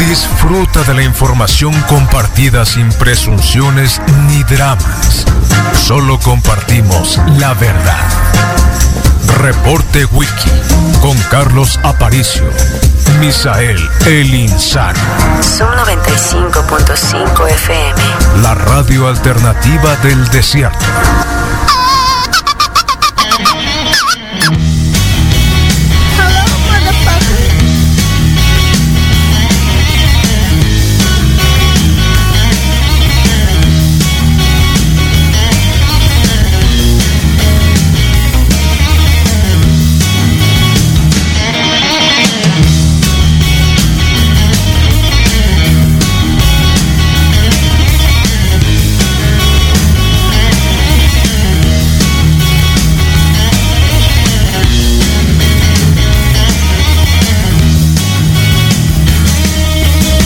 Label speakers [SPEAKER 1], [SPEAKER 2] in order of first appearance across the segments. [SPEAKER 1] Disfruta de la información compartida sin presunciones ni dramas. Solo compartimos la verdad. Reporte Wiki con Carlos Aparicio. Misael El Insano.
[SPEAKER 2] Son 95.5 FM.
[SPEAKER 1] La radio alternativa del desierto.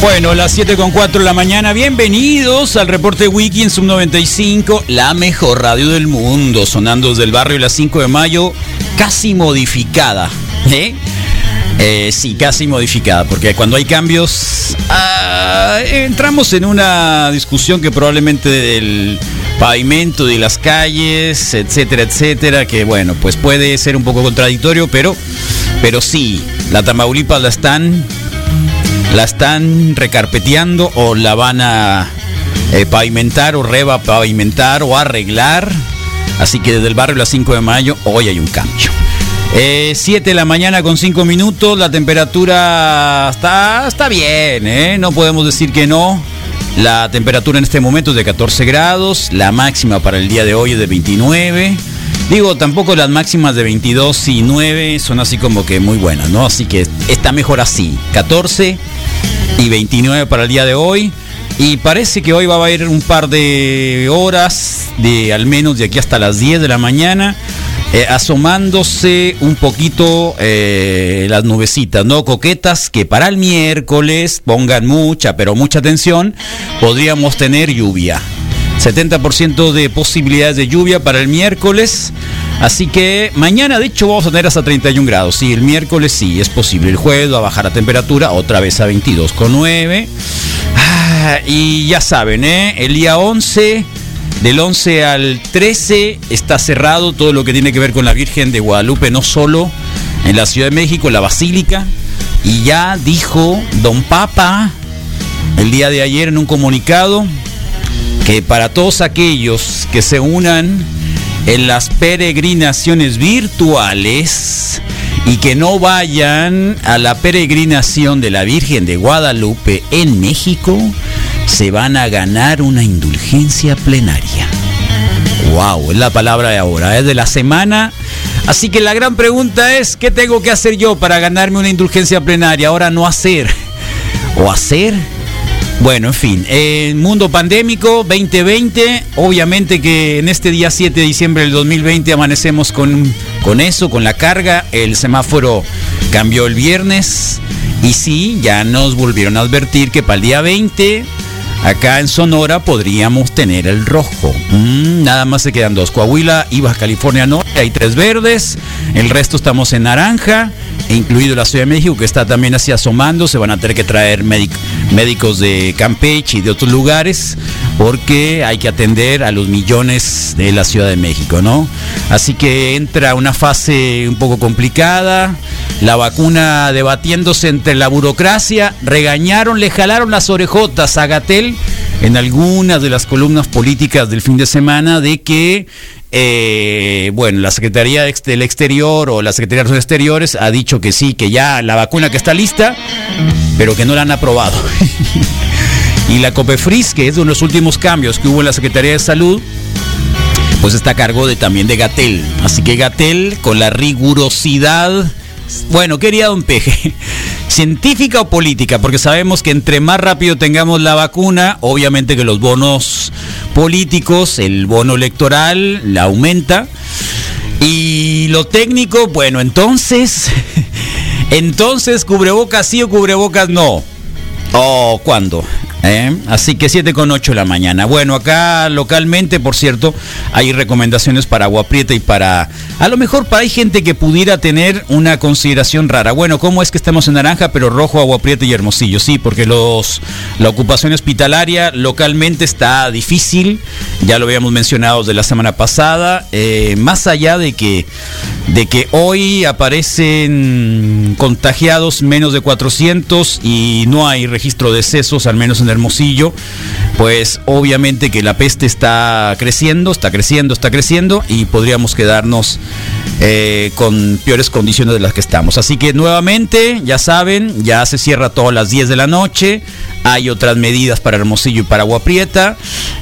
[SPEAKER 3] Bueno, las 7 con 4 de la mañana, bienvenidos al reporte Wiki en Sub 95, la mejor radio del mundo, sonando desde el barrio las 5 de mayo, casi modificada. ¿eh? Eh, sí, casi modificada, porque cuando hay cambios, ah, entramos en una discusión que probablemente del pavimento, de las calles, etcétera, etcétera, que bueno, pues puede ser un poco contradictorio, pero, pero sí, la Tamaulipas la están la están recarpeteando o la van a eh, pavimentar o repavimentar o arreglar. Así que desde el barrio a las 5 de mayo hoy hay un cambio. 7 de la mañana con 5 minutos, la temperatura está, está bien, ¿eh? no podemos decir que no. La temperatura en este momento es de 14 grados, la máxima para el día de hoy es de 29. Digo, tampoco las máximas de 22 y 9 son así como que muy buenas, ¿no? Así que está mejor así, 14 y 29 para el día de hoy. Y parece que hoy va a haber un par de horas, de al menos de aquí hasta las 10 de la mañana, eh, asomándose un poquito eh, las nubecitas, ¿no? Coquetas que para el miércoles, pongan mucha, pero mucha atención, podríamos tener lluvia. 70% de posibilidades de lluvia para el miércoles. Así que mañana, de hecho, vamos a tener hasta 31 grados. Sí, el miércoles sí es posible. El jueves va a bajar la temperatura otra vez a 22,9. Ah, Y ya saben, ¿eh? el día 11, del 11 al 13, está cerrado todo lo que tiene que ver con la Virgen de Guadalupe, no solo en la Ciudad de México, en la Basílica. Y ya dijo Don Papa el día de ayer en un comunicado que para todos aquellos que se unan en las peregrinaciones virtuales y que no vayan a la peregrinación de la Virgen de Guadalupe en México, se van a ganar una indulgencia plenaria. Wow, es la palabra de ahora, es de la semana. Así que la gran pregunta es, ¿qué tengo que hacer yo para ganarme una indulgencia plenaria? Ahora no hacer. ¿O hacer? Bueno, en fin, el mundo pandémico 2020, obviamente que en este día 7 de diciembre del 2020 amanecemos con, con eso, con la carga, el semáforo cambió el viernes y sí, ya nos volvieron a advertir que para el día 20, acá en Sonora podríamos tener el rojo. Mm, nada más se quedan dos, Coahuila y Baja California Norte, hay tres verdes, el resto estamos en naranja e incluido la Ciudad de México, que está también así asomando. Se van a tener que traer médic- médicos de Campeche y de otros lugares, porque hay que atender a los millones de la Ciudad de México, ¿no? Así que entra una fase un poco complicada. La vacuna debatiéndose entre la burocracia, regañaron, le jalaron las orejotas a Gatel en algunas de las columnas políticas del fin de semana de que eh, bueno, la Secretaría de Ex- del Exterior o la Secretaría de Asuntos Exteriores ha dicho que sí, que ya la vacuna que está lista, pero que no la han aprobado. y la COPEFRIS, que es uno de los últimos cambios que hubo en la Secretaría de Salud, pues está a cargo de, también de Gatel. Así que Gatel, con la rigurosidad, bueno, quería don Peje, científica o política, porque sabemos que entre más rápido tengamos la vacuna, obviamente que los bonos políticos, el bono electoral, la aumenta. Y lo técnico, bueno, entonces, entonces, cubrebocas sí o cubrebocas no. Oh, ¿cuándo? ¿Eh? Así que 7 con 8 de la mañana. Bueno, acá localmente, por cierto, hay recomendaciones para agua prieta y para. A lo mejor para hay gente que pudiera tener una consideración rara. Bueno, ¿cómo es que estamos en naranja, pero rojo, agua prieta y hermosillo? Sí, porque los la ocupación hospitalaria localmente está difícil. Ya lo habíamos mencionado de la semana pasada. Eh, más allá de que de que hoy aparecen contagiados menos de 400 y no hay registro de decesos, al menos en Hermosillo, pues obviamente que la peste está creciendo, está creciendo, está creciendo y podríamos quedarnos eh, con peores condiciones de las que estamos. Así que nuevamente, ya saben, ya se cierra todo a las 10 de la noche, hay otras medidas para Hermosillo y para Agua Prieta,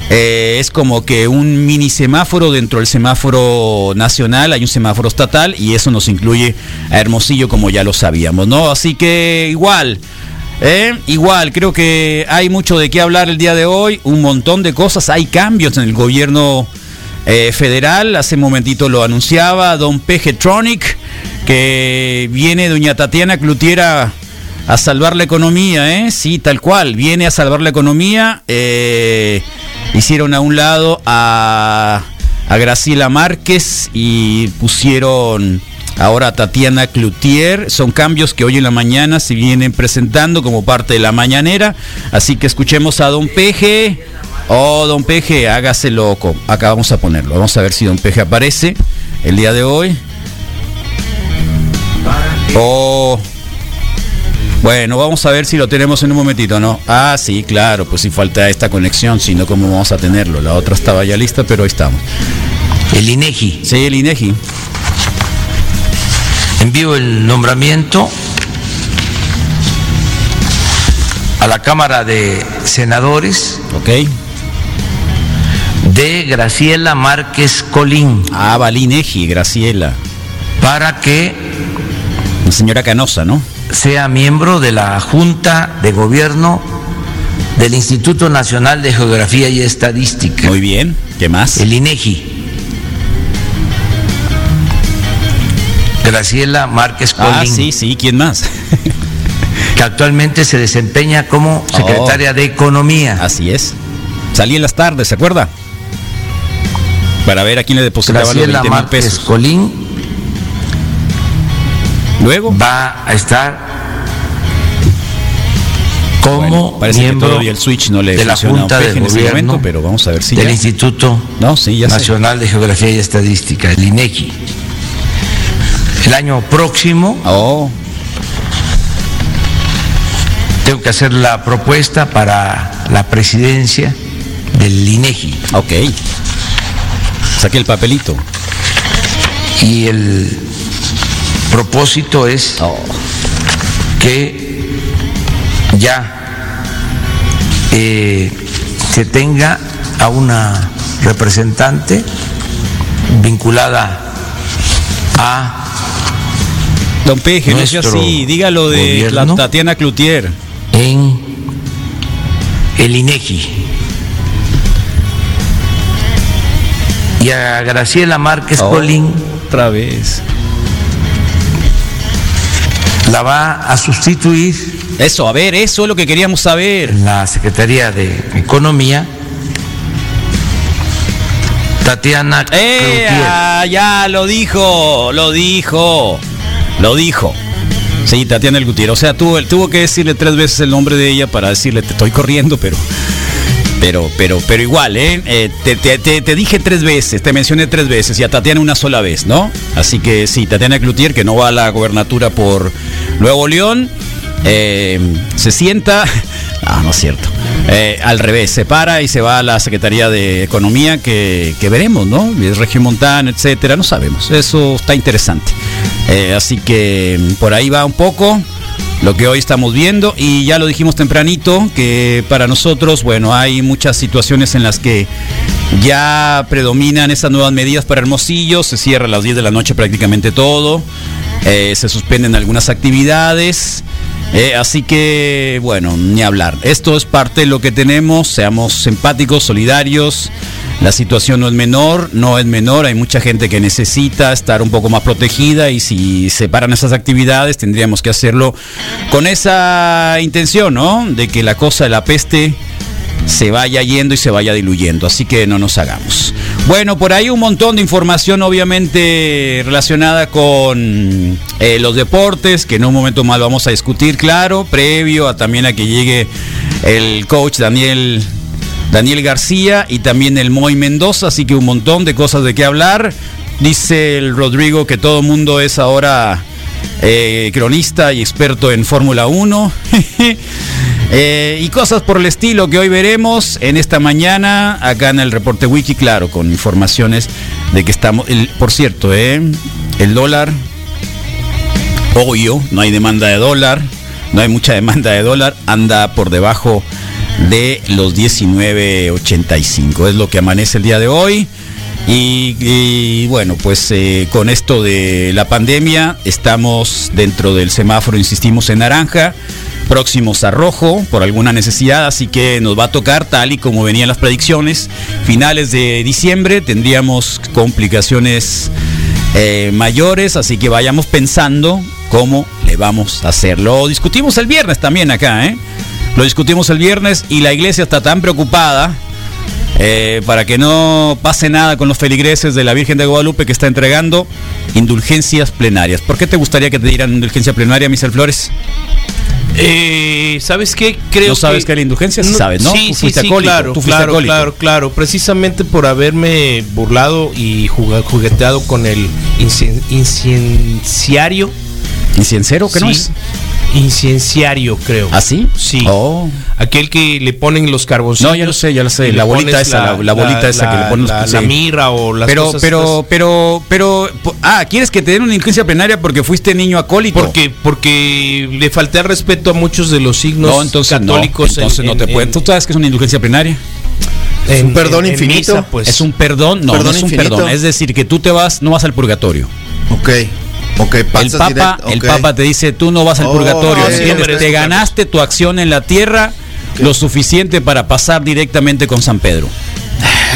[SPEAKER 3] eh, es como que un mini semáforo dentro del semáforo nacional, hay un semáforo estatal, y eso nos incluye a Hermosillo como ya lo sabíamos, ¿no? Así que igual, ¿eh? igual, creo que hay mucho de qué hablar el día de hoy, un montón de cosas, hay cambios en el gobierno eh, federal, hace un momentito lo anunciaba don Pejetronic, que viene doña Tatiana Clutiera a salvar la economía, ¿eh? Sí, tal cual, viene a salvar la economía, eh, hicieron a un lado a a Graciela Márquez y pusieron ahora a Tatiana Cloutier. Son cambios que hoy en la mañana se vienen presentando como parte de la mañanera. Así que escuchemos a don Peje. Oh, don Peje, hágase loco. Acá vamos a ponerlo. Vamos a ver si don Peje aparece el día de hoy. Oh. Bueno, vamos a ver si lo tenemos en un momentito, ¿no? Ah, sí, claro, pues si falta esta conexión, si no, ¿cómo vamos a tenerlo? La otra estaba ya lista, pero ahí estamos.
[SPEAKER 4] El INEGI.
[SPEAKER 3] Sí, el INEGI.
[SPEAKER 4] Envío el nombramiento a la Cámara de Senadores
[SPEAKER 3] Ok.
[SPEAKER 4] de Graciela Márquez Colín
[SPEAKER 3] Ah, va el INEGI, Graciela.
[SPEAKER 4] para que
[SPEAKER 3] La señora Canosa, ¿no?
[SPEAKER 4] sea miembro de la Junta de Gobierno del Instituto Nacional de Geografía y Estadística,
[SPEAKER 3] Muy bien. ¿Qué más?
[SPEAKER 4] el INEGI. Graciela Márquez Colín.
[SPEAKER 3] Ah, sí, sí, ¿quién más?
[SPEAKER 4] que actualmente se desempeña como
[SPEAKER 3] Oh.
[SPEAKER 4] secretaria de Economía.
[SPEAKER 3] Así es. Salí en las tardes, ¿se acuerda? Para ver a quién le depositaba los
[SPEAKER 4] Graciela
[SPEAKER 3] 20 mil
[SPEAKER 4] Márquez
[SPEAKER 3] pesos.
[SPEAKER 4] Colín
[SPEAKER 3] Luego,
[SPEAKER 4] va a estar como
[SPEAKER 3] Bueno, parece que
[SPEAKER 4] miembro
[SPEAKER 3] todavía el switch no le
[SPEAKER 4] de la
[SPEAKER 3] funciona a
[SPEAKER 4] Junta
[SPEAKER 3] Opeje
[SPEAKER 4] de
[SPEAKER 3] en este
[SPEAKER 4] Gobierno
[SPEAKER 3] momento, pero vamos a ver si
[SPEAKER 4] del
[SPEAKER 3] ya-
[SPEAKER 4] Instituto
[SPEAKER 3] No, sí, ya sé.
[SPEAKER 4] Nacional de Geografía y Estadística, el INEGI. El año próximo
[SPEAKER 3] oh,
[SPEAKER 4] tengo que hacer la propuesta para la presidencia del INEGI
[SPEAKER 3] ok. Saqué el papelito.
[SPEAKER 4] y el propósito es
[SPEAKER 3] Oh,
[SPEAKER 4] que ya eh, se tenga a una representante vinculada a
[SPEAKER 3] Don Peje, no sea
[SPEAKER 4] Nuestro
[SPEAKER 3] así, dígalo de la
[SPEAKER 4] gobierno.
[SPEAKER 3] Tatiana Cloutier.
[SPEAKER 4] en el INEGI y a Graciela Márquez
[SPEAKER 3] Oh,
[SPEAKER 4] Colín
[SPEAKER 3] Otra vez.
[SPEAKER 4] la va a sustituir
[SPEAKER 3] Eso, a ver, eso es lo que queríamos saber.
[SPEAKER 4] en la Secretaría de Economía Tatiana
[SPEAKER 3] ¡Eh!
[SPEAKER 4] Cloutier.
[SPEAKER 3] ah, Ya lo dijo, lo dijo, lo dijo. Sí, Tatiana El Gutiérrez. O sea, tuvo, tuvo que decirle tres veces el nombre de ella para decirle, te estoy corriendo, pero. Pero, pero, pero igual, ¿eh? Eh, te, te- te- te dije tres veces, te mencioné tres veces y a Tatiana una sola vez, ¿no? Así que sí, Tatiana Cloutier, que no va a la gobernatura por Nuevo León, eh, se sienta. Ah, no es cierto. Eh, al revés, se para y se va a la Secretaría de Economía, que, que veremos, ¿no? Es Regiomontana, etcétera, no sabemos. Eso está interesante. Eh, así que mm, por ahí va un poco lo que hoy estamos viendo y ya lo dijimos tempranito que para nosotros, bueno, hay muchas situaciones en las que ya predominan esas nuevas medidas para Hermosillo, se cierra a las 10 de la noche prácticamente todo, eh, se suspenden algunas actividades, eh, así que bueno, ni hablar. Esto es parte de lo que tenemos, seamos empáticos, solidarios, La situación no es menor, no es menor, hay mucha gente que necesita estar un poco más protegida y si se paran esas actividades tendríamos que hacerlo con esa intención, ¿no? De que la cosa de la peste se vaya yendo y se vaya diluyendo, así que no nos hagamos. Bueno, por ahí un montón de información obviamente relacionada con eh, los deportes, que en un momento más lo vamos a discutir, claro, previo a también a que llegue el coach Daniel Daniel García y también el Moy Mendoza, así que un montón de cosas de qué hablar. Dice el Rodrigo que todo el mundo es ahora eh, cronista y experto en Fórmula 1. Eh, y cosas por el estilo que hoy veremos en esta mañana acá en el reporte wiki, claro, con informaciones de que estamos, el- por cierto, eh, el dólar, obvio, no hay demanda de dólar, no hay mucha demanda de dólar, anda por debajo de los 19.85, es lo que amanece el día de hoy. Y, y, bueno, pues eh, con esto de la pandemia estamos dentro del semáforo, insistimos, en naranja, próximos a rojo por alguna necesidad, así que nos va a tocar tal y como venían las predicciones. Finales de diciembre tendríamos complicaciones eh, mayores, así que vayamos pensando cómo le vamos a hacer. Lo discutimos el viernes también acá, ¿eh? Lo discutimos el viernes y la iglesia está tan preocupada eh, para que no pase nada con los feligreses de la Virgen de Guadalupe que está entregando indulgencias plenarias. ¿Por qué te gustaría que te dieran indulgencia plenaria, Michel Flores?
[SPEAKER 5] Eh, ¿Sabes qué? Creo
[SPEAKER 3] ¿No sabes qué
[SPEAKER 5] que
[SPEAKER 3] es la indulgencia? Sí sabes, ¿no?
[SPEAKER 5] Sí,
[SPEAKER 3] Tú
[SPEAKER 5] sí,
[SPEAKER 3] fuiste
[SPEAKER 5] sí,
[SPEAKER 3] acólico,
[SPEAKER 5] claro,
[SPEAKER 3] tú fuiste
[SPEAKER 5] claro,
[SPEAKER 3] acólico.
[SPEAKER 5] claro, claro. Precisamente por haberme burlado y juga- jugueteado con el incien- incienciario.
[SPEAKER 3] ¿Y ciencero qué no
[SPEAKER 5] Sí,
[SPEAKER 3] es?
[SPEAKER 5] Incienciario, creo.
[SPEAKER 3] ¿Así?
[SPEAKER 5] Sí.
[SPEAKER 3] Oh.
[SPEAKER 5] Aquel que le ponen los carboncillos.
[SPEAKER 3] No, ya lo sé, ya lo sé.
[SPEAKER 5] y le
[SPEAKER 3] La bolita
[SPEAKER 5] pones
[SPEAKER 3] esa, la, la bolita esa que le ponen los
[SPEAKER 5] la,
[SPEAKER 3] sí.
[SPEAKER 5] la mirra o las
[SPEAKER 3] pero,
[SPEAKER 5] cosas
[SPEAKER 3] pero,
[SPEAKER 5] estas.
[SPEAKER 3] pero, pero, po- ah, ¿quieres que te den una indulgencia plenaria porque fuiste niño acólito?
[SPEAKER 5] Porque, porque le falté al respeto a muchos de los signos
[SPEAKER 3] no, entonces
[SPEAKER 5] católicos.
[SPEAKER 3] no, entonces
[SPEAKER 5] en-
[SPEAKER 3] no te
[SPEAKER 5] en-
[SPEAKER 3] pueden.
[SPEAKER 5] en-
[SPEAKER 3] ¿Tú sabes que es una indulgencia plenaria?
[SPEAKER 5] en-
[SPEAKER 6] un perdón
[SPEAKER 5] en- en
[SPEAKER 6] infinito.
[SPEAKER 5] misa, pues.
[SPEAKER 3] es un perdón, no,
[SPEAKER 6] perdón
[SPEAKER 3] no es un
[SPEAKER 6] infinito.
[SPEAKER 3] perdón. Es decir, que tú te vas, no vas al purgatorio.
[SPEAKER 6] Ok, ok,
[SPEAKER 3] El
[SPEAKER 6] pasas
[SPEAKER 3] Papa,
[SPEAKER 6] directo,
[SPEAKER 3] el
[SPEAKER 6] ok.
[SPEAKER 3] Papa te dice, tú no vas al
[SPEAKER 6] Oh,
[SPEAKER 3] purgatorio,
[SPEAKER 6] no, sí,
[SPEAKER 3] ¿entiendes?
[SPEAKER 5] hombre,
[SPEAKER 3] te
[SPEAKER 5] eso,
[SPEAKER 3] ganaste tu acción en la tierra lo suficiente para pasar directamente con San Pedro.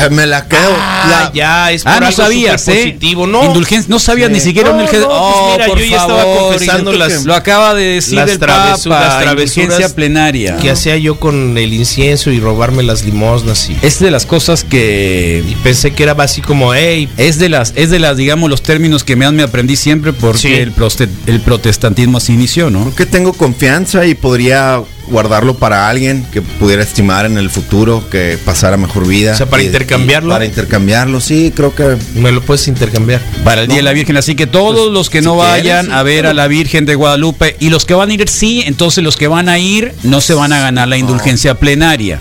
[SPEAKER 6] Me la quedo.
[SPEAKER 5] Ah,
[SPEAKER 6] la-
[SPEAKER 5] ya, es por
[SPEAKER 3] Ah, no
[SPEAKER 5] algo
[SPEAKER 3] sabías, ¿eh?
[SPEAKER 5] superpositivo, ¿no?
[SPEAKER 3] Indulgencia, no sabías ni siquiera
[SPEAKER 5] No,
[SPEAKER 3] un
[SPEAKER 5] no, pues mira, yo ya estaba confesando las-
[SPEAKER 3] Oh, Lo acaba de decir
[SPEAKER 5] las
[SPEAKER 3] el
[SPEAKER 5] travesu- las
[SPEAKER 3] Papa,
[SPEAKER 5] travesuras
[SPEAKER 3] indulgencia plenaria.
[SPEAKER 5] ¿Qué hacía yo con el incienso y robarme las limosnas? Y,
[SPEAKER 3] Es de las cosas que
[SPEAKER 5] y pensé que era así como, hey,
[SPEAKER 3] Es de las, es de las, digamos, los términos que me, me aprendí siempre porque
[SPEAKER 5] Sí.
[SPEAKER 3] el, proste- el protestantismo así inició, ¿no?
[SPEAKER 6] que tengo confianza y podría guardarlo para alguien que pudiera estimar en el futuro que pasara mejor vida.
[SPEAKER 5] O sea, para
[SPEAKER 6] Y- y
[SPEAKER 5] intercambiarlo.
[SPEAKER 6] Para intercambiarlo, sí, creo que.
[SPEAKER 5] me lo puedes intercambiar.
[SPEAKER 3] Para el Día de la Virgen. Así que todos
[SPEAKER 6] Pues,
[SPEAKER 3] los que
[SPEAKER 6] si
[SPEAKER 3] no
[SPEAKER 6] quieres,
[SPEAKER 3] vayan
[SPEAKER 6] sí,
[SPEAKER 3] a ver a
[SPEAKER 6] claro.
[SPEAKER 3] la Virgen de Guadalupe y los que van a ir, sí, entonces los que van a ir no se van a ganar
[SPEAKER 6] Ah.
[SPEAKER 3] la indulgencia plenaria.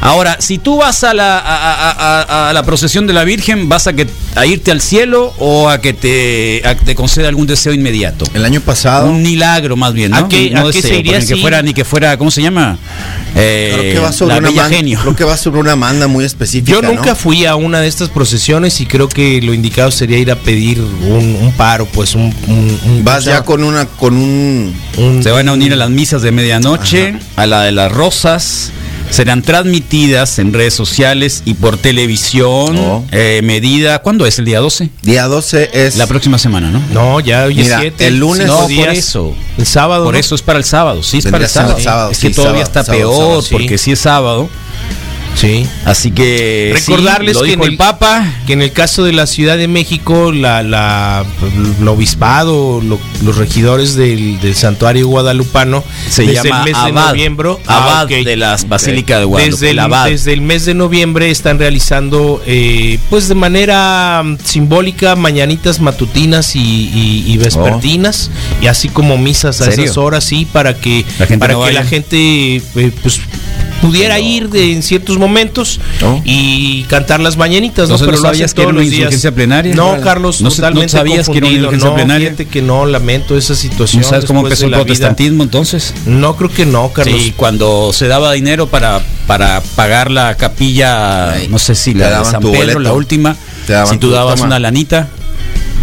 [SPEAKER 3] Ahora, si tú vas a la, a- a- a- a- a la procesión de la Virgen, ¿vas a, que, a irte al cielo o a que te, a que te conceda algún deseo inmediato?
[SPEAKER 6] El año pasado.
[SPEAKER 3] Un milagro más bien, ¿no?
[SPEAKER 5] ¿A qué-
[SPEAKER 3] No
[SPEAKER 5] a qué
[SPEAKER 3] deseo,
[SPEAKER 5] se iría
[SPEAKER 3] porque ni que
[SPEAKER 5] si-
[SPEAKER 3] fuera, ni que fuera, ¿cómo se llama? Eh,
[SPEAKER 6] Creo que, va sobre
[SPEAKER 3] la
[SPEAKER 6] una
[SPEAKER 3] Bella
[SPEAKER 6] man-
[SPEAKER 3] Genio.
[SPEAKER 6] creo que va sobre una manda muy específica.
[SPEAKER 5] Yo nunca
[SPEAKER 6] ¿no?
[SPEAKER 5] fui a una de estas procesiones y creo que lo indicado sería ir a pedir un, un paro, pues un... un- un-
[SPEAKER 6] Vas
[SPEAKER 5] o sea,
[SPEAKER 6] ya con una con un
[SPEAKER 5] un-
[SPEAKER 3] Se van a unir a las misas de medianoche, a la de las rosas. Serán transmitidas en redes sociales y por televisión.
[SPEAKER 6] Oh.
[SPEAKER 3] eh, medida. ¿Cuándo es? ¿El día 12?
[SPEAKER 6] día 12 es
[SPEAKER 3] La próxima semana, ¿no?
[SPEAKER 5] No, ya hoy es
[SPEAKER 6] Mira,
[SPEAKER 5] siete,
[SPEAKER 6] el lunes-
[SPEAKER 5] cinco
[SPEAKER 3] No, por
[SPEAKER 5] días.
[SPEAKER 3] eso.
[SPEAKER 5] El sábado.
[SPEAKER 3] Por
[SPEAKER 5] ¿no?
[SPEAKER 3] eso es para el sábado. Sí, es
[SPEAKER 6] Vendría
[SPEAKER 3] para el
[SPEAKER 6] siendo
[SPEAKER 3] sábado.
[SPEAKER 6] el sábado,
[SPEAKER 3] es que
[SPEAKER 6] sí,
[SPEAKER 3] todavía
[SPEAKER 6] sábado,
[SPEAKER 3] está
[SPEAKER 6] sábado,
[SPEAKER 3] peor
[SPEAKER 6] sábado,
[SPEAKER 5] sí.
[SPEAKER 3] porque sí es sábado.
[SPEAKER 5] Sí.
[SPEAKER 3] Así que. sí,
[SPEAKER 5] Recordarles
[SPEAKER 3] lo
[SPEAKER 5] que,
[SPEAKER 3] dijo
[SPEAKER 5] en el,
[SPEAKER 3] el Papa.
[SPEAKER 5] que en el caso de la Ciudad de México, la, la, el obispado, lo- los regidores del, del santuario guadalupano,
[SPEAKER 3] Se
[SPEAKER 5] desde
[SPEAKER 3] llama
[SPEAKER 5] el mes de
[SPEAKER 3] abad,
[SPEAKER 5] noviembre,
[SPEAKER 3] abad
[SPEAKER 5] Ah, ok.
[SPEAKER 3] de las Basílica de Guadalupe.
[SPEAKER 5] desde
[SPEAKER 3] el
[SPEAKER 5] el,
[SPEAKER 3] abad.
[SPEAKER 5] desde el mes de noviembre están realizando, eh, pues de manera mm, simbólica, mañanitas matutinas y, y- y vespertinas, y así como misas a
[SPEAKER 3] Oh. ¿Serio?
[SPEAKER 5] esas horas, sí, para que
[SPEAKER 3] La gente
[SPEAKER 5] para
[SPEAKER 3] no
[SPEAKER 5] que la
[SPEAKER 3] vaya.
[SPEAKER 5] gente eh, pues pudiera ir de- en ciertos momentos
[SPEAKER 6] ¿No?
[SPEAKER 5] y cantar las mañanitas,
[SPEAKER 3] Oh. Entonces,
[SPEAKER 5] ¿no?
[SPEAKER 3] ¿no
[SPEAKER 5] Pero lo
[SPEAKER 3] sabías
[SPEAKER 5] hacen
[SPEAKER 3] que era
[SPEAKER 5] todos
[SPEAKER 3] una
[SPEAKER 5] los días.
[SPEAKER 3] insurgencia plenaria?
[SPEAKER 5] No,
[SPEAKER 3] Órale.
[SPEAKER 5] Carlos,
[SPEAKER 3] No se- no
[SPEAKER 5] totalmente
[SPEAKER 3] sabías que era una
[SPEAKER 5] confundido.
[SPEAKER 3] insurgencia
[SPEAKER 5] no,
[SPEAKER 3] plenaria.
[SPEAKER 5] fíjate que no, lamento esa situación.
[SPEAKER 3] ¿No sabes cómo
[SPEAKER 5] después
[SPEAKER 3] empezó
[SPEAKER 5] de
[SPEAKER 3] el
[SPEAKER 5] la vida.
[SPEAKER 3] protestantismo entonces?
[SPEAKER 5] No, creo que no, Carlos.
[SPEAKER 3] Sí, cuando se daba dinero para, para pagar la capilla,
[SPEAKER 6] Ay,
[SPEAKER 3] no sé si
[SPEAKER 6] te
[SPEAKER 3] la de
[SPEAKER 6] daban
[SPEAKER 3] San
[SPEAKER 6] tu
[SPEAKER 3] Pedro,
[SPEAKER 6] boleto.
[SPEAKER 3] la última,
[SPEAKER 6] Te daban
[SPEAKER 3] si tú
[SPEAKER 6] tu-
[SPEAKER 3] dabas
[SPEAKER 6] toma.
[SPEAKER 3] una lanita,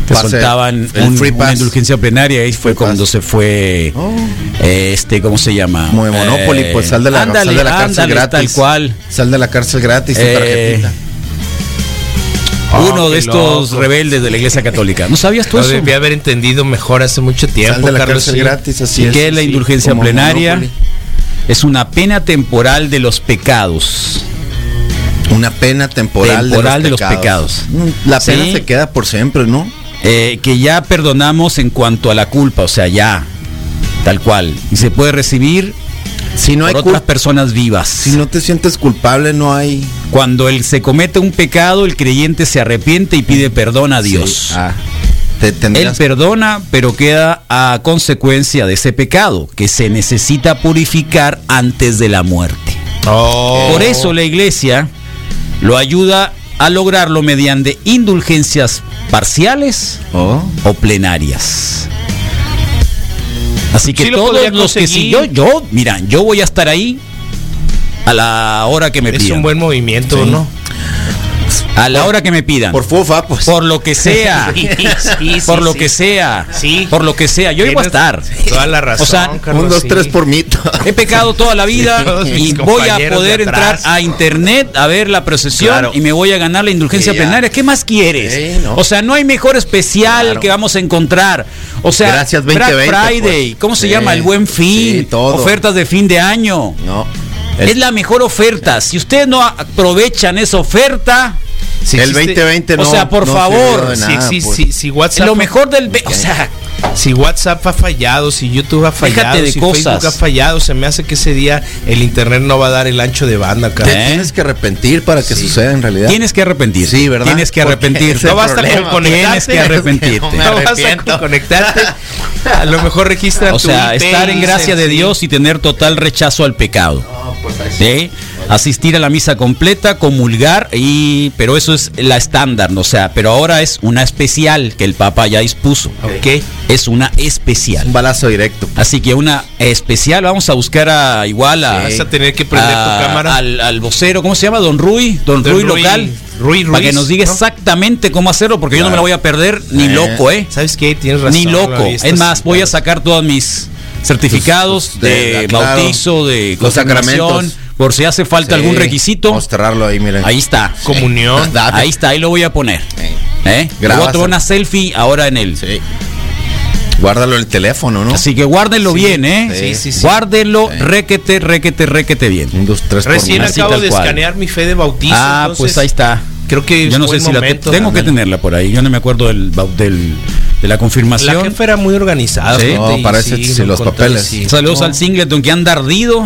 [SPEAKER 3] te
[SPEAKER 6] Pase,
[SPEAKER 3] soltaban
[SPEAKER 6] el
[SPEAKER 3] un-
[SPEAKER 6] free
[SPEAKER 3] una
[SPEAKER 6] pass.
[SPEAKER 3] indulgencia plenaria y fue
[SPEAKER 6] Free pass.
[SPEAKER 3] cuando se fue,
[SPEAKER 6] Oh.
[SPEAKER 3] eh, este, ¿cómo se llama?
[SPEAKER 6] como de Monopoly,
[SPEAKER 3] Eh,
[SPEAKER 6] pues sal de la
[SPEAKER 3] ándale,
[SPEAKER 6] sal de la cárcel
[SPEAKER 3] ándale,
[SPEAKER 6] gratis.
[SPEAKER 3] tal cual.
[SPEAKER 6] Sal de la cárcel gratis tu
[SPEAKER 3] Eh,
[SPEAKER 6] tarjetita. Ah,
[SPEAKER 5] Oh,
[SPEAKER 3] uno de
[SPEAKER 5] qué
[SPEAKER 3] estos
[SPEAKER 5] loco.
[SPEAKER 3] rebeldes de la Iglesia Católica. ¿No sabías tú
[SPEAKER 5] Lo
[SPEAKER 3] eso?
[SPEAKER 5] debía haber entendido mejor hace mucho tiempo,
[SPEAKER 6] Sal de la
[SPEAKER 5] Carlos.
[SPEAKER 6] cárcel
[SPEAKER 5] sí.
[SPEAKER 6] gratis, así
[SPEAKER 3] ¿Y
[SPEAKER 6] es.
[SPEAKER 3] qué es la
[SPEAKER 6] sí,
[SPEAKER 3] indulgencia
[SPEAKER 6] como
[SPEAKER 3] plenaria?
[SPEAKER 6] Monopoly.
[SPEAKER 3] Es una pena temporal de los pecados.
[SPEAKER 6] Una pena temporal,
[SPEAKER 3] Temporal de los pecados.
[SPEAKER 6] Mm, La pena
[SPEAKER 3] Sí.
[SPEAKER 6] se queda por siempre, ¿no?
[SPEAKER 3] eh, que ya perdonamos en cuanto a la culpa, o sea, ya, tal cual. Y se puede recibir
[SPEAKER 6] Si no hay
[SPEAKER 3] por otras
[SPEAKER 6] cul-
[SPEAKER 3] personas vivas.
[SPEAKER 6] si no te sientes culpable, no hay
[SPEAKER 3] Cuando él se comete un pecado, el creyente se arrepiente y pide perdón a Dios.
[SPEAKER 6] Sí, ah, te
[SPEAKER 3] Él
[SPEAKER 6] tendrías
[SPEAKER 3] perdona, pero queda a consecuencia de ese pecado, que se necesita purificar antes de la muerte.
[SPEAKER 5] Oh.
[SPEAKER 3] Por eso la iglesia lo ayuda a lograrlo mediante indulgencias parciales
[SPEAKER 6] Oh,
[SPEAKER 3] o plenarias. Así que
[SPEAKER 5] Sí lo podría
[SPEAKER 3] todos los que si yo,
[SPEAKER 5] conseguir.
[SPEAKER 3] yo, mira, yo voy a estar ahí a la hora que me
[SPEAKER 5] es
[SPEAKER 3] pidan.
[SPEAKER 5] un buen movimiento,
[SPEAKER 6] Sí.
[SPEAKER 5] ¿no?
[SPEAKER 3] a la hora que me pidan.
[SPEAKER 6] por
[SPEAKER 3] Por,
[SPEAKER 6] fofa, pues.
[SPEAKER 3] lo que
[SPEAKER 5] Ah.
[SPEAKER 3] sea. por lo que sea.
[SPEAKER 5] Sí.
[SPEAKER 3] Por lo que sea. Yo iba a
[SPEAKER 5] Tienes
[SPEAKER 3] estar.
[SPEAKER 5] Toda la razón.
[SPEAKER 3] O sea,
[SPEAKER 5] Carlos,
[SPEAKER 6] un, dos,
[SPEAKER 5] sí.
[SPEAKER 6] tres por mito.
[SPEAKER 3] He pecado toda la
[SPEAKER 5] Sí,
[SPEAKER 3] vida
[SPEAKER 5] todos
[SPEAKER 3] y
[SPEAKER 5] mis
[SPEAKER 3] voy a
[SPEAKER 5] compañeros
[SPEAKER 3] poder
[SPEAKER 5] de
[SPEAKER 3] entrar
[SPEAKER 5] atrás.
[SPEAKER 3] a internet a ver la procesión
[SPEAKER 6] Claro.
[SPEAKER 3] y me voy a ganar la indulgencia
[SPEAKER 6] Sí, ya.
[SPEAKER 3] plenaria. ¿Qué más quieres?
[SPEAKER 6] Sí, no.
[SPEAKER 3] O sea, no hay mejor especial
[SPEAKER 6] Claro.
[SPEAKER 3] que vamos a encontrar. O sea,
[SPEAKER 6] Gracias,
[SPEAKER 3] Black
[SPEAKER 6] 2020,
[SPEAKER 3] Friday,
[SPEAKER 6] pues.
[SPEAKER 3] ¿cómo se
[SPEAKER 6] Sí,
[SPEAKER 3] llama? El buen fin,
[SPEAKER 6] sí, todo.
[SPEAKER 3] ofertas de fin de año.
[SPEAKER 6] No.
[SPEAKER 3] Es, la mejor oferta. Si ustedes no aprovechan esa oferta,
[SPEAKER 5] Si
[SPEAKER 6] el
[SPEAKER 5] existe-
[SPEAKER 6] 2020
[SPEAKER 3] o
[SPEAKER 6] no.
[SPEAKER 3] sea, por
[SPEAKER 6] no
[SPEAKER 3] favor,
[SPEAKER 6] sirvió de
[SPEAKER 5] Si,
[SPEAKER 6] nada,
[SPEAKER 5] existe-
[SPEAKER 6] pues.
[SPEAKER 5] si- si WhatsApp,
[SPEAKER 3] lo mejor del... ve- O sea,
[SPEAKER 5] si WhatsApp ha fallado, si YouTube ha fallado,
[SPEAKER 3] Déjate de
[SPEAKER 5] si
[SPEAKER 3] cosas.
[SPEAKER 5] Facebook ha fallado, se me hace que ese día el internet no va a dar el ancho de banda,
[SPEAKER 6] Te
[SPEAKER 5] Carlos.
[SPEAKER 3] ¿Eh?
[SPEAKER 6] tienes que arrepentir para que suceda en realidad.
[SPEAKER 3] tienes que arrepentir.
[SPEAKER 6] Sí, ¿verdad?
[SPEAKER 3] Tienes que
[SPEAKER 6] Porque
[SPEAKER 3] arrepentir.
[SPEAKER 6] ese
[SPEAKER 5] No basta
[SPEAKER 6] problema.
[SPEAKER 5] con conectarte.
[SPEAKER 3] Tienes que arrepentirte.
[SPEAKER 6] No me
[SPEAKER 5] No vas a
[SPEAKER 6] arrepiento.
[SPEAKER 5] conectarte. A lo mejor registra
[SPEAKER 3] O
[SPEAKER 5] tu
[SPEAKER 3] sea,
[SPEAKER 5] IP
[SPEAKER 3] estar en
[SPEAKER 5] y
[SPEAKER 3] gracia
[SPEAKER 5] se-
[SPEAKER 3] de
[SPEAKER 5] sí. Ah, pues
[SPEAKER 3] Dios y tener total rechazo al pecado. ¿Sí? Asistir a la misa completa, comulgar, y pero eso es la estándar, o sea, pero ahora es una especial que el Papa ya dispuso.
[SPEAKER 5] Ok.
[SPEAKER 3] Es una especial.
[SPEAKER 6] Un balazo directo.
[SPEAKER 3] Así que una especial, vamos a buscar a igual a.
[SPEAKER 5] Sí. Vas a tener que prender tu
[SPEAKER 3] a-
[SPEAKER 5] cámara.
[SPEAKER 3] Al, al vocero, ¿cómo se llama? Don Rui, Don,
[SPEAKER 5] Don
[SPEAKER 3] Rui,
[SPEAKER 5] Rui-
[SPEAKER 3] local.
[SPEAKER 5] Rui
[SPEAKER 3] Para que
[SPEAKER 5] Ruiz,
[SPEAKER 3] nos diga
[SPEAKER 5] ¿no?
[SPEAKER 3] exactamente cómo hacerlo, porque yo no me
[SPEAKER 6] Claro.
[SPEAKER 3] lo voy a perder ni
[SPEAKER 6] Eh,
[SPEAKER 3] loco, ¿eh?
[SPEAKER 5] ¿Sabes qué? Tienes razón.
[SPEAKER 3] Ni
[SPEAKER 5] la
[SPEAKER 3] loco.
[SPEAKER 5] vida está
[SPEAKER 3] Es más,
[SPEAKER 5] sin-
[SPEAKER 3] voy a sacar todos mis certificados
[SPEAKER 6] Tus- tus-
[SPEAKER 3] de,
[SPEAKER 6] de- claro.
[SPEAKER 3] bautizo, de
[SPEAKER 6] Los
[SPEAKER 3] confirmación,
[SPEAKER 6] sacramentos.
[SPEAKER 3] por si hace falta algún
[SPEAKER 6] Sí,
[SPEAKER 3] requisito.
[SPEAKER 6] Vamos a cerrarlo ahí, miren.
[SPEAKER 3] Ahí está.
[SPEAKER 5] comunión.
[SPEAKER 6] Date.
[SPEAKER 3] Ahí está, ahí lo voy a poner.
[SPEAKER 6] Sí.
[SPEAKER 3] ¿Eh? Le Voy a
[SPEAKER 6] Grabas
[SPEAKER 3] tomar
[SPEAKER 6] el-
[SPEAKER 3] una selfie ahora en él.
[SPEAKER 6] Sí. Guárdalo en el teléfono, ¿no?
[SPEAKER 3] Así que guárdenlo bien, ¿eh?
[SPEAKER 6] sí, sí, sí.
[SPEAKER 3] Guárdenlo,
[SPEAKER 6] Sí.
[SPEAKER 3] requete, requete, requete bien.
[SPEAKER 6] Un, dos, tres por
[SPEAKER 5] Recién
[SPEAKER 6] mito.
[SPEAKER 3] así
[SPEAKER 5] acabo
[SPEAKER 3] tal
[SPEAKER 5] de
[SPEAKER 3] cual.
[SPEAKER 5] escanear mi fe de bautizo.
[SPEAKER 3] ah,
[SPEAKER 5] entonces,
[SPEAKER 3] pues ahí está.
[SPEAKER 5] Creo que
[SPEAKER 3] Yo no
[SPEAKER 5] es
[SPEAKER 3] sé
[SPEAKER 5] buen
[SPEAKER 3] si la te-
[SPEAKER 5] momento.
[SPEAKER 3] tengo que tenerla por ahí. Yo no me acuerdo del, bau- del- de la
[SPEAKER 5] La
[SPEAKER 3] confirmación.
[SPEAKER 5] jefa era muy organizada.
[SPEAKER 3] Sí.
[SPEAKER 5] fíjate,
[SPEAKER 6] No,
[SPEAKER 5] y
[SPEAKER 6] parece que sí,
[SPEAKER 5] lo
[SPEAKER 6] los
[SPEAKER 5] encontré,
[SPEAKER 6] papeles.
[SPEAKER 5] sí.
[SPEAKER 3] Este, Saludos
[SPEAKER 5] No.
[SPEAKER 3] al Singleton que anda ardido,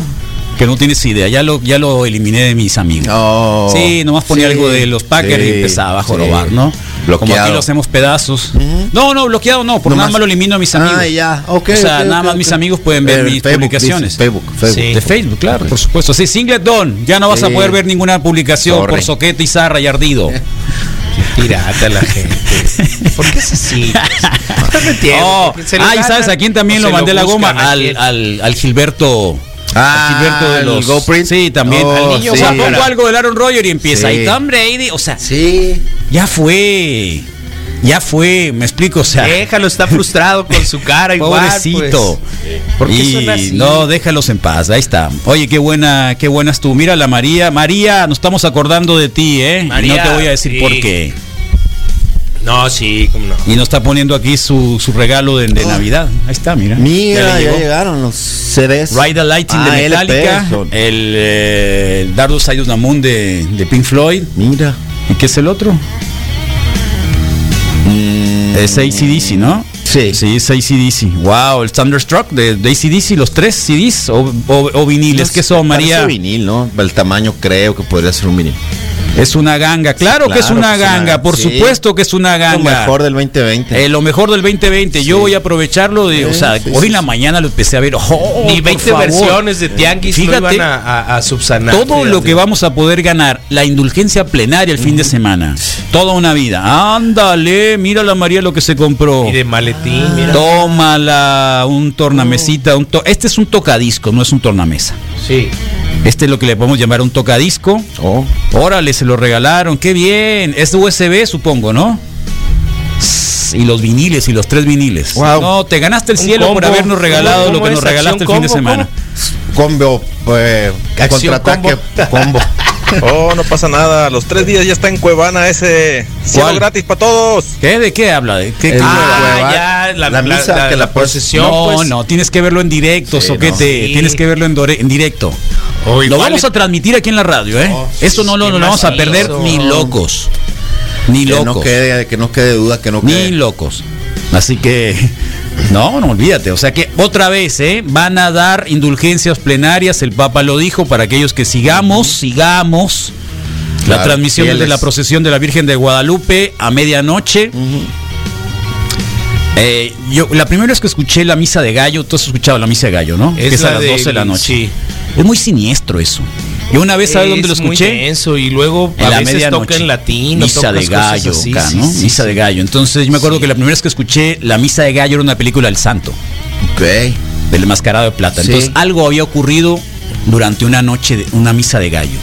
[SPEAKER 3] que no tienes idea. Ya lo, ya lo eliminé de mis amigos.
[SPEAKER 6] No.
[SPEAKER 3] Sí, nomás ponía
[SPEAKER 6] Oh, Sí,
[SPEAKER 3] algo de los Packers
[SPEAKER 6] sí,
[SPEAKER 3] y empezaba a
[SPEAKER 6] sí.
[SPEAKER 3] jorobar, ¿no? Como
[SPEAKER 6] Bloqueado.
[SPEAKER 3] aquí lo hacemos pedazos.
[SPEAKER 6] Ujú.
[SPEAKER 3] No, no, bloqueado no, por
[SPEAKER 6] Nomás-
[SPEAKER 3] nada más lo elimino a mis amigos.
[SPEAKER 6] Ah, ya, ok.
[SPEAKER 3] o sea,
[SPEAKER 6] ok,
[SPEAKER 3] nada
[SPEAKER 6] ok,
[SPEAKER 3] más
[SPEAKER 6] ok.
[SPEAKER 3] mis amigos pueden ver
[SPEAKER 6] Eh,
[SPEAKER 3] mis
[SPEAKER 6] Facebook,
[SPEAKER 3] publicaciones.
[SPEAKER 6] dice, Facebook, Facebook.
[SPEAKER 5] Sí.
[SPEAKER 3] De Facebook, claro, por supuesto. Sí, Singleton, ya no vas a
[SPEAKER 6] Sí.
[SPEAKER 3] poder ver ninguna publicación
[SPEAKER 6] Sorry.
[SPEAKER 3] por soquete, izarra y ardido.
[SPEAKER 5] Pirata la gente. ¿Por qué es así? No te entiendo,
[SPEAKER 3] Oh,
[SPEAKER 5] porque se lo
[SPEAKER 3] Ah, y
[SPEAKER 5] ganan
[SPEAKER 3] sabes a quién también
[SPEAKER 5] o
[SPEAKER 3] lo
[SPEAKER 5] se
[SPEAKER 3] mandé la goma,
[SPEAKER 5] buscan, ¿a
[SPEAKER 3] al,
[SPEAKER 5] quién?
[SPEAKER 3] al, al Gilberto.
[SPEAKER 6] Ah,
[SPEAKER 3] al Gilberto de
[SPEAKER 6] el
[SPEAKER 3] los
[SPEAKER 6] GoPrint.
[SPEAKER 3] Sí, también.
[SPEAKER 6] Oh,
[SPEAKER 3] al niño, o sea,
[SPEAKER 6] sí.
[SPEAKER 3] pongo algo del Aaron Rodgers y empieza.
[SPEAKER 6] Sí.
[SPEAKER 3] Y Tom Brady, o sea,
[SPEAKER 6] Sí.
[SPEAKER 3] ya fue. Ya fue, me explico, o sea.
[SPEAKER 5] Déjalo, está frustrado con su cara igual. pues.
[SPEAKER 3] Pobrecito.
[SPEAKER 5] ¿Por qué
[SPEAKER 3] Y
[SPEAKER 5] son así?
[SPEAKER 3] no, déjalos en paz. Ahí está. Oye, qué buena, qué buenas tú. Mira la María, María, nos estamos acordando de ti, ¿eh? Y
[SPEAKER 5] María,
[SPEAKER 3] no te voy a decir
[SPEAKER 5] sí.
[SPEAKER 3] por qué.
[SPEAKER 5] pues. No, sí, cómo no.
[SPEAKER 3] Y nos está poniendo aquí su, su regalo de, de Navidad. Ahí está, mira.
[SPEAKER 6] Mira,
[SPEAKER 3] le
[SPEAKER 6] ya
[SPEAKER 3] llegó.
[SPEAKER 6] llegaron los CDs.
[SPEAKER 3] Ride the Lighting
[SPEAKER 6] Ah,
[SPEAKER 3] de Metallica,
[SPEAKER 6] LPs son.
[SPEAKER 3] el, eh, el Dardo Sayus Namun de, de Pink Floyd.
[SPEAKER 6] Mira.
[SPEAKER 3] ¿Y qué es el otro?
[SPEAKER 6] Mm.
[SPEAKER 3] Es ACDC, ¿no?
[SPEAKER 6] Sí.
[SPEAKER 3] Sí, es ACDC. Wow, el Thunderstruck de, de ACDC, los tres CDs o, o- o viniles. que son, María?
[SPEAKER 6] Parece vinil, ¿no? El tamaño creo que podría ser un vinil.
[SPEAKER 3] Es una ganga. Claro,
[SPEAKER 6] Sí,
[SPEAKER 3] que es
[SPEAKER 6] claro
[SPEAKER 3] una
[SPEAKER 6] que es una-
[SPEAKER 3] ganga, por
[SPEAKER 6] sí.
[SPEAKER 3] supuesto que es una
[SPEAKER 6] Lo
[SPEAKER 3] ganga.
[SPEAKER 6] mejor del 2020.
[SPEAKER 3] Eh, lo mejor del 2020, yo voy a aprovecharlo de, o
[SPEAKER 6] Sí,
[SPEAKER 3] sea,
[SPEAKER 6] sí,
[SPEAKER 3] hoy
[SPEAKER 6] sí.
[SPEAKER 3] en la mañana lo empecé a ver. Oh,
[SPEAKER 5] Ni
[SPEAKER 3] por
[SPEAKER 5] 20
[SPEAKER 3] favor.
[SPEAKER 5] versiones de Tianguis no
[SPEAKER 3] Fíjate,
[SPEAKER 5] iban a, a- a subsanar.
[SPEAKER 3] Todo lo
[SPEAKER 5] fíjate.
[SPEAKER 3] que vamos a poder ganar, la indulgencia plenaria el fin de semana, toda una vida. Ándale, mira la María lo que se compró.
[SPEAKER 5] Y de maletín, mira.
[SPEAKER 3] Tómala, un tornamesita, un to- este es un tocadisco, no es un tornamesa.
[SPEAKER 5] Sí.
[SPEAKER 3] Este es lo que le podemos llamar un tocadisco.
[SPEAKER 6] Oh.
[SPEAKER 3] Órale, se lo regalaron, qué bien. Es USB, supongo, ¿no? S- Y los viniles, y los tres viniles.
[SPEAKER 6] Wow.
[SPEAKER 3] No, te ganaste el
[SPEAKER 5] Un
[SPEAKER 3] cielo por
[SPEAKER 5] combo.
[SPEAKER 3] habernos regalado
[SPEAKER 5] ¿Cómo
[SPEAKER 3] lo que
[SPEAKER 5] es?
[SPEAKER 3] nos regalaste el
[SPEAKER 5] Acción
[SPEAKER 3] fin de
[SPEAKER 5] combo,
[SPEAKER 3] semana.
[SPEAKER 6] Combo, eh,
[SPEAKER 5] Acción
[SPEAKER 6] contraataque, combo.
[SPEAKER 7] Oh, no pasa nada. Los tres días ya está en Cuevana ese. Cielo
[SPEAKER 3] ¿Cuál?
[SPEAKER 7] gratis para todos.
[SPEAKER 8] ¿Qué? ¿De qué habla? ¿De qué?
[SPEAKER 6] El-
[SPEAKER 8] Ah,
[SPEAKER 5] Ah,
[SPEAKER 6] Cueva-
[SPEAKER 5] ya, la,
[SPEAKER 6] la misa que la puedes-
[SPEAKER 5] procesión.
[SPEAKER 3] No,
[SPEAKER 5] pues.
[SPEAKER 3] no, tienes que verlo en directo,
[SPEAKER 6] Sí,
[SPEAKER 3] soquete.
[SPEAKER 5] no. Sí.
[SPEAKER 3] Tienes que verlo en, dore- en directo.
[SPEAKER 5] O
[SPEAKER 3] lo
[SPEAKER 5] igual
[SPEAKER 3] vamos
[SPEAKER 5] en-
[SPEAKER 3] a transmitir aquí en la radio, ¿eh? Eso no lo,
[SPEAKER 5] Oh, qué
[SPEAKER 3] no lo vamos a
[SPEAKER 5] maravilloso.
[SPEAKER 3] perder ni locos. Ni
[SPEAKER 6] Que
[SPEAKER 3] locos.
[SPEAKER 6] no quede, que no quede duda, que no
[SPEAKER 3] Ni
[SPEAKER 6] quede.
[SPEAKER 3] locos. Así que, no, no olvídate. O sea que otra vez, ¿eh? Van a dar indulgencias plenarias, el Papa lo dijo, para aquellos que sigamos, sigamos. la
[SPEAKER 6] Claro,
[SPEAKER 3] transmisión de
[SPEAKER 6] fieles.
[SPEAKER 3] la procesión de la Virgen de Guadalupe a medianoche. Eh, yo la primera vez que escuché la misa de gallo, tú has escuchado la misa de gallo, ¿no?
[SPEAKER 5] Es
[SPEAKER 3] que es a
[SPEAKER 5] la
[SPEAKER 3] las
[SPEAKER 5] de-
[SPEAKER 3] 12 de la noche.
[SPEAKER 5] sí.
[SPEAKER 3] Es muy siniestro eso. Yo una vez, ¿sabes dónde lo
[SPEAKER 5] Es muy
[SPEAKER 3] escuché?
[SPEAKER 5] denso, y luego
[SPEAKER 3] en
[SPEAKER 5] a
[SPEAKER 3] la
[SPEAKER 5] veces
[SPEAKER 3] medianoche.
[SPEAKER 5] toca en latín. o
[SPEAKER 3] Misa
[SPEAKER 5] toca
[SPEAKER 3] de
[SPEAKER 5] cosas
[SPEAKER 3] gallo,
[SPEAKER 5] así,
[SPEAKER 3] acá,
[SPEAKER 5] sí,
[SPEAKER 3] ¿no?
[SPEAKER 5] sí,
[SPEAKER 3] misa
[SPEAKER 5] sí.
[SPEAKER 3] de gallo. Entonces yo me acuerdo
[SPEAKER 5] Sí.
[SPEAKER 3] que la primera vez que escuché la misa de gallo era una película del santo,
[SPEAKER 6] Ok.
[SPEAKER 3] del mascarado de plata.
[SPEAKER 6] Sí.
[SPEAKER 3] Entonces algo había ocurrido durante una noche, de, una misa de gallo.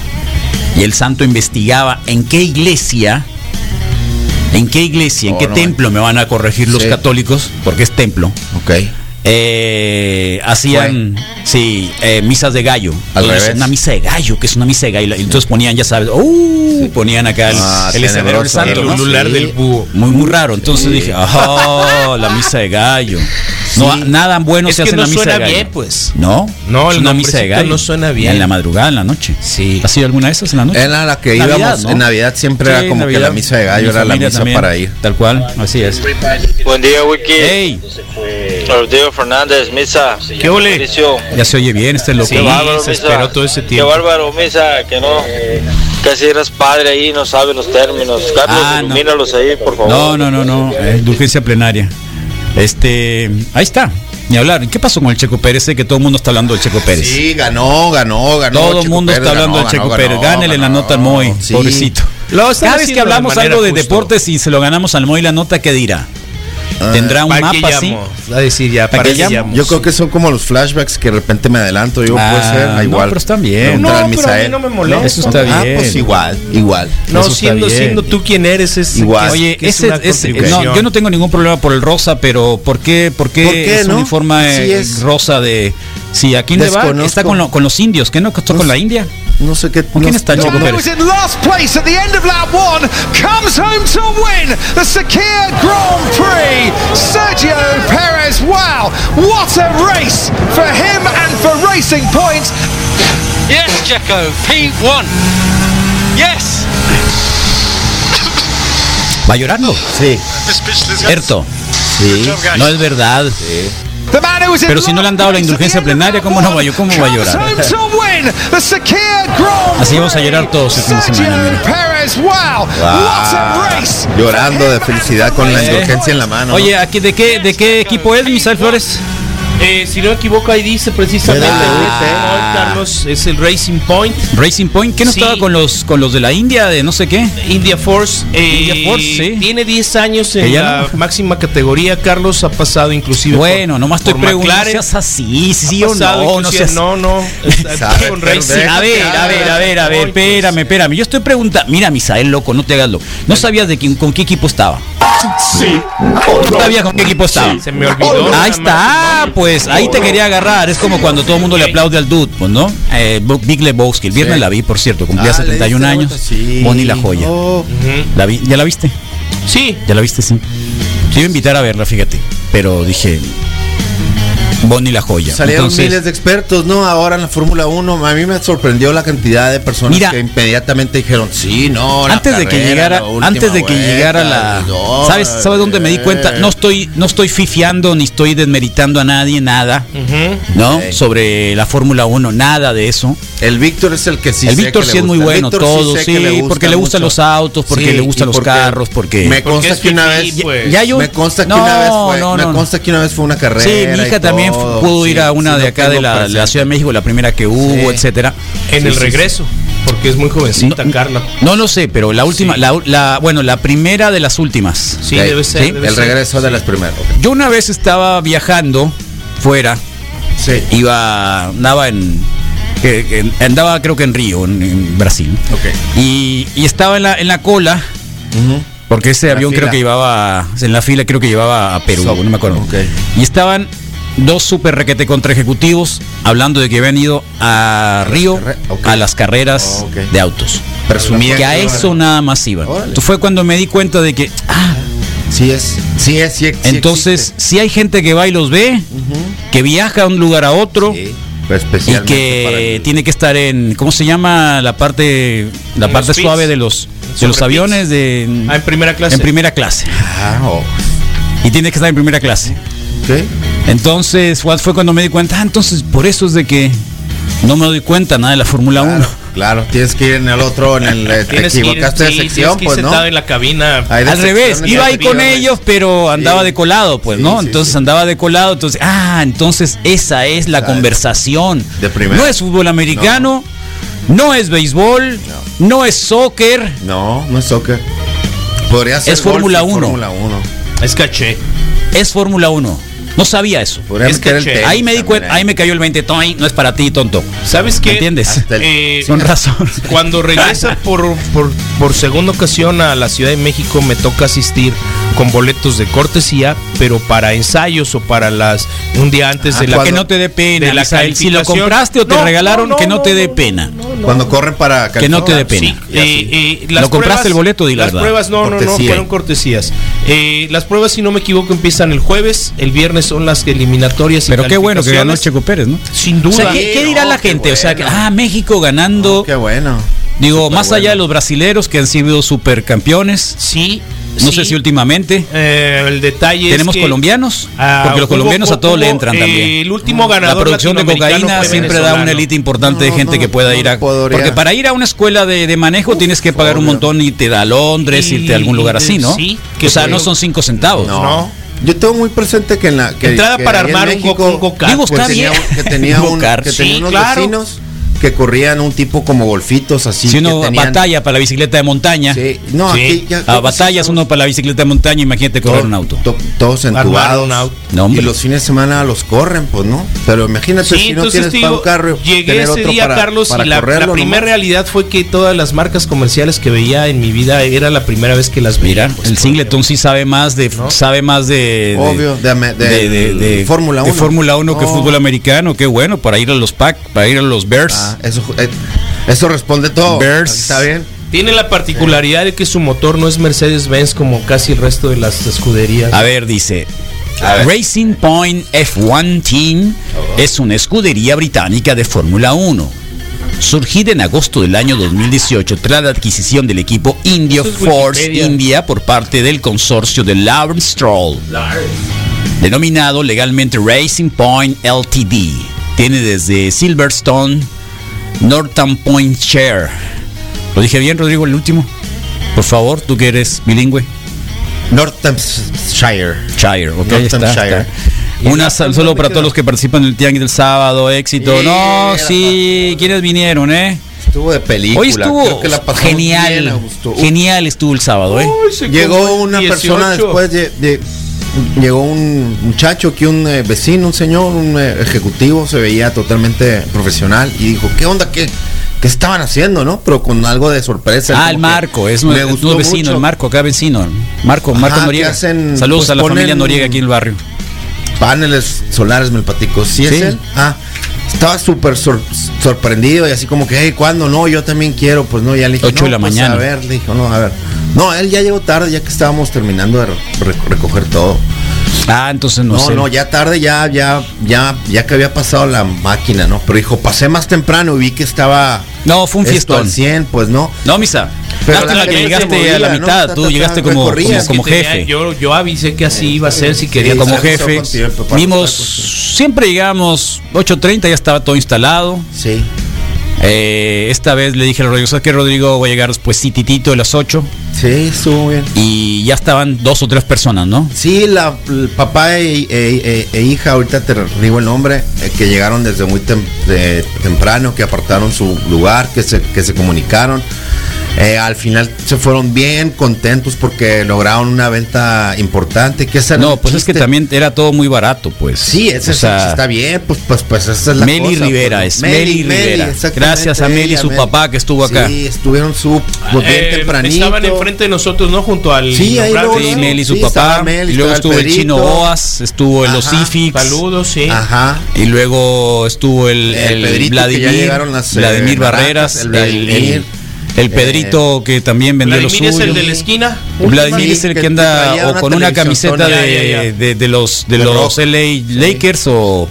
[SPEAKER 3] Y el santo investigaba en qué iglesia, en qué iglesia, en
[SPEAKER 6] Oh,
[SPEAKER 3] qué
[SPEAKER 6] no,
[SPEAKER 3] templo me van a corregir los
[SPEAKER 6] Sí.
[SPEAKER 3] católicos, porque es templo.
[SPEAKER 6] Ok.
[SPEAKER 3] Eh, hacían sí eh, misas de gallo
[SPEAKER 6] Al
[SPEAKER 3] Entonces,
[SPEAKER 6] revés.
[SPEAKER 3] una misa de gallo que es una misa de gallo y entonces ponían ya sabes uh, ponían acá el,
[SPEAKER 6] Ah,
[SPEAKER 3] el escenario del
[SPEAKER 6] tenebroso,
[SPEAKER 3] santo
[SPEAKER 6] el
[SPEAKER 3] ¿no?
[SPEAKER 6] ulular del búho.
[SPEAKER 3] muy muy raro entonces dije oh, la misa de gallo no nada bueno
[SPEAKER 5] Es
[SPEAKER 3] se
[SPEAKER 5] que
[SPEAKER 3] hace en
[SPEAKER 5] no
[SPEAKER 3] la misa de
[SPEAKER 5] suena
[SPEAKER 3] gallo
[SPEAKER 5] bien, pues.
[SPEAKER 3] no
[SPEAKER 5] No,
[SPEAKER 3] es
[SPEAKER 5] el
[SPEAKER 3] una misa de
[SPEAKER 5] nombrecito
[SPEAKER 3] gallo
[SPEAKER 5] no suena bien.
[SPEAKER 3] en la madrugada en la noche
[SPEAKER 5] Sí.
[SPEAKER 3] ha sido alguna de esas en la noche
[SPEAKER 6] Era la que
[SPEAKER 3] Navidad,
[SPEAKER 6] Eh, íbamos.
[SPEAKER 3] ¿no?
[SPEAKER 6] En Navidad siempre
[SPEAKER 3] Sí,
[SPEAKER 6] era como que
[SPEAKER 3] Navidad.
[SPEAKER 6] la misa de gallo
[SPEAKER 3] Mi
[SPEAKER 6] era la
[SPEAKER 3] familia
[SPEAKER 6] misa
[SPEAKER 3] también,
[SPEAKER 6] para ir.
[SPEAKER 3] tal cual así es
[SPEAKER 9] Buen día, Wiki.
[SPEAKER 3] Ey,
[SPEAKER 9] Rodrigo Fernández, Misa.
[SPEAKER 5] ¿Qué ole?
[SPEAKER 9] Bendición.
[SPEAKER 3] ya se oye bien este es loco
[SPEAKER 5] Sí,
[SPEAKER 9] Qué bárbaro,
[SPEAKER 5] se
[SPEAKER 9] Misa.
[SPEAKER 5] esperó todo ese tiempo.
[SPEAKER 9] Qué bárbaro, Misa, que no. Casi eras padre ahí, no sabe los términos. Carlos,
[SPEAKER 3] Ah, no.
[SPEAKER 9] ilumínalos ahí, por favor.
[SPEAKER 3] No, no, no, no, eh, indulgencia plenaria. Este, ahí está, ni hablar. ¿Qué pasó con el Checo Pérez? Sé que todo el mundo está hablando del Checo Pérez.
[SPEAKER 6] Sí, ganó, ganó, ganó.
[SPEAKER 3] todo el
[SPEAKER 6] Checo
[SPEAKER 3] mundo
[SPEAKER 6] Pérez,
[SPEAKER 3] está hablando
[SPEAKER 6] ganó,
[SPEAKER 3] del Checo
[SPEAKER 6] ganó,
[SPEAKER 3] Pérez.
[SPEAKER 6] ganó,
[SPEAKER 3] Gánele la
[SPEAKER 6] ganó.
[SPEAKER 3] nota al Moy,
[SPEAKER 6] Sí.
[SPEAKER 3] pobrecito.
[SPEAKER 5] Lo están
[SPEAKER 3] Cada vez que
[SPEAKER 5] haciendo de
[SPEAKER 3] hablamos
[SPEAKER 5] manera
[SPEAKER 3] algo de
[SPEAKER 5] justo.
[SPEAKER 3] deportes y se lo ganamos al Moy, la nota que dirá. Tendrá un
[SPEAKER 5] ¿Para qué
[SPEAKER 3] mapa así.
[SPEAKER 5] llamo? Va a decir ya, ¿para
[SPEAKER 3] qué
[SPEAKER 5] qué
[SPEAKER 3] llamo?
[SPEAKER 5] llamo?
[SPEAKER 6] Ah. Yo creo que son como los flashbacks que de repente me adelanto. Yo
[SPEAKER 3] Ah,
[SPEAKER 6] puede ser,
[SPEAKER 3] no,
[SPEAKER 6] ah, igual.
[SPEAKER 3] pero están bien.
[SPEAKER 6] Contra
[SPEAKER 5] No,
[SPEAKER 6] el
[SPEAKER 5] pero a mí
[SPEAKER 6] Misael.
[SPEAKER 5] no me molesta.
[SPEAKER 3] Eso está
[SPEAKER 6] Ah,
[SPEAKER 3] bien.
[SPEAKER 6] pues igual, igual.
[SPEAKER 5] No,
[SPEAKER 3] Eso está
[SPEAKER 5] siendo,
[SPEAKER 3] bien.
[SPEAKER 5] siendo tú quien eres, es
[SPEAKER 6] Igual.
[SPEAKER 3] Oye,
[SPEAKER 5] que Ah, es
[SPEAKER 3] ese,
[SPEAKER 5] una
[SPEAKER 3] ese-
[SPEAKER 5] contribución.
[SPEAKER 3] no, yo no tengo ningún problema por el rosa, pero ¿por qué, por qué,
[SPEAKER 6] ¿Por qué,
[SPEAKER 3] es
[SPEAKER 6] no?
[SPEAKER 3] uniforme
[SPEAKER 6] Sí es.
[SPEAKER 3] rosa de... Si aquí en va,
[SPEAKER 6] Desconozco.
[SPEAKER 3] está con, lo- con los indios, ¿qué no está con la India?
[SPEAKER 6] No sé qué.
[SPEAKER 3] ¿Con quién está el Checo Pérez?
[SPEAKER 10] in last place at the end of lap one comes home to win the Sakir Grand Prix. Sergio Perez, wow, what a race for him and for Racing Point.
[SPEAKER 9] Yes, Checo, P1. Yes.
[SPEAKER 3] ¿Va llorando?
[SPEAKER 6] Sí,
[SPEAKER 3] Cierto.
[SPEAKER 6] sí.
[SPEAKER 3] No es verdad.
[SPEAKER 10] The man who was in
[SPEAKER 3] Pero si no le han dado la
[SPEAKER 10] last place
[SPEAKER 3] indulgencia
[SPEAKER 10] at the end
[SPEAKER 3] plenaria,
[SPEAKER 10] of lap
[SPEAKER 3] ¿cómo no va
[SPEAKER 10] one
[SPEAKER 3] a- cómo va a
[SPEAKER 10] comes
[SPEAKER 3] llorar?
[SPEAKER 10] home to win the Sakir Grand
[SPEAKER 3] Así vamos a
[SPEAKER 10] Prix.
[SPEAKER 3] llorar todos el fin de semana,
[SPEAKER 10] Sergio
[SPEAKER 3] mira.
[SPEAKER 10] Perez, wow, what a
[SPEAKER 6] Ah,
[SPEAKER 10] race
[SPEAKER 6] llorando de felicidad con la
[SPEAKER 3] Eh.
[SPEAKER 6] indulgencia en la
[SPEAKER 5] Ah,
[SPEAKER 6] mano.
[SPEAKER 3] Oye, aquí de qué de qué equipo es Misael Flores?
[SPEAKER 5] Eh, si no me equivoco, ahí dice precisamente.
[SPEAKER 3] Ah.
[SPEAKER 5] Hoy, Carlos es el Racing Point.
[SPEAKER 3] Racing Point, ¿qué no
[SPEAKER 5] Sí.
[SPEAKER 3] estaba con los con los de la India de no sé qué?
[SPEAKER 5] India Force, eh,
[SPEAKER 3] India Force, sí.
[SPEAKER 5] tiene 10 años
[SPEAKER 3] Que
[SPEAKER 5] en
[SPEAKER 3] ya
[SPEAKER 5] la
[SPEAKER 3] no.
[SPEAKER 5] máxima categoría. Carlos ha pasado inclusive.
[SPEAKER 3] Bueno,
[SPEAKER 5] por-
[SPEAKER 3] nomás estoy
[SPEAKER 5] por
[SPEAKER 3] preguntando
[SPEAKER 5] McLaren,
[SPEAKER 3] si es así, sí
[SPEAKER 5] ha
[SPEAKER 3] o
[SPEAKER 5] pasado
[SPEAKER 3] no, no
[SPEAKER 5] inclusive-
[SPEAKER 3] seas-
[SPEAKER 5] no, no. está
[SPEAKER 6] Sabe
[SPEAKER 5] con
[SPEAKER 6] perder.
[SPEAKER 5] Racing.
[SPEAKER 3] Pues A ver, a ver, a ver, a ver,
[SPEAKER 5] Hoy, pues,
[SPEAKER 3] espérame, espérame. Yo estoy preguntando, mira Misael loco, no te hagas loco. No sabías de quién con qué equipo estaba. Sí. No sabías con qué equipo estaba.
[SPEAKER 5] Se me olvidó.
[SPEAKER 3] Ahí
[SPEAKER 5] nada
[SPEAKER 3] está, pues ahí te quería agarrar. Es como cuando todo el mundo le aplaude al dude, pues, ¿no? Eh, Bo- Big Lebowski, el viernes
[SPEAKER 6] Sí.
[SPEAKER 3] la vi, por cierto, cumplía
[SPEAKER 6] Ah, ¿le
[SPEAKER 3] 71
[SPEAKER 6] diste la
[SPEAKER 3] años.
[SPEAKER 6] vuelta? Sí.
[SPEAKER 3] Bonnie la joya.
[SPEAKER 6] Oh.
[SPEAKER 5] más. Ujú.
[SPEAKER 3] La vi- ¿Ya la viste?
[SPEAKER 5] Sí,
[SPEAKER 3] Ya la viste, sí. Te iba a invitar a verla, fíjate. Pero dije. Bonnie la joya.
[SPEAKER 6] Salieron
[SPEAKER 3] Entonces,
[SPEAKER 6] miles de expertos, ¿no? Ahora en la Fórmula 1, a mí me sorprendió la cantidad de personas
[SPEAKER 3] Mira.
[SPEAKER 6] que inmediatamente dijeron, sí, no, la
[SPEAKER 3] antes de que
[SPEAKER 6] carrera,
[SPEAKER 3] llegara,
[SPEAKER 6] la última
[SPEAKER 3] antes de que
[SPEAKER 6] vuelta, eh,
[SPEAKER 3] llegara la,
[SPEAKER 6] no,
[SPEAKER 3] sabes, sabes dónde me di cuenta. No estoy, no estoy fifiando ni estoy desmeritando a nadie, nada,
[SPEAKER 5] ujú.
[SPEAKER 3] ¿no?
[SPEAKER 6] Ok.
[SPEAKER 3] Sobre la Fórmula 1 nada de eso.
[SPEAKER 6] El Víctor es el que sí
[SPEAKER 3] el
[SPEAKER 6] sé
[SPEAKER 3] Víctor
[SPEAKER 6] que le
[SPEAKER 3] sí es muy
[SPEAKER 6] gusta. El
[SPEAKER 3] bueno,
[SPEAKER 6] Víctor
[SPEAKER 3] todo,
[SPEAKER 6] sé
[SPEAKER 3] sí,
[SPEAKER 6] que
[SPEAKER 3] porque le gustan
[SPEAKER 6] mucho.
[SPEAKER 3] los autos, porque le gustan
[SPEAKER 6] y
[SPEAKER 3] los carros, porque-
[SPEAKER 6] Me
[SPEAKER 5] Porque
[SPEAKER 6] consta
[SPEAKER 5] es
[SPEAKER 6] que una
[SPEAKER 5] fifí,
[SPEAKER 6] vez
[SPEAKER 5] pues.
[SPEAKER 3] Ya hay un-
[SPEAKER 6] me consta que
[SPEAKER 3] No,
[SPEAKER 6] una vez fue,
[SPEAKER 3] no,
[SPEAKER 6] me
[SPEAKER 3] no.
[SPEAKER 6] consta que una vez fue una carrera.
[SPEAKER 3] Sí, mi hija
[SPEAKER 6] y
[SPEAKER 3] también
[SPEAKER 6] todo.
[SPEAKER 3] pudo ir
[SPEAKER 6] Sí,
[SPEAKER 3] a una
[SPEAKER 6] sí,
[SPEAKER 3] de
[SPEAKER 6] lo
[SPEAKER 3] acá de
[SPEAKER 6] tengo
[SPEAKER 3] la, de la
[SPEAKER 6] presente.
[SPEAKER 3] Ciudad de México, la primera que hubo,
[SPEAKER 6] Sí.
[SPEAKER 3] etcétera.
[SPEAKER 5] en el regreso, porque es muy jovencita, Carla.
[SPEAKER 3] No lo sé, pero la última, la, la- bueno, la primera de las últimas.
[SPEAKER 5] Sí,
[SPEAKER 6] Ok,
[SPEAKER 5] debe ser.
[SPEAKER 3] sí,
[SPEAKER 5] debe
[SPEAKER 6] El
[SPEAKER 5] ser.
[SPEAKER 6] regreso de las primeras.
[SPEAKER 3] Yo una vez estaba viajando fuera,
[SPEAKER 6] Sí.
[SPEAKER 3] iba, andaba en, que- que- andaba creo que en Río, en, en Brasil,
[SPEAKER 6] Ok.
[SPEAKER 3] y, y estaba en la, en la cola, porque ese
[SPEAKER 6] La
[SPEAKER 3] avión creo
[SPEAKER 6] fila.
[SPEAKER 3] que llevaba, en la fila creo que llevaba a Perú,
[SPEAKER 6] So-
[SPEAKER 3] no me acuerdo.
[SPEAKER 6] ok.
[SPEAKER 3] Y estaban dos super requete contra ejecutivos hablando de que habían ido a Río
[SPEAKER 6] carre- ok.
[SPEAKER 3] a las carreras
[SPEAKER 6] Oh, ok.
[SPEAKER 3] de autos.
[SPEAKER 6] Presumía
[SPEAKER 3] Que a
[SPEAKER 6] que iban.
[SPEAKER 3] eso nada más iban.
[SPEAKER 6] Órale.
[SPEAKER 3] Fue cuando me di cuenta de que, ah,
[SPEAKER 6] Sí es, sí es, sí ex- sí
[SPEAKER 3] entonces
[SPEAKER 6] existe.
[SPEAKER 3] si hay gente que va y los ve, que viaja de un lugar a otro.
[SPEAKER 6] Sí, pero
[SPEAKER 3] Y
[SPEAKER 6] especialmente para
[SPEAKER 3] que
[SPEAKER 6] el-
[SPEAKER 3] tiene que estar en, ¿cómo se llama la parte, la
[SPEAKER 5] En
[SPEAKER 3] parte
[SPEAKER 5] los pits.
[SPEAKER 3] suave de los, de
[SPEAKER 5] Sobre
[SPEAKER 3] los
[SPEAKER 5] pits.
[SPEAKER 3] aviones de,
[SPEAKER 5] Ah, en primera clase.
[SPEAKER 3] en primera clase?
[SPEAKER 6] Ah, oh,
[SPEAKER 3] Y tiene que estar en primera clase.
[SPEAKER 6] sí.
[SPEAKER 3] Entonces, what fue cuando me di cuenta? Ah, entonces por eso es de que no me doy cuenta nada de la Fórmula 1.
[SPEAKER 6] Claro, claro, tienes que ir en el otro, en el eh, te
[SPEAKER 5] Tienes que ir-
[SPEAKER 6] equivocaste de
[SPEAKER 5] sí, tienes
[SPEAKER 6] sección,
[SPEAKER 5] que ir
[SPEAKER 6] pues no.
[SPEAKER 5] sentado en la cabina.
[SPEAKER 6] Hay de
[SPEAKER 3] Al revés,
[SPEAKER 6] secciones,
[SPEAKER 3] iba
[SPEAKER 6] hay
[SPEAKER 3] ahí con
[SPEAKER 6] secciones.
[SPEAKER 3] ellos, pero andaba
[SPEAKER 6] Sí.
[SPEAKER 3] de colado, pues,
[SPEAKER 6] Sí,
[SPEAKER 3] ¿no?
[SPEAKER 6] sí,
[SPEAKER 3] entonces
[SPEAKER 6] sí.
[SPEAKER 3] andaba de colado, entonces, ah, entonces esa es la
[SPEAKER 6] Esa es.
[SPEAKER 3] conversación.
[SPEAKER 6] De primera.
[SPEAKER 3] no es fútbol americano, no, es béisbol, no. es soccer,
[SPEAKER 6] No, no es soccer. Podría ser
[SPEAKER 3] Es Fórmula
[SPEAKER 6] golf y
[SPEAKER 3] Uno.
[SPEAKER 6] Fórmula 1.
[SPEAKER 5] Es caché.
[SPEAKER 3] es Fórmula 1. No sabía eso.
[SPEAKER 6] Podría
[SPEAKER 5] Es
[SPEAKER 6] meter
[SPEAKER 5] que
[SPEAKER 6] el
[SPEAKER 5] che,
[SPEAKER 6] tenis
[SPEAKER 3] Ahí me di
[SPEAKER 6] también
[SPEAKER 3] cuenta, ahí me cayó el 20, toin, no es para ti, tonto.
[SPEAKER 5] ¿Sabes qué?
[SPEAKER 3] ¿Me entiendes?
[SPEAKER 6] Hasta el-
[SPEAKER 5] Eh,
[SPEAKER 3] Con razón.
[SPEAKER 5] Cuando regresa por, por, por segunda ocasión a la Ciudad de México, me toca asistir con boletos de cortesía, pero para ensayos o para las un día antes
[SPEAKER 6] Ah,
[SPEAKER 5] de la
[SPEAKER 3] Que
[SPEAKER 6] cuando-
[SPEAKER 3] no te dé pena.
[SPEAKER 5] de la
[SPEAKER 3] Misael. si lo
[SPEAKER 5] calificación.
[SPEAKER 3] compraste o te
[SPEAKER 5] No,
[SPEAKER 3] regalaron,
[SPEAKER 5] no, no,
[SPEAKER 3] que no te
[SPEAKER 5] no,
[SPEAKER 3] dé
[SPEAKER 5] no,
[SPEAKER 3] pena.
[SPEAKER 6] Cuando corren para
[SPEAKER 3] Que no te dé
[SPEAKER 6] California,
[SPEAKER 3] pena.
[SPEAKER 6] sí, y así.
[SPEAKER 5] Eh, eh,
[SPEAKER 3] ¿Lo compraste el boleto, di la
[SPEAKER 5] Las
[SPEAKER 3] verdad?
[SPEAKER 5] pruebas, no, no, no,
[SPEAKER 6] Cortesía.
[SPEAKER 5] fueron cortesías. Eh, las pruebas, si no me equivoco, empiezan el jueves. El viernes son las eliminatorias. y
[SPEAKER 3] Pero qué bueno que ganó
[SPEAKER 5] calificaciones.
[SPEAKER 3] Checo Pérez, ¿no?
[SPEAKER 5] Sin
[SPEAKER 3] O sea,
[SPEAKER 5] duda.
[SPEAKER 3] ¿qué,
[SPEAKER 6] Sí,
[SPEAKER 3] qué dirá
[SPEAKER 6] no,
[SPEAKER 3] la
[SPEAKER 6] qué
[SPEAKER 3] gente? O sea, que,
[SPEAKER 6] bueno.
[SPEAKER 3] ah, México ganando.
[SPEAKER 6] Oh, qué bueno.
[SPEAKER 3] digo,
[SPEAKER 6] súper
[SPEAKER 3] más allá
[SPEAKER 6] bueno.
[SPEAKER 3] de los brasileros que han sido supercampeones.
[SPEAKER 5] Sí.
[SPEAKER 3] No
[SPEAKER 5] sí.
[SPEAKER 3] sé si últimamente.
[SPEAKER 5] Eh, el detalle
[SPEAKER 3] ¿Tenemos
[SPEAKER 5] es que-
[SPEAKER 3] colombianos?
[SPEAKER 5] Ah,
[SPEAKER 3] Porque los
[SPEAKER 5] hubo-
[SPEAKER 3] colombianos a todos
[SPEAKER 5] hubo,
[SPEAKER 3] le entran
[SPEAKER 5] eh,
[SPEAKER 3] también.
[SPEAKER 5] El último ganador.
[SPEAKER 3] La producción de
[SPEAKER 5] latinoamericano
[SPEAKER 3] cocaína
[SPEAKER 5] fue
[SPEAKER 3] siempre da una
[SPEAKER 5] venezolano.
[SPEAKER 3] élite importante de
[SPEAKER 6] No,
[SPEAKER 3] gente
[SPEAKER 6] no,
[SPEAKER 3] que pueda
[SPEAKER 6] no
[SPEAKER 3] ir a.
[SPEAKER 6] podría.
[SPEAKER 3] Porque para ir a una escuela de, de manejo tienes que pagar un
[SPEAKER 6] obvio.
[SPEAKER 3] montón y te da a Londres,
[SPEAKER 5] Y-
[SPEAKER 3] irte a algún lugar así, ¿no?
[SPEAKER 5] sí,
[SPEAKER 3] o
[SPEAKER 5] que
[SPEAKER 3] sea,
[SPEAKER 5] sí.
[SPEAKER 3] no son cinco centavos.
[SPEAKER 6] No.
[SPEAKER 5] No.
[SPEAKER 6] Yo tengo muy presente que en la que,
[SPEAKER 5] Entrada
[SPEAKER 6] que
[SPEAKER 5] para
[SPEAKER 6] ahí en
[SPEAKER 5] armar un
[SPEAKER 6] México-
[SPEAKER 5] go- un go-kart.
[SPEAKER 3] Digo,
[SPEAKER 6] que
[SPEAKER 3] está
[SPEAKER 6] tenía,
[SPEAKER 3] bien.
[SPEAKER 6] que tenía, un-
[SPEAKER 3] Go-kart.
[SPEAKER 6] que
[SPEAKER 3] Sí,
[SPEAKER 6] tenía unos
[SPEAKER 5] claro.
[SPEAKER 6] vecinos que corrían un tipo como golfitos así.
[SPEAKER 3] Si
[SPEAKER 6] que
[SPEAKER 3] uno
[SPEAKER 6] tenían-
[SPEAKER 3] batalla Ah, para la bicicleta de montaña,
[SPEAKER 6] Sí, no,
[SPEAKER 5] Sí.
[SPEAKER 6] aquí ya-
[SPEAKER 3] a batallas uno para la bicicleta de montaña, imagínate correr
[SPEAKER 6] todo-
[SPEAKER 3] un auto.
[SPEAKER 6] to- todos entubados.
[SPEAKER 5] un auto.
[SPEAKER 3] No,
[SPEAKER 6] y
[SPEAKER 3] hombre.
[SPEAKER 6] los fines de semana los corren, pues, ¿no? Pero imagínate
[SPEAKER 5] Sí,
[SPEAKER 6] si no
[SPEAKER 5] entonces
[SPEAKER 6] tienes
[SPEAKER 5] te
[SPEAKER 6] para
[SPEAKER 5] digo,
[SPEAKER 6] un carro.
[SPEAKER 5] llegué
[SPEAKER 6] tener
[SPEAKER 5] ese
[SPEAKER 6] otro
[SPEAKER 5] día,
[SPEAKER 6] para-
[SPEAKER 5] Carlos,
[SPEAKER 6] para
[SPEAKER 5] y la,
[SPEAKER 6] correrlo
[SPEAKER 5] primera
[SPEAKER 6] nomás.
[SPEAKER 5] realidad fue que todas las marcas comerciales que veía en mi vida era la primera vez que las veía.
[SPEAKER 3] Mira,
[SPEAKER 5] pues,
[SPEAKER 3] el
[SPEAKER 5] por
[SPEAKER 3] Singleton sí sabe más de
[SPEAKER 5] ¿No?
[SPEAKER 3] sabe más de, de-
[SPEAKER 6] Obvio, de ame- de- de Fórmula
[SPEAKER 3] de
[SPEAKER 6] Uno.
[SPEAKER 3] Fórmula 1 que
[SPEAKER 6] No.
[SPEAKER 3] fútbol americano, qué bueno para ir a los Pack, para ir a los Bears.
[SPEAKER 6] Ah, eso, eh, eso responde todo.
[SPEAKER 3] Bears.
[SPEAKER 6] Está bien.
[SPEAKER 5] Tiene la particularidad de que su motor no es Mercedes-Benz como casi el resto de las escuderías.
[SPEAKER 6] Ah,
[SPEAKER 3] A ver, dice.
[SPEAKER 6] A ver. Oh.
[SPEAKER 3] Racing Point F1 Team es una escudería británica de Fórmula 1. Surgida en agosto del año 2018 tras la adquisición del equipo Indio
[SPEAKER 5] Eso es
[SPEAKER 3] Force
[SPEAKER 5] Wikipedia.
[SPEAKER 3] India por parte del consorcio de Lawrence Stroll, denominado legalmente Racing Point LTD. Tiene desde Silverstone, Northam Point Chair. ¿Lo dije bien, Rodrigo, el último? Por favor, tú que eres bilingüe.
[SPEAKER 6] Northamptonshire.
[SPEAKER 3] Shire, ok, ahí está,
[SPEAKER 6] Northamptonshire.
[SPEAKER 3] está. Una sal- solo para todos los que participan en el Tianguis del sábado, éxito.
[SPEAKER 6] Sí,
[SPEAKER 3] no,
[SPEAKER 6] era
[SPEAKER 3] sí,
[SPEAKER 6] para-
[SPEAKER 3] ¿quiénes vinieron, eh?
[SPEAKER 6] Estuvo de película.
[SPEAKER 3] Hoy
[SPEAKER 6] Creo
[SPEAKER 3] estuvo
[SPEAKER 6] que la pasamos bien,
[SPEAKER 3] genial.
[SPEAKER 6] Augusto.
[SPEAKER 3] genial estuvo el sábado, eh.
[SPEAKER 5] Uy, se
[SPEAKER 6] Llegó
[SPEAKER 5] comió
[SPEAKER 6] una
[SPEAKER 5] 18.
[SPEAKER 6] persona después de, de- Llegó un muchacho que un eh, vecino, un señor, un eh, ejecutivo, se veía totalmente profesional y dijo, ¿qué onda? ¿Qué, qué estaban haciendo? ¿no? Pero con algo de sorpresa.
[SPEAKER 3] Ah,
[SPEAKER 6] como
[SPEAKER 3] el
[SPEAKER 6] que
[SPEAKER 3] Marco, es
[SPEAKER 6] me
[SPEAKER 3] nuestro
[SPEAKER 6] gustó
[SPEAKER 3] vecino,
[SPEAKER 6] mucho.
[SPEAKER 3] el Marco, acá vecino. Marco, Marco
[SPEAKER 6] Ajá,
[SPEAKER 3] Noriega.
[SPEAKER 6] que hacen,
[SPEAKER 3] Saludos
[SPEAKER 6] pues,
[SPEAKER 3] a la
[SPEAKER 6] ponen-
[SPEAKER 3] familia Noriega aquí en el barrio.
[SPEAKER 6] Paneles solares, me platico.
[SPEAKER 3] Sí.
[SPEAKER 6] ¿Sí, es él? Ah, estaba súper sor- sorprendido y así como que, hey, ¿cuándo? No, yo también quiero. Pues no, ya le dije.
[SPEAKER 3] Ocho de
[SPEAKER 6] "No,
[SPEAKER 3] la
[SPEAKER 6] pues,
[SPEAKER 3] mañana".
[SPEAKER 6] A ver, le dijo, no, a ver. No, él ya llegó tarde, ya que estábamos terminando de re- recoger todo.
[SPEAKER 3] Ah, entonces no,
[SPEAKER 6] No,
[SPEAKER 3] sé.
[SPEAKER 6] no, ya tarde, ya, ya, ya, ya que había pasado la máquina, ¿no? Pero dijo, pasé más temprano y vi que estaba.
[SPEAKER 3] No, fue un
[SPEAKER 6] esto
[SPEAKER 3] fiestón.
[SPEAKER 6] al 100, pues no.
[SPEAKER 3] No, misa.
[SPEAKER 6] Pero
[SPEAKER 3] Lástima
[SPEAKER 6] la
[SPEAKER 3] que
[SPEAKER 6] gente
[SPEAKER 3] llegaste
[SPEAKER 6] se movía,
[SPEAKER 3] a la
[SPEAKER 6] ¿no?
[SPEAKER 3] mitad,
[SPEAKER 6] Ta,
[SPEAKER 3] tú
[SPEAKER 6] ta, ta,
[SPEAKER 3] llegaste como,
[SPEAKER 6] recorría,
[SPEAKER 3] como,
[SPEAKER 6] es que
[SPEAKER 3] como
[SPEAKER 5] Tenía-
[SPEAKER 3] jefe.
[SPEAKER 5] yo, yo avisé que así iba a ser si quería.
[SPEAKER 6] Sí,
[SPEAKER 3] como
[SPEAKER 6] se avisó
[SPEAKER 3] jefe.
[SPEAKER 6] con tiempo para pasar,
[SPEAKER 3] Vimos, siempre llegamos 8.30, ya estaba todo instalado.
[SPEAKER 6] Sí.
[SPEAKER 3] Eh, esta vez le dije a Rodrigo, ¿sabes qué, Rodrigo? Voy a llegar pues titito de las 8
[SPEAKER 6] Sí, estuvo bien.
[SPEAKER 3] y ya estaban dos o tres personas, ¿no?
[SPEAKER 6] Sí, la, el papá e, e- e- e hija, ahorita te digo el nombre, eh, que llegaron desde muy tem- de- temprano, que apartaron su lugar, que se, que se comunicaron. Eh, al final se fueron bien contentos porque lograron una venta importante. Que ese era
[SPEAKER 3] No,
[SPEAKER 6] el
[SPEAKER 3] pues es que
[SPEAKER 6] chiste.
[SPEAKER 3] también era todo muy barato, pues.
[SPEAKER 6] Sí, ese
[SPEAKER 3] O
[SPEAKER 6] es-
[SPEAKER 3] sea,
[SPEAKER 6] está bien, pues, pues, pues esa es la
[SPEAKER 3] Meli
[SPEAKER 6] cosa,
[SPEAKER 3] Rivera
[SPEAKER 6] pues.
[SPEAKER 3] es, Meli Rivera.
[SPEAKER 6] exactamente,
[SPEAKER 3] Gracias a Meli,
[SPEAKER 6] ella,
[SPEAKER 3] su papá, que estuvo acá.
[SPEAKER 6] Sí, estuvieron su pues, bien
[SPEAKER 5] Eh,
[SPEAKER 6] tempranito.
[SPEAKER 5] estaban enfrente de nosotros, ¿no? Junto al.
[SPEAKER 6] Sí, ahí
[SPEAKER 5] nombrado.
[SPEAKER 6] luego-
[SPEAKER 3] Sí,
[SPEAKER 6] Claro,
[SPEAKER 3] Mel y su
[SPEAKER 6] sí,
[SPEAKER 3] papá.
[SPEAKER 6] estaba Mel,
[SPEAKER 3] y luego
[SPEAKER 6] estaba
[SPEAKER 3] estuvo el
[SPEAKER 6] Perito.
[SPEAKER 3] chino Boas, estuvo el
[SPEAKER 6] Ajá,
[SPEAKER 3] Osifix.
[SPEAKER 5] Saludos, sí.
[SPEAKER 6] Ajá.
[SPEAKER 3] Y luego estuvo el,
[SPEAKER 6] El
[SPEAKER 3] el
[SPEAKER 6] Pedrito, que ya
[SPEAKER 3] Vladimir,
[SPEAKER 6] llegaron las, eh,
[SPEAKER 3] Vladimir
[SPEAKER 6] baratas,
[SPEAKER 3] Barreras,
[SPEAKER 6] el
[SPEAKER 3] el,
[SPEAKER 6] Vladimir, eh,
[SPEAKER 3] el- el Pedrito que también vendió
[SPEAKER 5] Vladimir
[SPEAKER 3] lo
[SPEAKER 5] es
[SPEAKER 3] suyo.
[SPEAKER 5] el de la esquina.
[SPEAKER 3] Vladimir es el
[SPEAKER 6] que
[SPEAKER 3] que anda
[SPEAKER 6] traía
[SPEAKER 3] o
[SPEAKER 6] una
[SPEAKER 3] con una
[SPEAKER 6] televisión,
[SPEAKER 3] camiseta
[SPEAKER 5] Tony.
[SPEAKER 3] de,
[SPEAKER 5] Ya, ya, ya.
[SPEAKER 3] de- de los de
[SPEAKER 6] De
[SPEAKER 3] los
[SPEAKER 6] rock.
[SPEAKER 3] LA Lakers o,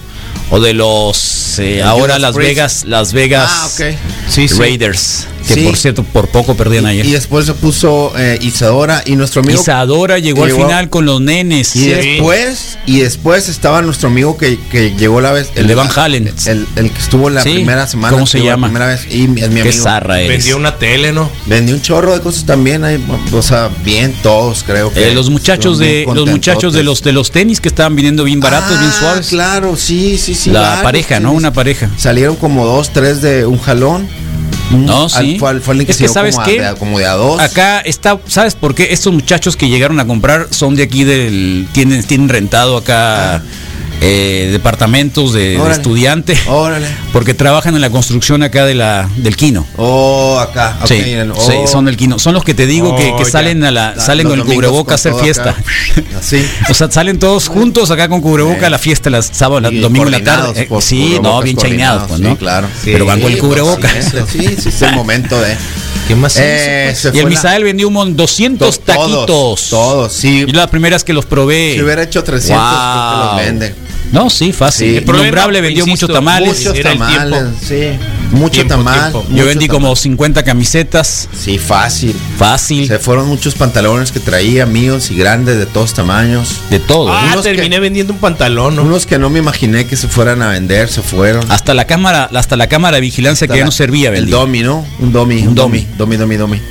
[SPEAKER 3] o de los eh,
[SPEAKER 6] El
[SPEAKER 3] ahora
[SPEAKER 6] Judas
[SPEAKER 3] Las
[SPEAKER 6] Priest.
[SPEAKER 3] Vegas Las Vegas
[SPEAKER 6] Ah, ok.
[SPEAKER 5] Sí, sí.
[SPEAKER 3] Raiders que
[SPEAKER 6] Sí.
[SPEAKER 3] por cierto por poco perdían
[SPEAKER 6] Y,
[SPEAKER 3] ayer.
[SPEAKER 6] y después se puso eh, Isadora y nuestro amigo.
[SPEAKER 3] Isadora llegó al
[SPEAKER 6] llegó-
[SPEAKER 3] final con los nenes.
[SPEAKER 6] Y después, y después estaba nuestro amigo que, que llegó la vez.
[SPEAKER 3] El de Van Halen.
[SPEAKER 6] El, el que estuvo la
[SPEAKER 3] Sí,
[SPEAKER 6] primera semana.
[SPEAKER 3] ¿cómo se
[SPEAKER 6] estuvo la
[SPEAKER 3] llama?
[SPEAKER 6] primera vez, y mi- es mi
[SPEAKER 3] Qué
[SPEAKER 6] amigo.
[SPEAKER 3] zarra eres.
[SPEAKER 5] Vendió una tele, ¿no?
[SPEAKER 6] Vendí un chorro de cosas también, ahí, o sea, bien todos, creo que.
[SPEAKER 3] Eh, los muchachos de los muchachos de los de los tenis que estaban viniendo bien baratos, bien suaves.
[SPEAKER 6] Ah, Claro, sí, sí, sí.
[SPEAKER 3] la
[SPEAKER 6] varios,
[SPEAKER 3] pareja, ¿no?
[SPEAKER 6] sí.
[SPEAKER 3] Una pareja.
[SPEAKER 6] Salieron como dos, tres de un jalón. Mm,
[SPEAKER 3] No,
[SPEAKER 6] Al-
[SPEAKER 3] sí.
[SPEAKER 6] fue al- fue alguien que
[SPEAKER 3] es
[SPEAKER 6] se
[SPEAKER 3] que
[SPEAKER 6] dio
[SPEAKER 3] sabes
[SPEAKER 6] como a-
[SPEAKER 3] qué?
[SPEAKER 6] de a- como de a dos.
[SPEAKER 3] Acá está, ¿sabes por qué? Estos muchachos que llegaron a comprar son de aquí del tienen tienen rentado acá eh, departamentos de, de
[SPEAKER 6] Ah. Órale. Oh.
[SPEAKER 3] estudiante.
[SPEAKER 6] Órale.
[SPEAKER 3] Porque trabajan en la construcción acá de la del Quino.
[SPEAKER 6] Oh, acá. ok,
[SPEAKER 3] sí,
[SPEAKER 6] en-
[SPEAKER 3] sí,
[SPEAKER 6] oh.
[SPEAKER 3] son del Quino. Son los que te digo que,
[SPEAKER 5] Oh,
[SPEAKER 3] que
[SPEAKER 5] ya.
[SPEAKER 3] salen a la
[SPEAKER 6] Ah,
[SPEAKER 3] salen
[SPEAKER 6] los
[SPEAKER 3] con el
[SPEAKER 6] domingos
[SPEAKER 3] cubreboca a hacer
[SPEAKER 6] todo
[SPEAKER 3] fiesta.
[SPEAKER 6] acá. Así.
[SPEAKER 3] O sea, salen todos juntos acá con cubreboca a la fiesta las sábado, la,
[SPEAKER 6] Y
[SPEAKER 3] domingo en la tarde.
[SPEAKER 6] coordinados,
[SPEAKER 3] Eh,
[SPEAKER 6] pues,
[SPEAKER 3] sí, no,
[SPEAKER 6] cubrebocas
[SPEAKER 3] bien chainados, pues,
[SPEAKER 6] coordinados,
[SPEAKER 3] ¿no?
[SPEAKER 6] sí, claro.
[SPEAKER 3] Pero van con
[SPEAKER 6] Sí,
[SPEAKER 3] el cubreboca.
[SPEAKER 6] totalmente, Sí, sí, es el momento de.
[SPEAKER 5] ¿Qué más
[SPEAKER 6] Eh, se
[SPEAKER 3] pues. Y el
[SPEAKER 6] fue la-
[SPEAKER 3] Misael vendió un mon- 200
[SPEAKER 6] to-
[SPEAKER 3] taquitos.
[SPEAKER 6] Todos, todos, sí.
[SPEAKER 3] Y las primeras que los probé.
[SPEAKER 6] Si hubiera hecho 300, creo que los
[SPEAKER 3] Wow.
[SPEAKER 6] vende.
[SPEAKER 3] No, sí,
[SPEAKER 6] Sí.
[SPEAKER 3] fácil. El
[SPEAKER 5] problema,
[SPEAKER 3] Innombrable vendió
[SPEAKER 5] insisto,
[SPEAKER 3] muchos tamales. Eh,
[SPEAKER 5] muchos
[SPEAKER 6] Muchos
[SPEAKER 5] Era el
[SPEAKER 6] tamales,
[SPEAKER 5] tiempo.
[SPEAKER 6] sí. Mucho
[SPEAKER 5] Tiempo,
[SPEAKER 6] tamal.
[SPEAKER 5] tiempo.
[SPEAKER 3] Yo
[SPEAKER 6] mucho
[SPEAKER 3] vendí
[SPEAKER 6] tamal.
[SPEAKER 3] como 50 camisetas.
[SPEAKER 6] Sí, fácil.
[SPEAKER 3] Fácil.
[SPEAKER 6] Se fueron muchos pantalones que traía, míos y grandes, de todos tamaños.
[SPEAKER 3] De todo. ¿eh?
[SPEAKER 5] Ah,
[SPEAKER 6] Pues, unos que-
[SPEAKER 5] terminé vendiendo un pantalón, ¿no?
[SPEAKER 6] Unos que no me imaginé que se fueran a vender, se fueron.
[SPEAKER 3] Hasta la cámara, hasta la cámara de vigilancia que ya no servía,
[SPEAKER 6] El
[SPEAKER 3] vendí.
[SPEAKER 6] domi, ¿no? Un domi,
[SPEAKER 3] Un
[SPEAKER 6] un domi,
[SPEAKER 3] domi.
[SPEAKER 6] domi, domi, domi.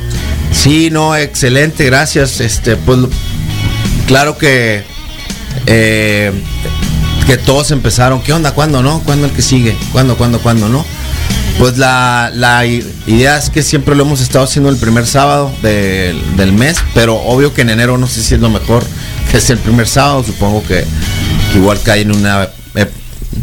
[SPEAKER 6] Sí, no, excelente, gracias. Este, pues lo- claro que eh, que todos empezaron. ¿Qué onda? ¿Cuándo no? ¿Cuándo el que sigue? ¿Cuándo, cuándo, cuándo no? Pues la, la i- idea es que siempre lo hemos estado haciendo el primer sábado del, del mes, pero obvio que en enero no sé si es lo mejor que es el primer sábado, supongo que, que igual cae en una eh,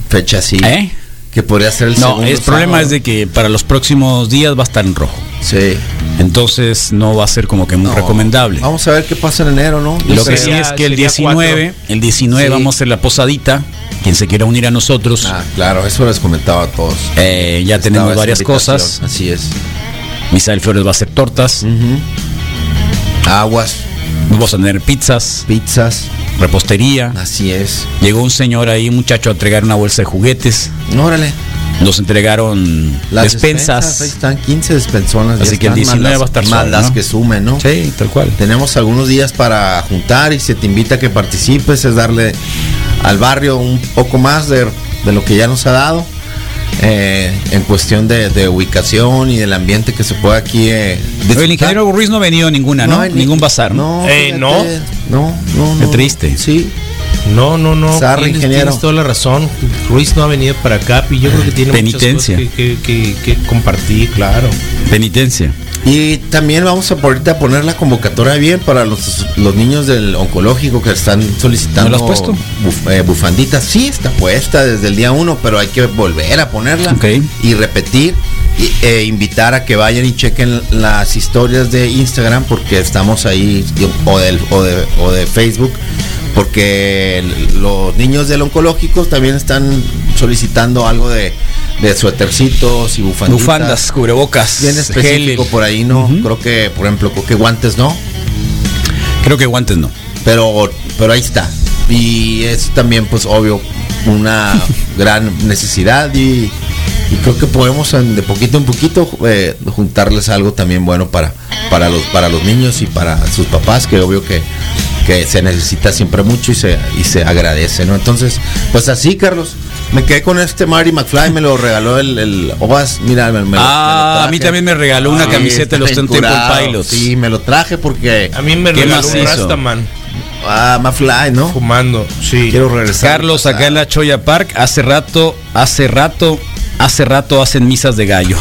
[SPEAKER 6] fecha así.
[SPEAKER 3] ¿Eh?
[SPEAKER 6] Que podría ser el
[SPEAKER 3] No,
[SPEAKER 6] segundo
[SPEAKER 3] el problema
[SPEAKER 6] sábado.
[SPEAKER 3] es de que para los próximos días va a estar en rojo.
[SPEAKER 6] Sí.
[SPEAKER 3] Entonces no va a ser como que muy
[SPEAKER 6] No.
[SPEAKER 3] recomendable.
[SPEAKER 6] Vamos a ver qué pasa en enero, ¿no?
[SPEAKER 3] Lo
[SPEAKER 6] No
[SPEAKER 3] que
[SPEAKER 6] sé.
[SPEAKER 3] sí
[SPEAKER 5] Sería-
[SPEAKER 3] es que el
[SPEAKER 5] sería
[SPEAKER 3] 19, el 19
[SPEAKER 6] Sí.
[SPEAKER 3] vamos a hacer la posadita. Quien se quiera unir a nosotros,
[SPEAKER 6] Ah, claro, eso les comentaba a todos.
[SPEAKER 3] eh, ya tenemos
[SPEAKER 6] Estaba
[SPEAKER 3] varias
[SPEAKER 6] esa invitación,
[SPEAKER 3] cosas.
[SPEAKER 6] Así es.
[SPEAKER 3] Misael Flores va a hacer tortas,
[SPEAKER 6] Aguas,
[SPEAKER 3] vamos a tener pizzas,
[SPEAKER 6] pizzas,
[SPEAKER 3] repostería.
[SPEAKER 6] así es.
[SPEAKER 3] Llegó un señor ahí, un muchacho, a entregar una bolsa de juguetes.
[SPEAKER 6] Órale.
[SPEAKER 3] Nos entregaron despensas.
[SPEAKER 6] Ahí están 15 despensonas.
[SPEAKER 3] Así
[SPEAKER 6] ya
[SPEAKER 3] que el 19
[SPEAKER 6] están, más las-
[SPEAKER 3] va a estar
[SPEAKER 6] Más
[SPEAKER 3] solo,
[SPEAKER 6] las
[SPEAKER 3] ¿no?
[SPEAKER 6] que sumen, ¿no?
[SPEAKER 3] Sí, tal cual.
[SPEAKER 6] Tenemos algunos días para juntar y se te invita a que participes, es darle al barrio un poco más de, de lo que ya nos ha dado. eh, en cuestión de, de ubicación y del ambiente que se puede aquí eh,
[SPEAKER 3] El
[SPEAKER 6] disfrutar.
[SPEAKER 3] ingeniero Ruiz no ha venido a ninguna, ¿no?
[SPEAKER 6] hay ni-
[SPEAKER 3] Ningún bazar. ¿no?
[SPEAKER 6] No,
[SPEAKER 5] Eh,
[SPEAKER 6] fíjate,
[SPEAKER 5] no.
[SPEAKER 6] no, no,
[SPEAKER 3] Qué
[SPEAKER 6] no.
[SPEAKER 3] triste.
[SPEAKER 6] Sí,
[SPEAKER 5] No, no, no.
[SPEAKER 6] Zarra,
[SPEAKER 5] tienes,
[SPEAKER 6] ingeniero.
[SPEAKER 5] tienes toda la razón. Ruiz no ha venido para acá y yo creo que tiene
[SPEAKER 3] Penitencia.
[SPEAKER 5] muchas cosas que, que- que- que compartir, claro.
[SPEAKER 3] Penitencia.
[SPEAKER 6] Y también vamos a por ahorita poner la convocatoria bien para los, los niños del oncológico que están solicitando.
[SPEAKER 3] ¿No la has puesto?
[SPEAKER 6] buf- eh, bufanditas. Sí, está puesta desde el día uno, pero hay que volver a ponerla
[SPEAKER 3] Ok.
[SPEAKER 6] y repetir y- e invitar a que vayan y chequen las historias de Instagram porque estamos ahí o, del, o, de, o de Facebook. Porque el- los niños del oncológico también están solicitando algo de, de suétercitos y bufanditas
[SPEAKER 3] Bufandas, cubrebocas,
[SPEAKER 6] bien específico
[SPEAKER 3] gel.
[SPEAKER 6] por ahí, ¿no?
[SPEAKER 3] Ujú.
[SPEAKER 6] Creo que, por ejemplo, creo que guantes no,
[SPEAKER 3] Creo que guantes no.
[SPEAKER 6] pero, pero ahí está. Y es también, pues, obvio, una gran necesidad y, y creo que podemos en- de poquito en poquito eh, juntarles algo también bueno para, para, los, para los niños y para sus papás, que obvio que, que se necesita siempre mucho y se, y se agradece, ¿no? Entonces, pues así, Carlos. Me quedé con este Mary McFly, me lo regaló el, el Obas, mira, me, me lo- me lo
[SPEAKER 3] Ah, a mí
[SPEAKER 6] traje.
[SPEAKER 3] también me regaló una
[SPEAKER 6] Sí,
[SPEAKER 3] camiseta de los
[SPEAKER 6] está
[SPEAKER 3] Ten Temple
[SPEAKER 6] curado.
[SPEAKER 3] Pilots.
[SPEAKER 6] Sí, me lo traje porque.
[SPEAKER 5] A mí me
[SPEAKER 3] ¿Qué
[SPEAKER 5] regaló
[SPEAKER 3] más
[SPEAKER 5] un
[SPEAKER 3] hizo?
[SPEAKER 5] Rastaman
[SPEAKER 6] Ah, McFly, ¿no?
[SPEAKER 5] fumando. Sí.
[SPEAKER 6] Quiero regresar.
[SPEAKER 3] Carlos, acá en la Choya Park, hace rato, hace rato, hace rato hacen misas de gallo.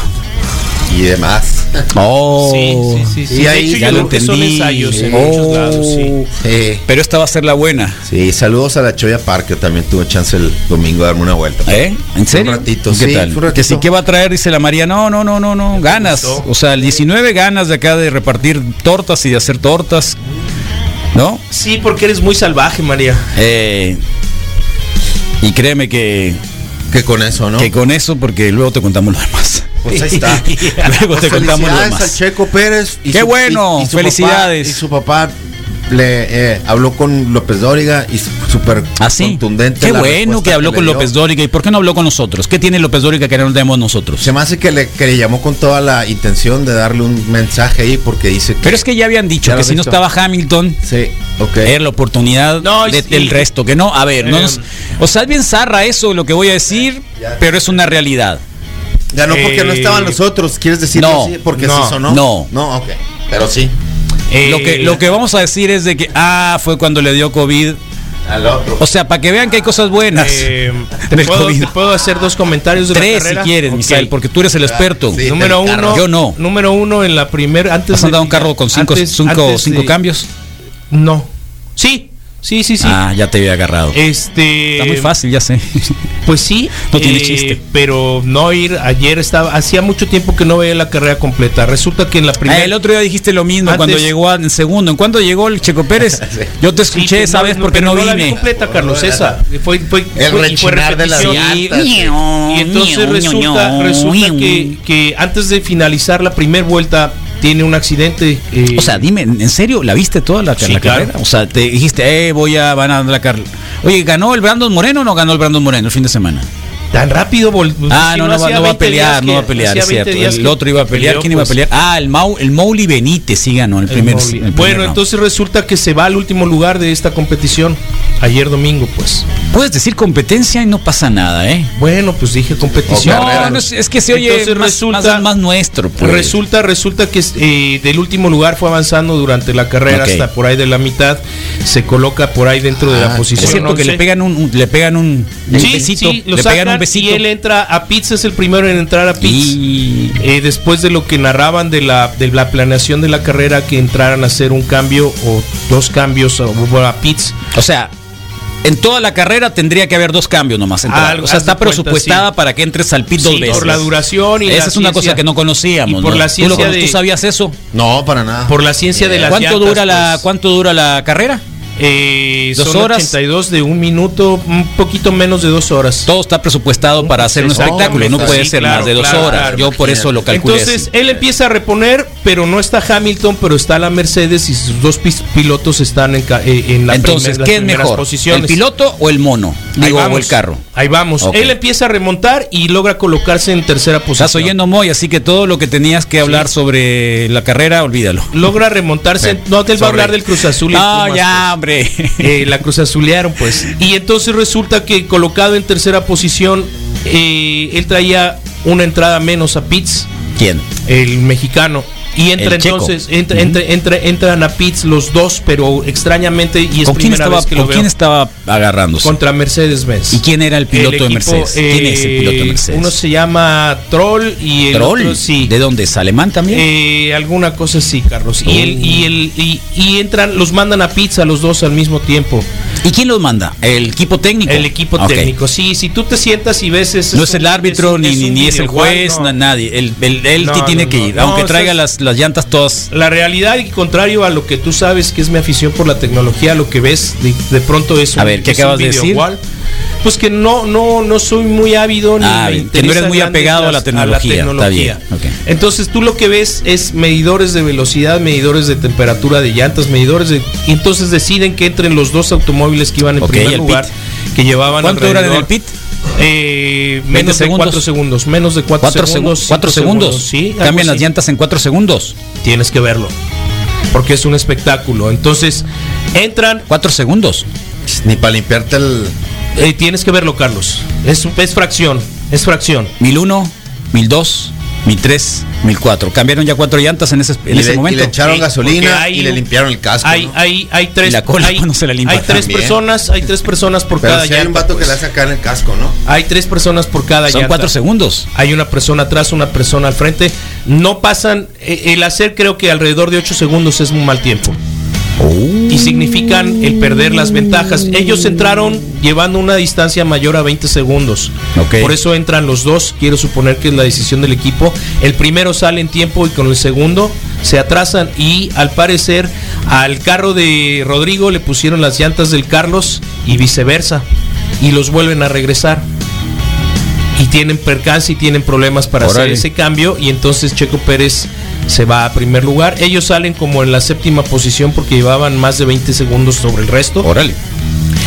[SPEAKER 6] Y demás.
[SPEAKER 3] Oh.
[SPEAKER 5] Sí, sí, sí. sí.
[SPEAKER 6] Sí,
[SPEAKER 5] De
[SPEAKER 6] ahí
[SPEAKER 5] hecho,
[SPEAKER 6] ya
[SPEAKER 5] yo
[SPEAKER 6] lo
[SPEAKER 5] creo que son
[SPEAKER 3] entendí.
[SPEAKER 5] ensayos en
[SPEAKER 3] Oh.
[SPEAKER 5] muchos lados, sí.
[SPEAKER 6] Sí.
[SPEAKER 3] Pero esta va a ser la buena.
[SPEAKER 6] Sí, saludos a la Choya Park, que también tuvo chance el domingo de darme una vuelta.
[SPEAKER 3] ¿Eh? ¿En serio?
[SPEAKER 6] ratito,
[SPEAKER 3] ¿Qué
[SPEAKER 6] sí,
[SPEAKER 3] tal?
[SPEAKER 6] fue un ratito.
[SPEAKER 3] Que sí, ¿qué va a traer? Dice la María. No, no, no, no, no. Ganas. O sea, el 19 ganas de acá de repartir tortas y de hacer tortas. ¿No?
[SPEAKER 5] Sí, porque eres muy salvaje, María.
[SPEAKER 3] Eh, y créeme que,
[SPEAKER 6] Que con eso, ¿no?
[SPEAKER 3] que con eso, porque luego te contamos lo demás.
[SPEAKER 6] Pues ahí está.
[SPEAKER 3] luego te
[SPEAKER 6] Pues
[SPEAKER 3] contamos lo
[SPEAKER 6] felicidades al
[SPEAKER 3] demás.
[SPEAKER 6] Checo Pérez.
[SPEAKER 3] ¡Qué bueno!
[SPEAKER 6] papá-
[SPEAKER 3] Felicidades.
[SPEAKER 6] y su papá le eh, habló con López Dóriga y su- súper
[SPEAKER 3] Así.
[SPEAKER 6] contundente.
[SPEAKER 3] ¿Ah, Qué
[SPEAKER 6] la
[SPEAKER 3] bueno
[SPEAKER 6] respuesta
[SPEAKER 3] que habló
[SPEAKER 6] le
[SPEAKER 3] con
[SPEAKER 6] dio.
[SPEAKER 3] López Dóriga. ¿Y por qué no habló con nosotros? ¿Qué tiene López Dóriga que no tenemos nosotros?
[SPEAKER 6] Se me hace que le, que le llamó con toda la intención de darle un mensaje ahí porque dice que.
[SPEAKER 3] Pero es que ya habían dicho
[SPEAKER 6] Ya lo
[SPEAKER 3] que si no
[SPEAKER 6] dicho.
[SPEAKER 3] estaba Hamilton,
[SPEAKER 6] Sí, ok.
[SPEAKER 3] era la oportunidad
[SPEAKER 5] No, y-
[SPEAKER 3] de- del
[SPEAKER 5] y-
[SPEAKER 3] resto. Que no, a ver, no
[SPEAKER 5] Eh,
[SPEAKER 3] nos- o sea, es bien zarra eso lo que voy a decir,
[SPEAKER 6] Ya.
[SPEAKER 3] pero es una realidad.
[SPEAKER 6] Ganó porque no
[SPEAKER 5] Eh,
[SPEAKER 6] estaban los otros, ¿quieres decir
[SPEAKER 3] no,
[SPEAKER 6] Porque
[SPEAKER 5] no,
[SPEAKER 6] sí sonó.
[SPEAKER 3] no.
[SPEAKER 6] No, ok. Pero sí.
[SPEAKER 5] Eh,
[SPEAKER 3] Lo, que, lo que vamos a decir es de que, ah, fue cuando le dio COVID.
[SPEAKER 6] Al otro.
[SPEAKER 3] O sea, para que vean que hay cosas buenas.
[SPEAKER 5] eh, te,
[SPEAKER 3] del
[SPEAKER 5] puedo,
[SPEAKER 3] COVID.
[SPEAKER 5] te puedo hacer dos comentarios de la
[SPEAKER 3] Tres si
[SPEAKER 5] carrera?
[SPEAKER 3] quieres,
[SPEAKER 5] Ok.
[SPEAKER 3] Misael, porque tú eres el experto.
[SPEAKER 6] Sí.
[SPEAKER 5] Número
[SPEAKER 6] del carro.
[SPEAKER 5] uno.
[SPEAKER 3] Yo no.
[SPEAKER 5] Número uno en la primera. Antes
[SPEAKER 3] ¿Has
[SPEAKER 5] de-
[SPEAKER 3] andado un carro con cinco,
[SPEAKER 5] antes-
[SPEAKER 3] cinco,
[SPEAKER 5] antes
[SPEAKER 3] cinco
[SPEAKER 5] de-
[SPEAKER 3] cambios?
[SPEAKER 5] No. Sí, sí, sí, sí.
[SPEAKER 3] Ah, ya te había agarrado.
[SPEAKER 5] Este.
[SPEAKER 3] Está muy fácil, ya sé.
[SPEAKER 5] Pues sí,
[SPEAKER 3] No tiene chiste.
[SPEAKER 5] Pero no ir ayer estaba hacía mucho tiempo que no veía la carrera completa. Resulta que en la
[SPEAKER 3] Ah,
[SPEAKER 5] primera
[SPEAKER 3] el otro día dijiste lo mismo
[SPEAKER 5] Antes-
[SPEAKER 3] cuando llegó a- en segundo. ¿En cuándo llegó el Checo Pérez? Yo te
[SPEAKER 5] Sí,
[SPEAKER 3] escuché
[SPEAKER 5] pero
[SPEAKER 3] esa vez porque
[SPEAKER 5] pero
[SPEAKER 3] no,
[SPEAKER 5] la vi
[SPEAKER 3] vine.
[SPEAKER 5] completa Carlos esa. Eh, Fue, fue- fue-
[SPEAKER 6] El
[SPEAKER 5] y fue
[SPEAKER 6] rechinar de la
[SPEAKER 5] repetición.
[SPEAKER 6] llantas.
[SPEAKER 3] Sí.
[SPEAKER 5] Y entonces resulta, resulta que, que antes de finalizar la primera vuelta tiene un accidente. eh,
[SPEAKER 3] O sea, dime, ¿en serio la viste toda la,
[SPEAKER 5] Sí,
[SPEAKER 3] la
[SPEAKER 5] claro.
[SPEAKER 3] carrera? O sea, te dijiste, eh, voy a van a la carrera. Oye, ¿ganó el Brandon Moreno o no ganó el Brandon Moreno el fin de semana?
[SPEAKER 5] Pues tan rápido. vol-
[SPEAKER 3] Ah,
[SPEAKER 5] si
[SPEAKER 3] no, no, va,
[SPEAKER 5] hacía
[SPEAKER 3] no va a
[SPEAKER 5] 20 días
[SPEAKER 3] pelear, no
[SPEAKER 5] que-
[SPEAKER 3] va a pelear,
[SPEAKER 5] hacía
[SPEAKER 3] es
[SPEAKER 5] 20
[SPEAKER 3] cierto.
[SPEAKER 5] días
[SPEAKER 3] El
[SPEAKER 5] que
[SPEAKER 3] otro iba a pelear,
[SPEAKER 5] peleó,
[SPEAKER 3] ¿quién iba a
[SPEAKER 5] pues,
[SPEAKER 3] pelear? Ah, el, Mau, el Mowgli Benítez sí ganó el
[SPEAKER 5] el
[SPEAKER 3] primer.
[SPEAKER 5] móvil.
[SPEAKER 3] el primer
[SPEAKER 5] bueno,
[SPEAKER 3] round.
[SPEAKER 5] entonces resulta que se va al último lugar de esta competición. Ayer domingo, pues.
[SPEAKER 3] Puedes decir competencia y no pasa nada, ¿eh?
[SPEAKER 5] Bueno, pues dije competición.
[SPEAKER 3] No, no, es, es que se oye
[SPEAKER 5] Entonces
[SPEAKER 3] más,
[SPEAKER 5] resulta-
[SPEAKER 3] más- más nuestro. pues.
[SPEAKER 5] Resulta, resulta que eh, del último lugar fue avanzando durante la carrera
[SPEAKER 3] Ok.
[SPEAKER 5] hasta por ahí de la mitad. Se coloca por ahí dentro de la posición.
[SPEAKER 3] Ah, es cierto que
[SPEAKER 5] 11.
[SPEAKER 3] le pegan un, un- le pegan un, un
[SPEAKER 5] Sí,
[SPEAKER 3] besito,
[SPEAKER 5] sí, lo
[SPEAKER 3] le pegan
[SPEAKER 5] sacan
[SPEAKER 3] un besito.
[SPEAKER 5] Y él entra a Pitts, es el primero en entrar a Pitts.
[SPEAKER 3] Y-
[SPEAKER 5] Eh, después de lo que narraban de la, de la planeación de la carrera, que entraran a hacer un cambio o dos cambios o- o a Pitts.
[SPEAKER 3] o sea, en toda la carrera tendría que haber dos cambios nomás. en toda-
[SPEAKER 5] Algo-
[SPEAKER 3] o sea,
[SPEAKER 5] haz
[SPEAKER 3] está
[SPEAKER 5] de cuenta,
[SPEAKER 3] presupuestada
[SPEAKER 5] sí.
[SPEAKER 3] para que entres al pit dos
[SPEAKER 5] Sí,
[SPEAKER 3] veces.
[SPEAKER 5] Por la duración y
[SPEAKER 3] Esa
[SPEAKER 5] la
[SPEAKER 3] es una
[SPEAKER 5] ciencia-
[SPEAKER 3] cosa que no conocíamos.
[SPEAKER 5] y por
[SPEAKER 3] ¿no?
[SPEAKER 5] la
[SPEAKER 3] ¿Tú
[SPEAKER 5] ciencia
[SPEAKER 3] lo conoces?
[SPEAKER 5] de-
[SPEAKER 3] ¿Tú sabías eso?
[SPEAKER 6] No, para nada.
[SPEAKER 5] Por la ciencia de las
[SPEAKER 3] ¿Cuánto
[SPEAKER 5] llantas,
[SPEAKER 3] dura la
[SPEAKER 5] pues.
[SPEAKER 3] cuánto dura la carrera?
[SPEAKER 5] Eh,
[SPEAKER 3] ¿Dos
[SPEAKER 5] son
[SPEAKER 3] horas?
[SPEAKER 5] 82 de un minuto, un poquito menos de dos horas.
[SPEAKER 3] Todo está presupuestado para hacer un
[SPEAKER 5] Exacto.
[SPEAKER 3] espectáculo y no
[SPEAKER 6] Sí,
[SPEAKER 3] puede ser
[SPEAKER 5] claro,
[SPEAKER 3] más de dos
[SPEAKER 5] claro,
[SPEAKER 3] horas.
[SPEAKER 5] claro.
[SPEAKER 3] Yo por eso lo calculé.
[SPEAKER 5] Entonces
[SPEAKER 3] así.
[SPEAKER 5] él empieza a reponer, pero no está Hamilton, pero está la Mercedes y sus dos pis- pilotos están en, ca- eh, en la
[SPEAKER 3] Entonces,
[SPEAKER 5] primer- las
[SPEAKER 3] ¿qué es
[SPEAKER 5] primeras
[SPEAKER 3] mejor?
[SPEAKER 5] posiciones.
[SPEAKER 3] ¿El piloto o el mono?
[SPEAKER 5] Ahí
[SPEAKER 3] Digo, o
[SPEAKER 5] vamos,
[SPEAKER 3] el carro.
[SPEAKER 5] Ahí vamos.
[SPEAKER 3] Ok.
[SPEAKER 5] Él empieza a remontar y logra colocarse en tercera posición.
[SPEAKER 3] Estás oyendo Moy, así que todo lo que tenías que hablar sobre la carrera, olvídalo.
[SPEAKER 5] Logra remontarse.
[SPEAKER 6] Ven,
[SPEAKER 5] no, él va a
[SPEAKER 6] sorry.
[SPEAKER 5] hablar del Cruz Azul. y
[SPEAKER 3] No,
[SPEAKER 5] Pumas, pues.
[SPEAKER 3] ya, hombre.
[SPEAKER 5] Eh, la cruzazulearon pues. Y entonces resulta que colocado en tercera posición, eh, él traía una entrada menos a Pitts,
[SPEAKER 3] ¿Quién?
[SPEAKER 5] el mexicano. Y entra
[SPEAKER 3] El checo.
[SPEAKER 5] entonces, entra,
[SPEAKER 3] Ujú.
[SPEAKER 5] entra, entra- entran a Pitts los dos, pero extrañamente, y es
[SPEAKER 3] ¿Con quién
[SPEAKER 5] primera
[SPEAKER 3] estaba,
[SPEAKER 5] vez que
[SPEAKER 3] con
[SPEAKER 5] lo veo,
[SPEAKER 3] quién estaba agarrándose?
[SPEAKER 5] contra Mercedes-Benz.
[SPEAKER 3] ¿Y quién era el piloto
[SPEAKER 5] El
[SPEAKER 3] de
[SPEAKER 5] equipo,
[SPEAKER 3] Mercedes? ¿Quién es el piloto de
[SPEAKER 5] eh,
[SPEAKER 3] Mercedes?
[SPEAKER 5] Uno se llama Troll y el
[SPEAKER 3] ¿Troll?
[SPEAKER 5] otro sí.
[SPEAKER 3] ¿De dónde es? ¿Alemán también?
[SPEAKER 5] Eh, alguna cosa sí, Carlos. Y, el,
[SPEAKER 3] Oh.
[SPEAKER 5] y, el, y, y entran, los mandan a pizza los dos al mismo tiempo.
[SPEAKER 3] ¿Y quién los manda? ¿El equipo técnico?
[SPEAKER 5] El equipo
[SPEAKER 3] Ah, Ok.
[SPEAKER 5] técnico. Sí, si tú te sientas y ves ese-
[SPEAKER 3] No es el árbitro,
[SPEAKER 5] un-
[SPEAKER 3] ni,
[SPEAKER 5] es
[SPEAKER 3] ni,
[SPEAKER 5] un
[SPEAKER 3] ni es el
[SPEAKER 5] video igual,
[SPEAKER 3] juez,
[SPEAKER 5] no.
[SPEAKER 3] na- nadie. Él, él, él
[SPEAKER 5] No,
[SPEAKER 3] sí
[SPEAKER 5] no,
[SPEAKER 3] tiene
[SPEAKER 5] no,
[SPEAKER 3] que ir,
[SPEAKER 5] no,
[SPEAKER 3] aunque
[SPEAKER 5] eso
[SPEAKER 3] traiga
[SPEAKER 5] es-
[SPEAKER 3] las, las llantas todas.
[SPEAKER 5] La realidad y contrario a lo que tú sabes que es mi afición por la tecnología, lo que ves de, de pronto es
[SPEAKER 3] A ver, ¿qué
[SPEAKER 5] es un
[SPEAKER 3] acabas de
[SPEAKER 5] video
[SPEAKER 3] decir?
[SPEAKER 5] igual. Pues que no, no, no soy muy ávido ni
[SPEAKER 3] Ah,
[SPEAKER 5] me
[SPEAKER 3] bien, que no eres
[SPEAKER 5] interesan
[SPEAKER 3] muy
[SPEAKER 5] grandes
[SPEAKER 3] apegado a la
[SPEAKER 5] las-
[SPEAKER 3] tecnología, está
[SPEAKER 5] tecnología.
[SPEAKER 3] bien, ok.
[SPEAKER 5] Entonces tú lo que ves es medidores de velocidad, medidores de temperatura de llantas, medidores de. Y entonces deciden que entren los dos automóviles que iban en
[SPEAKER 3] Ok, ¿y
[SPEAKER 5] primer
[SPEAKER 3] el
[SPEAKER 5] lugar, que llevaban.
[SPEAKER 3] ¿Cuánto duran en
[SPEAKER 5] alrededor-
[SPEAKER 3] el pit?
[SPEAKER 5] Eh,
[SPEAKER 3] 20
[SPEAKER 5] menos
[SPEAKER 3] segundos.
[SPEAKER 5] de 4 segundos. Menos de 4
[SPEAKER 3] ¿Cuatro
[SPEAKER 5] segundos.
[SPEAKER 3] segundos? ¿Cuatro
[SPEAKER 5] cinco
[SPEAKER 3] segundos?
[SPEAKER 5] Sí, algo
[SPEAKER 3] ¿Cambian las
[SPEAKER 5] así.
[SPEAKER 3] llantas en cuatro segundos?
[SPEAKER 5] Tienes que verlo. Porque es un espectáculo. Entonces, entran.
[SPEAKER 3] ¿Cuatro segundos?
[SPEAKER 6] Ni para limpiarte el.
[SPEAKER 5] eh, tienes que verlo, Carlos. Es, es fracción. Es fracción.
[SPEAKER 3] 1001, 1002, 1003, 1004. Cambiaron ya cuatro llantas en ese, en
[SPEAKER 6] y,
[SPEAKER 3] ese
[SPEAKER 6] le,
[SPEAKER 3] momento.
[SPEAKER 6] y le echaron
[SPEAKER 5] Sí, porque
[SPEAKER 6] gasolina
[SPEAKER 5] hay
[SPEAKER 6] y le
[SPEAKER 5] un-
[SPEAKER 6] limpiaron el casco.
[SPEAKER 5] Hay,
[SPEAKER 6] ¿no?
[SPEAKER 5] hay, hay tres,
[SPEAKER 3] Y la cola
[SPEAKER 5] hay,
[SPEAKER 3] cuando se la limpia
[SPEAKER 5] hay tres
[SPEAKER 6] también.
[SPEAKER 5] personas, hay tres personas por
[SPEAKER 6] Pero
[SPEAKER 5] cada
[SPEAKER 6] si hay
[SPEAKER 5] llanta.
[SPEAKER 6] un vato
[SPEAKER 5] pues.
[SPEAKER 6] que le sacan el casco, ¿no?
[SPEAKER 5] Hay tres personas por cada
[SPEAKER 3] Son
[SPEAKER 5] llanta.
[SPEAKER 3] cuatro segundos.
[SPEAKER 5] Hay una persona atrás, una persona al frente. No pasan. eh, El hacer creo que alrededor de 8 segundos es un mal tiempo. Y significan el perder las ventajas. Ellos entraron llevando una distancia mayor a 20 segundos.
[SPEAKER 3] Ok.
[SPEAKER 5] Por eso entran los dos. Quiero suponer que es la decisión del equipo. El primero sale en tiempo y con el segundo se atrasan. Y al parecer al carro de Rodrigo le pusieron las llantas del Carlos y viceversa. Y los vuelven a regresar y tienen percance y tienen problemas para hacer
[SPEAKER 3] Órale.
[SPEAKER 5] ese cambio y entonces Checo Pérez se va a primer lugar. Ellos salen como en la séptima posición porque llevaban más de 20 segundos sobre el resto.
[SPEAKER 3] Órale.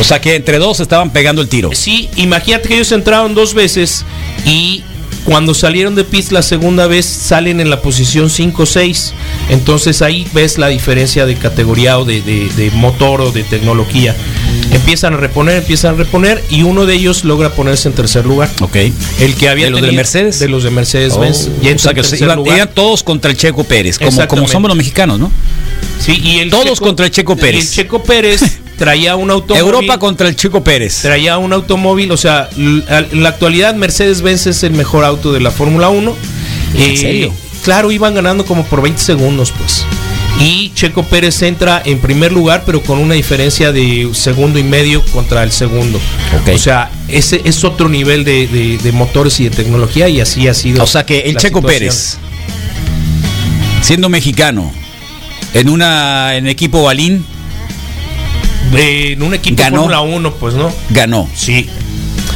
[SPEAKER 3] O sea que entre dos estaban pegando el tiro.
[SPEAKER 5] Sí, imagínate que ellos entraron dos veces y cuando salieron de pits la segunda vez salen en la posición 5-6. Entonces ahí ves la diferencia de categoría o de, de- de motor o de tecnología. Empiezan a reponer, empiezan a reponer y uno de ellos logra ponerse en tercer lugar.
[SPEAKER 3] Ok.
[SPEAKER 5] El que había
[SPEAKER 3] ¿De los de
[SPEAKER 5] tenido-
[SPEAKER 3] Mercedes?
[SPEAKER 5] De los de Mercedes Benz.
[SPEAKER 3] Oh, o sea que se iban, iban todos contra el Checo Pérez, como, como
[SPEAKER 5] Exactamente.
[SPEAKER 3] somos los mexicanos, ¿no?
[SPEAKER 5] y el
[SPEAKER 3] todos contra el Checo Pérez.
[SPEAKER 5] y el Checo Pérez traía un automóvil.
[SPEAKER 3] Europa contra el Checo Pérez.
[SPEAKER 5] traía un automóvil, o sea, l- al- en la actualidad Mercedes Benz es el mejor auto de la Fórmula 1.
[SPEAKER 3] ¿En serio?
[SPEAKER 5] Claro, iban ganando como por 20 segundos, pues. Y Checo Pérez entra en primer lugar, pero con una diferencia de segundo y medio contra el segundo.
[SPEAKER 3] Ok.
[SPEAKER 5] O sea, ese es otro nivel de, de- de motores y de tecnología y así ha sido.
[SPEAKER 3] O sea que el
[SPEAKER 5] la
[SPEAKER 3] Checo
[SPEAKER 5] situación.
[SPEAKER 3] Pérez, siendo mexicano, en una en equipo balín,
[SPEAKER 5] Eh, en un equipo
[SPEAKER 3] Ganó.
[SPEAKER 5] Fórmula 1, pues no.
[SPEAKER 3] ganó.
[SPEAKER 5] Sí.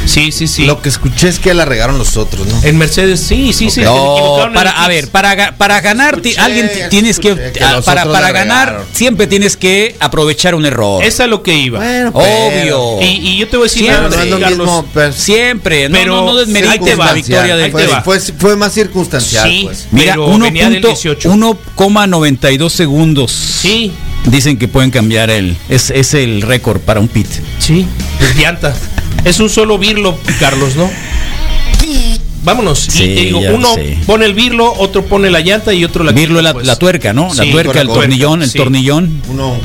[SPEAKER 5] Sí, sí, sí.
[SPEAKER 6] Lo que escuché es que la regaron los otros, ¿no?
[SPEAKER 5] En Mercedes, sí, sí, sí. se
[SPEAKER 3] No,
[SPEAKER 5] equivocaron en
[SPEAKER 3] para,
[SPEAKER 5] el
[SPEAKER 3] a
[SPEAKER 5] kit.
[SPEAKER 3] ver, para, ga- para ganar, ti-
[SPEAKER 6] Escuché,
[SPEAKER 3] alguien ti-
[SPEAKER 6] ya
[SPEAKER 3] tienes que,
[SPEAKER 6] escuché que
[SPEAKER 3] ah,
[SPEAKER 6] los
[SPEAKER 3] para,
[SPEAKER 6] otros
[SPEAKER 3] para
[SPEAKER 6] la
[SPEAKER 3] ganar,
[SPEAKER 6] regaron.
[SPEAKER 3] siempre tienes que aprovechar un error.
[SPEAKER 5] Es a lo que iba.
[SPEAKER 6] Bueno, pero-
[SPEAKER 3] Obvio.
[SPEAKER 5] Y, y yo te voy a decir
[SPEAKER 6] Pero
[SPEAKER 3] Siempre,
[SPEAKER 5] algo,
[SPEAKER 6] no es lo
[SPEAKER 5] Carlos.
[SPEAKER 6] mismo, pero-
[SPEAKER 3] siempre, no,
[SPEAKER 5] Pero
[SPEAKER 3] no, no desmerites
[SPEAKER 5] ahí te va,
[SPEAKER 3] la victoria
[SPEAKER 6] circunstancial.
[SPEAKER 3] del
[SPEAKER 5] ahí te va.
[SPEAKER 6] fue, fue, fue más circunstancial,
[SPEAKER 5] Sí.
[SPEAKER 6] pues.
[SPEAKER 3] Mira,
[SPEAKER 5] Pero
[SPEAKER 3] uno
[SPEAKER 5] venía del
[SPEAKER 3] punto-
[SPEAKER 5] 18.
[SPEAKER 3] 1,92 segundos.
[SPEAKER 5] Sí,
[SPEAKER 3] Dicen que pueden cambiar el. Es, es el récord para un pit.
[SPEAKER 5] sí. Es llanta. Es un solo virlo, Carlos, ¿no? Vámonos. Y
[SPEAKER 3] Sí,
[SPEAKER 5] te digo,
[SPEAKER 3] ya
[SPEAKER 5] uno
[SPEAKER 3] sé.
[SPEAKER 5] pone el virlo, otro pone la llanta y otro la
[SPEAKER 3] Virlo la,
[SPEAKER 5] pues.
[SPEAKER 3] la tuerca, ¿no? la
[SPEAKER 5] Sí,
[SPEAKER 3] tuerca, el
[SPEAKER 6] correcto.
[SPEAKER 3] tornillón, el
[SPEAKER 5] Sí.
[SPEAKER 3] tornillón.
[SPEAKER 6] Uno,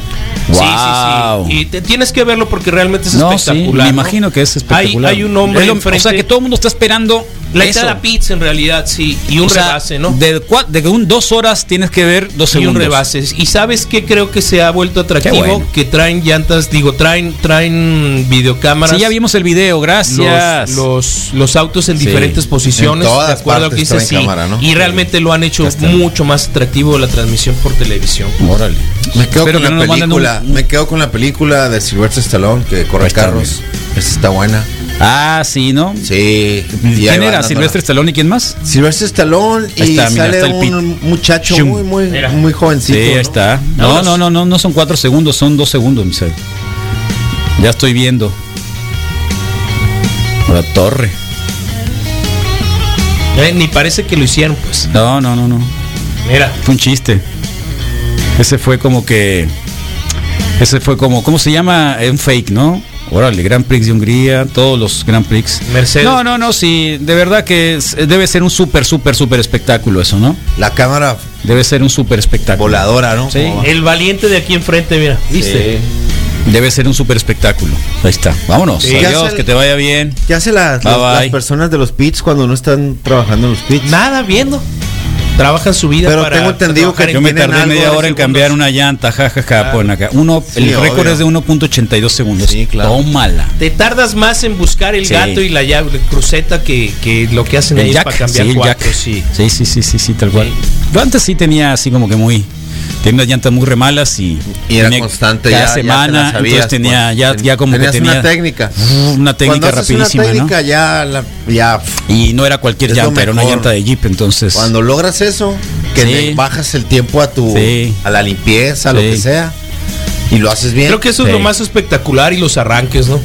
[SPEAKER 5] Sí, sí,
[SPEAKER 3] Wow.
[SPEAKER 5] sí. Y te, tienes que verlo porque realmente es
[SPEAKER 3] No, sí,
[SPEAKER 5] espectacular.
[SPEAKER 3] me
[SPEAKER 5] ¿no?
[SPEAKER 3] imagino que es espectacular.
[SPEAKER 5] Hay, hay un hombre
[SPEAKER 3] Es lo-
[SPEAKER 5] enfrente.
[SPEAKER 3] O sea que todo el mundo está esperando.
[SPEAKER 5] La
[SPEAKER 3] eso.
[SPEAKER 5] entrada a pits en realidad, sí. Y un
[SPEAKER 3] O sea,
[SPEAKER 5] rebase, ¿no?
[SPEAKER 3] De, cua- de un dos horas tienes que ver dos
[SPEAKER 5] y un
[SPEAKER 3] segundos.
[SPEAKER 5] rebase. Y sabes que creo que se ha vuelto atractivo
[SPEAKER 3] Qué bueno.
[SPEAKER 5] que traen llantas, digo, traen, traen videocámaras.
[SPEAKER 3] Sí, ya vimos el video, gracias.
[SPEAKER 5] los, los, los autos en
[SPEAKER 3] Sí.
[SPEAKER 5] diferentes posiciones,
[SPEAKER 6] En todas
[SPEAKER 5] de acuerdo a lo
[SPEAKER 6] partes
[SPEAKER 5] que dice,
[SPEAKER 6] traen
[SPEAKER 5] sí,
[SPEAKER 6] cámara, ¿no?
[SPEAKER 5] y realmente lo han hecho
[SPEAKER 6] Ya está.
[SPEAKER 5] mucho más atractivo la transmisión por televisión.
[SPEAKER 3] Órale.
[SPEAKER 6] Me quedo
[SPEAKER 3] Espero que
[SPEAKER 6] con
[SPEAKER 3] no
[SPEAKER 6] la
[SPEAKER 3] nos manden un-
[SPEAKER 6] película. Me quedo con la película de Sylvester Stallone que corre
[SPEAKER 3] Ahí está,
[SPEAKER 6] carros. Esa está buena.
[SPEAKER 3] Ah, sí, ¿no?
[SPEAKER 6] Sí. y ahí
[SPEAKER 3] ¿Quién
[SPEAKER 6] va
[SPEAKER 3] era?
[SPEAKER 6] dándola.
[SPEAKER 3] ¿Silvestre Stallone y quién más?
[SPEAKER 6] Sylvester Stallone y
[SPEAKER 3] Ahí está, mira,
[SPEAKER 6] sale
[SPEAKER 3] está el
[SPEAKER 6] un muchacho
[SPEAKER 3] Shum.
[SPEAKER 6] muy muy
[SPEAKER 5] Mira.
[SPEAKER 6] muy jovencito.
[SPEAKER 3] sí, ahí
[SPEAKER 6] ¿no?
[SPEAKER 3] está. No, no, no, no, no son cuatro segundos, son dos segundos, Michel. Ya estoy viendo. La torre.
[SPEAKER 5] Eh, ni parece que lo hicieron, pues.
[SPEAKER 3] No, no, no, no.
[SPEAKER 5] Mira,
[SPEAKER 3] Fue un chiste. Ese fue como que. Ese fue como. ¿Cómo se llama? Eh, Un fake, ¿no? Órale, Grand Prix de Hungría, todos los Grand Prix.
[SPEAKER 5] Mercedes.
[SPEAKER 3] No, no, no, sí. De verdad que es- debe ser un súper, súper, súper espectáculo eso, ¿no?
[SPEAKER 6] La cámara
[SPEAKER 3] Debe ser un súper espectáculo.
[SPEAKER 6] voladora, ¿no?
[SPEAKER 3] Sí.
[SPEAKER 6] Como va.
[SPEAKER 5] el valiente de aquí enfrente, mira, ¿viste?
[SPEAKER 3] Debe ser un súper espectáculo. Ahí está. Vámonos.
[SPEAKER 6] Sí. Ya
[SPEAKER 3] Adiós,
[SPEAKER 6] sale-
[SPEAKER 3] que te vaya bien.
[SPEAKER 6] ¿Qué hacen las,
[SPEAKER 3] Bye,
[SPEAKER 6] las- las
[SPEAKER 3] bye.
[SPEAKER 6] personas de los pits cuando no están trabajando en los pits?
[SPEAKER 5] Nada viendo. Trabajan su vida
[SPEAKER 6] Pero
[SPEAKER 5] para
[SPEAKER 6] tengo entendido
[SPEAKER 5] trabajar
[SPEAKER 6] que
[SPEAKER 3] Yo
[SPEAKER 5] en-
[SPEAKER 3] me
[SPEAKER 6] tienen
[SPEAKER 3] tardé
[SPEAKER 6] algo
[SPEAKER 3] media
[SPEAKER 6] de
[SPEAKER 3] hora en cambiar una llanta, jajaja, pon acá. Uno,
[SPEAKER 6] Sí,
[SPEAKER 3] el récord
[SPEAKER 6] obvio.
[SPEAKER 3] es de 1.82 segundos.
[SPEAKER 6] Sí, claro.
[SPEAKER 3] Tómala.
[SPEAKER 5] te tardas más en buscar el
[SPEAKER 3] Sí.
[SPEAKER 5] gato y la llave, cruceta que, que lo que hacen
[SPEAKER 3] El
[SPEAKER 5] ahí
[SPEAKER 3] jack,
[SPEAKER 5] para cambiar
[SPEAKER 3] sí, el
[SPEAKER 5] cuatro,
[SPEAKER 3] jack.
[SPEAKER 5] sí.
[SPEAKER 3] Sí, sí, sí, sí, sí, tal cual. Yo antes sí tenía así como que muy. Tenía unas llantas muy remalas y.
[SPEAKER 6] Y era
[SPEAKER 3] tenía
[SPEAKER 6] constante
[SPEAKER 3] cada
[SPEAKER 6] ya- ya te la
[SPEAKER 3] semana.
[SPEAKER 6] sabías,
[SPEAKER 3] entonces tenía
[SPEAKER 6] pues.
[SPEAKER 3] ya, ya como que
[SPEAKER 6] Tenías
[SPEAKER 3] tenía.
[SPEAKER 6] una técnica.
[SPEAKER 3] Una técnica
[SPEAKER 6] Cuando haces una
[SPEAKER 3] rapidísima,
[SPEAKER 6] técnica, ya la- ya
[SPEAKER 3] ¿no? Y no era cualquier
[SPEAKER 6] Es lo
[SPEAKER 3] llanta, era una
[SPEAKER 6] mejor.
[SPEAKER 3] llanta de jeep, entonces.
[SPEAKER 6] cuando logras eso, que
[SPEAKER 3] Sí.
[SPEAKER 6] le bajas el tiempo a tu
[SPEAKER 3] Sí.
[SPEAKER 6] a la limpieza, a lo
[SPEAKER 3] Sí.
[SPEAKER 6] que sea y lo haces bien.
[SPEAKER 5] Creo que eso es
[SPEAKER 3] Sí.
[SPEAKER 5] lo más espectacular y los arranques, ¿no?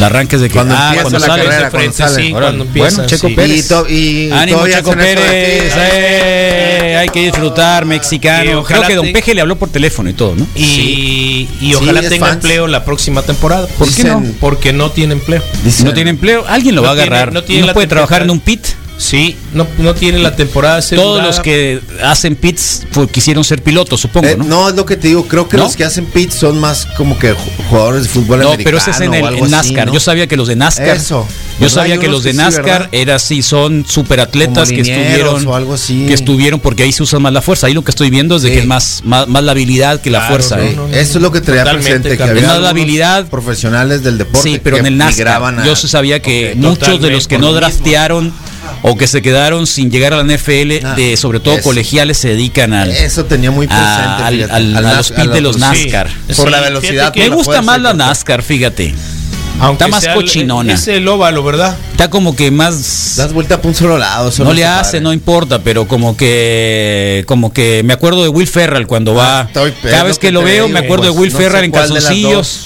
[SPEAKER 3] Arranques de que.
[SPEAKER 6] Cuando
[SPEAKER 3] ah,
[SPEAKER 6] empieza
[SPEAKER 3] cuando
[SPEAKER 6] la
[SPEAKER 3] sale.
[SPEAKER 6] carrera,
[SPEAKER 5] de frente,
[SPEAKER 6] cuando sale.
[SPEAKER 5] sí,
[SPEAKER 3] Órale.
[SPEAKER 5] cuando empiezan,
[SPEAKER 3] Bueno, Checo
[SPEAKER 5] sí.
[SPEAKER 3] Pérez.
[SPEAKER 6] y, to- y- y
[SPEAKER 3] Ánimo
[SPEAKER 6] todavía
[SPEAKER 3] Checo
[SPEAKER 6] hacen esto de
[SPEAKER 3] Pérez,
[SPEAKER 6] aquí.
[SPEAKER 3] eh, hay que disfrutar
[SPEAKER 5] Y
[SPEAKER 3] mexicano.
[SPEAKER 5] ojalá
[SPEAKER 3] Creo que Don
[SPEAKER 5] te-
[SPEAKER 3] Peje le habló por teléfono y todo, ¿no?
[SPEAKER 5] Y, y
[SPEAKER 6] Sí,
[SPEAKER 5] ojalá
[SPEAKER 6] es
[SPEAKER 5] tenga
[SPEAKER 6] fans.
[SPEAKER 5] empleo la próxima temporada.
[SPEAKER 6] ¿Por qué no?
[SPEAKER 5] Porque no tiene empleo.
[SPEAKER 6] Dicen-
[SPEAKER 3] no tiene empleo, alguien lo
[SPEAKER 5] No
[SPEAKER 3] va a
[SPEAKER 5] tiene-
[SPEAKER 3] agarrar.
[SPEAKER 5] no
[SPEAKER 3] No,
[SPEAKER 5] tiene la
[SPEAKER 3] puede
[SPEAKER 5] temporada.
[SPEAKER 3] trabajar en un pit.
[SPEAKER 5] Sí, no, no tiene la temporada asegurada.
[SPEAKER 3] Todos los que hacen pits fue- quisieron ser pilotos, supongo,
[SPEAKER 6] Eh,
[SPEAKER 3] ¿no?
[SPEAKER 6] ¿no? es lo que te digo. Creo que
[SPEAKER 3] ¿No?
[SPEAKER 6] los que hacen pits son más como que ju- jugadores de fútbol
[SPEAKER 3] No,
[SPEAKER 6] americano.
[SPEAKER 3] pero ese es en el
[SPEAKER 6] o algo
[SPEAKER 3] en
[SPEAKER 6] así,
[SPEAKER 3] NASCAR.
[SPEAKER 6] ¿no?
[SPEAKER 3] Yo sabía que los de NASCAR.
[SPEAKER 6] Eso.
[SPEAKER 3] Yo
[SPEAKER 6] ¿Verdad? Hay
[SPEAKER 3] sabía que
[SPEAKER 6] unos
[SPEAKER 3] los de
[SPEAKER 6] que sí,
[SPEAKER 3] NASCAR
[SPEAKER 6] ¿verdad?
[SPEAKER 3] era así, son superatletas
[SPEAKER 6] Como
[SPEAKER 3] que
[SPEAKER 6] linieros
[SPEAKER 3] estuvieron.
[SPEAKER 6] o algo así.
[SPEAKER 3] Que estuvieron porque ahí se usa más la fuerza. Ahí lo que estoy viendo es de
[SPEAKER 6] Sí.
[SPEAKER 3] que es más, más, más la habilidad que la
[SPEAKER 5] Claro,
[SPEAKER 3] fuerza.
[SPEAKER 5] no,
[SPEAKER 3] ¿eh?
[SPEAKER 6] Sí, Eso es lo que traía
[SPEAKER 5] Totalmente,
[SPEAKER 6] presente. Que
[SPEAKER 5] Carlos.
[SPEAKER 6] había
[SPEAKER 3] Es más la
[SPEAKER 6] algunos
[SPEAKER 3] habilidad.
[SPEAKER 6] Profesionales del deporte.
[SPEAKER 3] Sí, pero en
[SPEAKER 6] que
[SPEAKER 3] el
[SPEAKER 6] migraban
[SPEAKER 3] NASCAR.
[SPEAKER 6] a-
[SPEAKER 3] Yo sí sabía que
[SPEAKER 5] Ok,
[SPEAKER 3] muchos de los
[SPEAKER 5] totalmente,
[SPEAKER 3] que no
[SPEAKER 5] por lo mismo.
[SPEAKER 3] draftearon o que se quedaron sin llegar a la NFL,
[SPEAKER 6] Ah,
[SPEAKER 3] de, sobre todo
[SPEAKER 6] eso.
[SPEAKER 3] colegiales, se dedican al.
[SPEAKER 6] Eso tenía muy presente.
[SPEAKER 3] Ah, al-
[SPEAKER 6] fíjate,
[SPEAKER 3] al-
[SPEAKER 6] al
[SPEAKER 3] a
[SPEAKER 6] nas-
[SPEAKER 3] los pits de los NASCAR.
[SPEAKER 6] Por
[SPEAKER 5] Sí,
[SPEAKER 6] la
[SPEAKER 5] fíjate
[SPEAKER 6] velocidad.
[SPEAKER 5] que
[SPEAKER 6] por
[SPEAKER 3] Me
[SPEAKER 6] la
[SPEAKER 3] gusta
[SPEAKER 6] fuerza
[SPEAKER 3] más
[SPEAKER 6] y
[SPEAKER 3] la
[SPEAKER 6] por-
[SPEAKER 3] NASCAR, fíjate.
[SPEAKER 5] Aunque
[SPEAKER 3] Está más
[SPEAKER 5] sea el-
[SPEAKER 3] cochinona.
[SPEAKER 5] Es el óvalo, ¿verdad?
[SPEAKER 3] Está como que más.
[SPEAKER 6] Das vuelta por un solo lado. eso
[SPEAKER 3] No le
[SPEAKER 6] está
[SPEAKER 3] hace,
[SPEAKER 6] padre.
[SPEAKER 3] no importa, pero como que como que me acuerdo de Will Ferrell cuando va.
[SPEAKER 6] Ah, estoy- es
[SPEAKER 3] Ah, cada
[SPEAKER 6] lo
[SPEAKER 3] vez que,
[SPEAKER 6] que
[SPEAKER 3] lo
[SPEAKER 6] te
[SPEAKER 3] veo,
[SPEAKER 6] digo,
[SPEAKER 3] me acuerdo
[SPEAKER 6] pues,
[SPEAKER 3] de Will
[SPEAKER 6] no
[SPEAKER 3] Ferrell
[SPEAKER 6] sé
[SPEAKER 3] en
[SPEAKER 6] cuál de las
[SPEAKER 3] calzoncillos.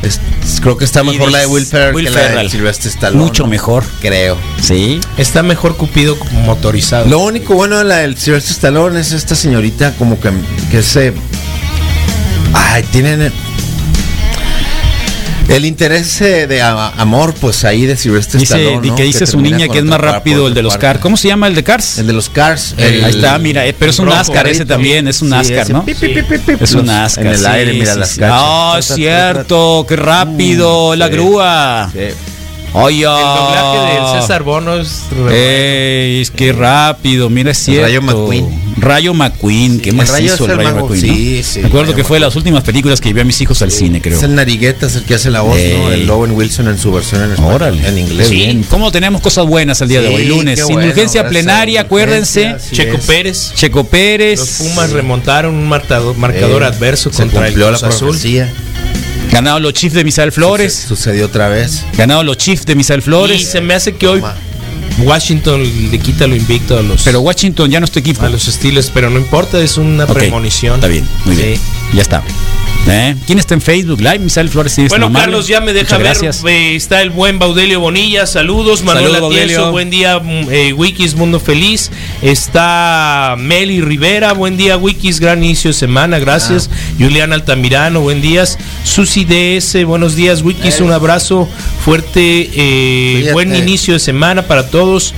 [SPEAKER 6] Es- creo que está mejor
[SPEAKER 3] Y
[SPEAKER 6] la de Will Ferrell
[SPEAKER 3] Will
[SPEAKER 6] que la de
[SPEAKER 3] Ferrell.
[SPEAKER 6] Silvestre Stallone.
[SPEAKER 3] Mucho
[SPEAKER 6] ¿no?
[SPEAKER 3] mejor.
[SPEAKER 6] Creo.
[SPEAKER 3] Sí.
[SPEAKER 5] Está mejor Cupido motorizado.
[SPEAKER 6] Lo único bueno de la del Silvestre Stallone es esta señorita como que, que se... Ay, tienen... El interés eh, de a- amor, pues ahí de Silvestre
[SPEAKER 3] Dice,
[SPEAKER 6] Stallone.
[SPEAKER 3] y
[SPEAKER 6] ¿no?
[SPEAKER 3] que dice su
[SPEAKER 6] termina
[SPEAKER 3] niña
[SPEAKER 6] con
[SPEAKER 3] que es más
[SPEAKER 6] atrapar
[SPEAKER 3] rápido
[SPEAKER 6] por
[SPEAKER 3] el de los
[SPEAKER 6] otra
[SPEAKER 3] Cars.
[SPEAKER 6] parte.
[SPEAKER 3] ¿Cómo se llama el de Cars?
[SPEAKER 6] El de los Cars. el-
[SPEAKER 3] Ahí está, mira, eh, pero es un
[SPEAKER 6] el
[SPEAKER 3] NASCAR
[SPEAKER 6] rojo,
[SPEAKER 3] ese
[SPEAKER 6] ahorita.
[SPEAKER 3] también, es un
[SPEAKER 6] Sí,
[SPEAKER 3] NASCAR,
[SPEAKER 6] ese
[SPEAKER 3] ¿no?
[SPEAKER 6] pip, pip, pip, pip, pip,
[SPEAKER 3] Es un
[SPEAKER 6] los-
[SPEAKER 3] NASCAR.
[SPEAKER 6] En el
[SPEAKER 3] sí,
[SPEAKER 6] aire, mira
[SPEAKER 3] sí,
[SPEAKER 6] las
[SPEAKER 3] sí.
[SPEAKER 6] cachas.
[SPEAKER 3] Ah,
[SPEAKER 6] Ta, ta, ta, ta, ta.
[SPEAKER 3] cierto, qué rápido, la
[SPEAKER 6] Mm, sí.
[SPEAKER 3] grúa.
[SPEAKER 6] Sí.
[SPEAKER 3] Ay,
[SPEAKER 5] El doblaje
[SPEAKER 3] ah.
[SPEAKER 5] del César Bono es.
[SPEAKER 3] Ey, qué rápido, mira, es
[SPEAKER 6] El
[SPEAKER 3] cierto.
[SPEAKER 6] Rayo McQueen.
[SPEAKER 3] Rayo McQueen, qué
[SPEAKER 6] el
[SPEAKER 3] macizo
[SPEAKER 6] Rayo es
[SPEAKER 3] el
[SPEAKER 6] el
[SPEAKER 3] Rayo
[SPEAKER 6] mago,
[SPEAKER 3] McQueen.
[SPEAKER 6] sí,
[SPEAKER 3] ¿no?
[SPEAKER 6] sí,
[SPEAKER 3] Me acuerdo
[SPEAKER 6] Rayo
[SPEAKER 3] que fue de las últimas películas que llevé a mis hijos al cine, creo.
[SPEAKER 6] Es el narigueta, es el que hace la voz, ¿no?
[SPEAKER 3] Ey.
[SPEAKER 6] El Owen Wilson en su versión en, español,
[SPEAKER 3] Órale.
[SPEAKER 6] en inglés.
[SPEAKER 3] Qué bien. ¿Cómo tenemos cosas buenas el día de
[SPEAKER 6] Sí,
[SPEAKER 3] hoy? Lunes,
[SPEAKER 6] qué bueno,
[SPEAKER 3] indulgencia
[SPEAKER 6] gracias,
[SPEAKER 3] plenaria,
[SPEAKER 6] indulgencia,
[SPEAKER 3] acuérdense.
[SPEAKER 6] sí.
[SPEAKER 5] Checo
[SPEAKER 6] es.
[SPEAKER 5] Pérez.
[SPEAKER 3] Checo
[SPEAKER 5] Los
[SPEAKER 3] Pérez.
[SPEAKER 5] Pumas remontaron un marcador, marcador
[SPEAKER 6] Eh,
[SPEAKER 5] adverso
[SPEAKER 6] se
[SPEAKER 5] contra el
[SPEAKER 6] cumplió la
[SPEAKER 5] Cruz Azul.
[SPEAKER 6] profecía.
[SPEAKER 3] Ganaron los Chiefs de Misael
[SPEAKER 6] Suce-
[SPEAKER 3] Flores.
[SPEAKER 6] Sucedió otra vez.
[SPEAKER 3] Ganaron los Chiefs de Misael
[SPEAKER 5] Y
[SPEAKER 3] Flores.
[SPEAKER 5] se me hace que hoy
[SPEAKER 6] Toma.
[SPEAKER 5] Washington le quita lo invicto a los,
[SPEAKER 3] Pero Washington ya no es tu equipo.
[SPEAKER 5] a los Steelers, pero no importa, es una
[SPEAKER 3] Ok,
[SPEAKER 5] premonición.
[SPEAKER 3] Está bien, muy
[SPEAKER 5] Sí.
[SPEAKER 3] bien. Ya está. ¿Eh? ¿Quién está en Facebook Live? Misael Flores. si eres
[SPEAKER 5] Bueno,
[SPEAKER 3] tan amable.
[SPEAKER 5] Carlos ya me deja
[SPEAKER 3] este, Muchas
[SPEAKER 5] ver.
[SPEAKER 3] Gracias.
[SPEAKER 5] eh, está el buen Baudelio Bonilla. Saludos, Manuel
[SPEAKER 3] Saludos,
[SPEAKER 5] Atienzo.
[SPEAKER 3] Baudelio.
[SPEAKER 5] Buen día, mm, eh, Wikis Mundo Feliz. Está Meli Rivera. Buen día, Wikis. Gran inicio de semana.
[SPEAKER 3] Ah.
[SPEAKER 5] Gracias. Julián Altamirano. Buen día. Susi DS. Buenos días, Wikis. Un abrazo fuerte. eh,
[SPEAKER 6] Cuídate.
[SPEAKER 5] buen inicio de semana para todos.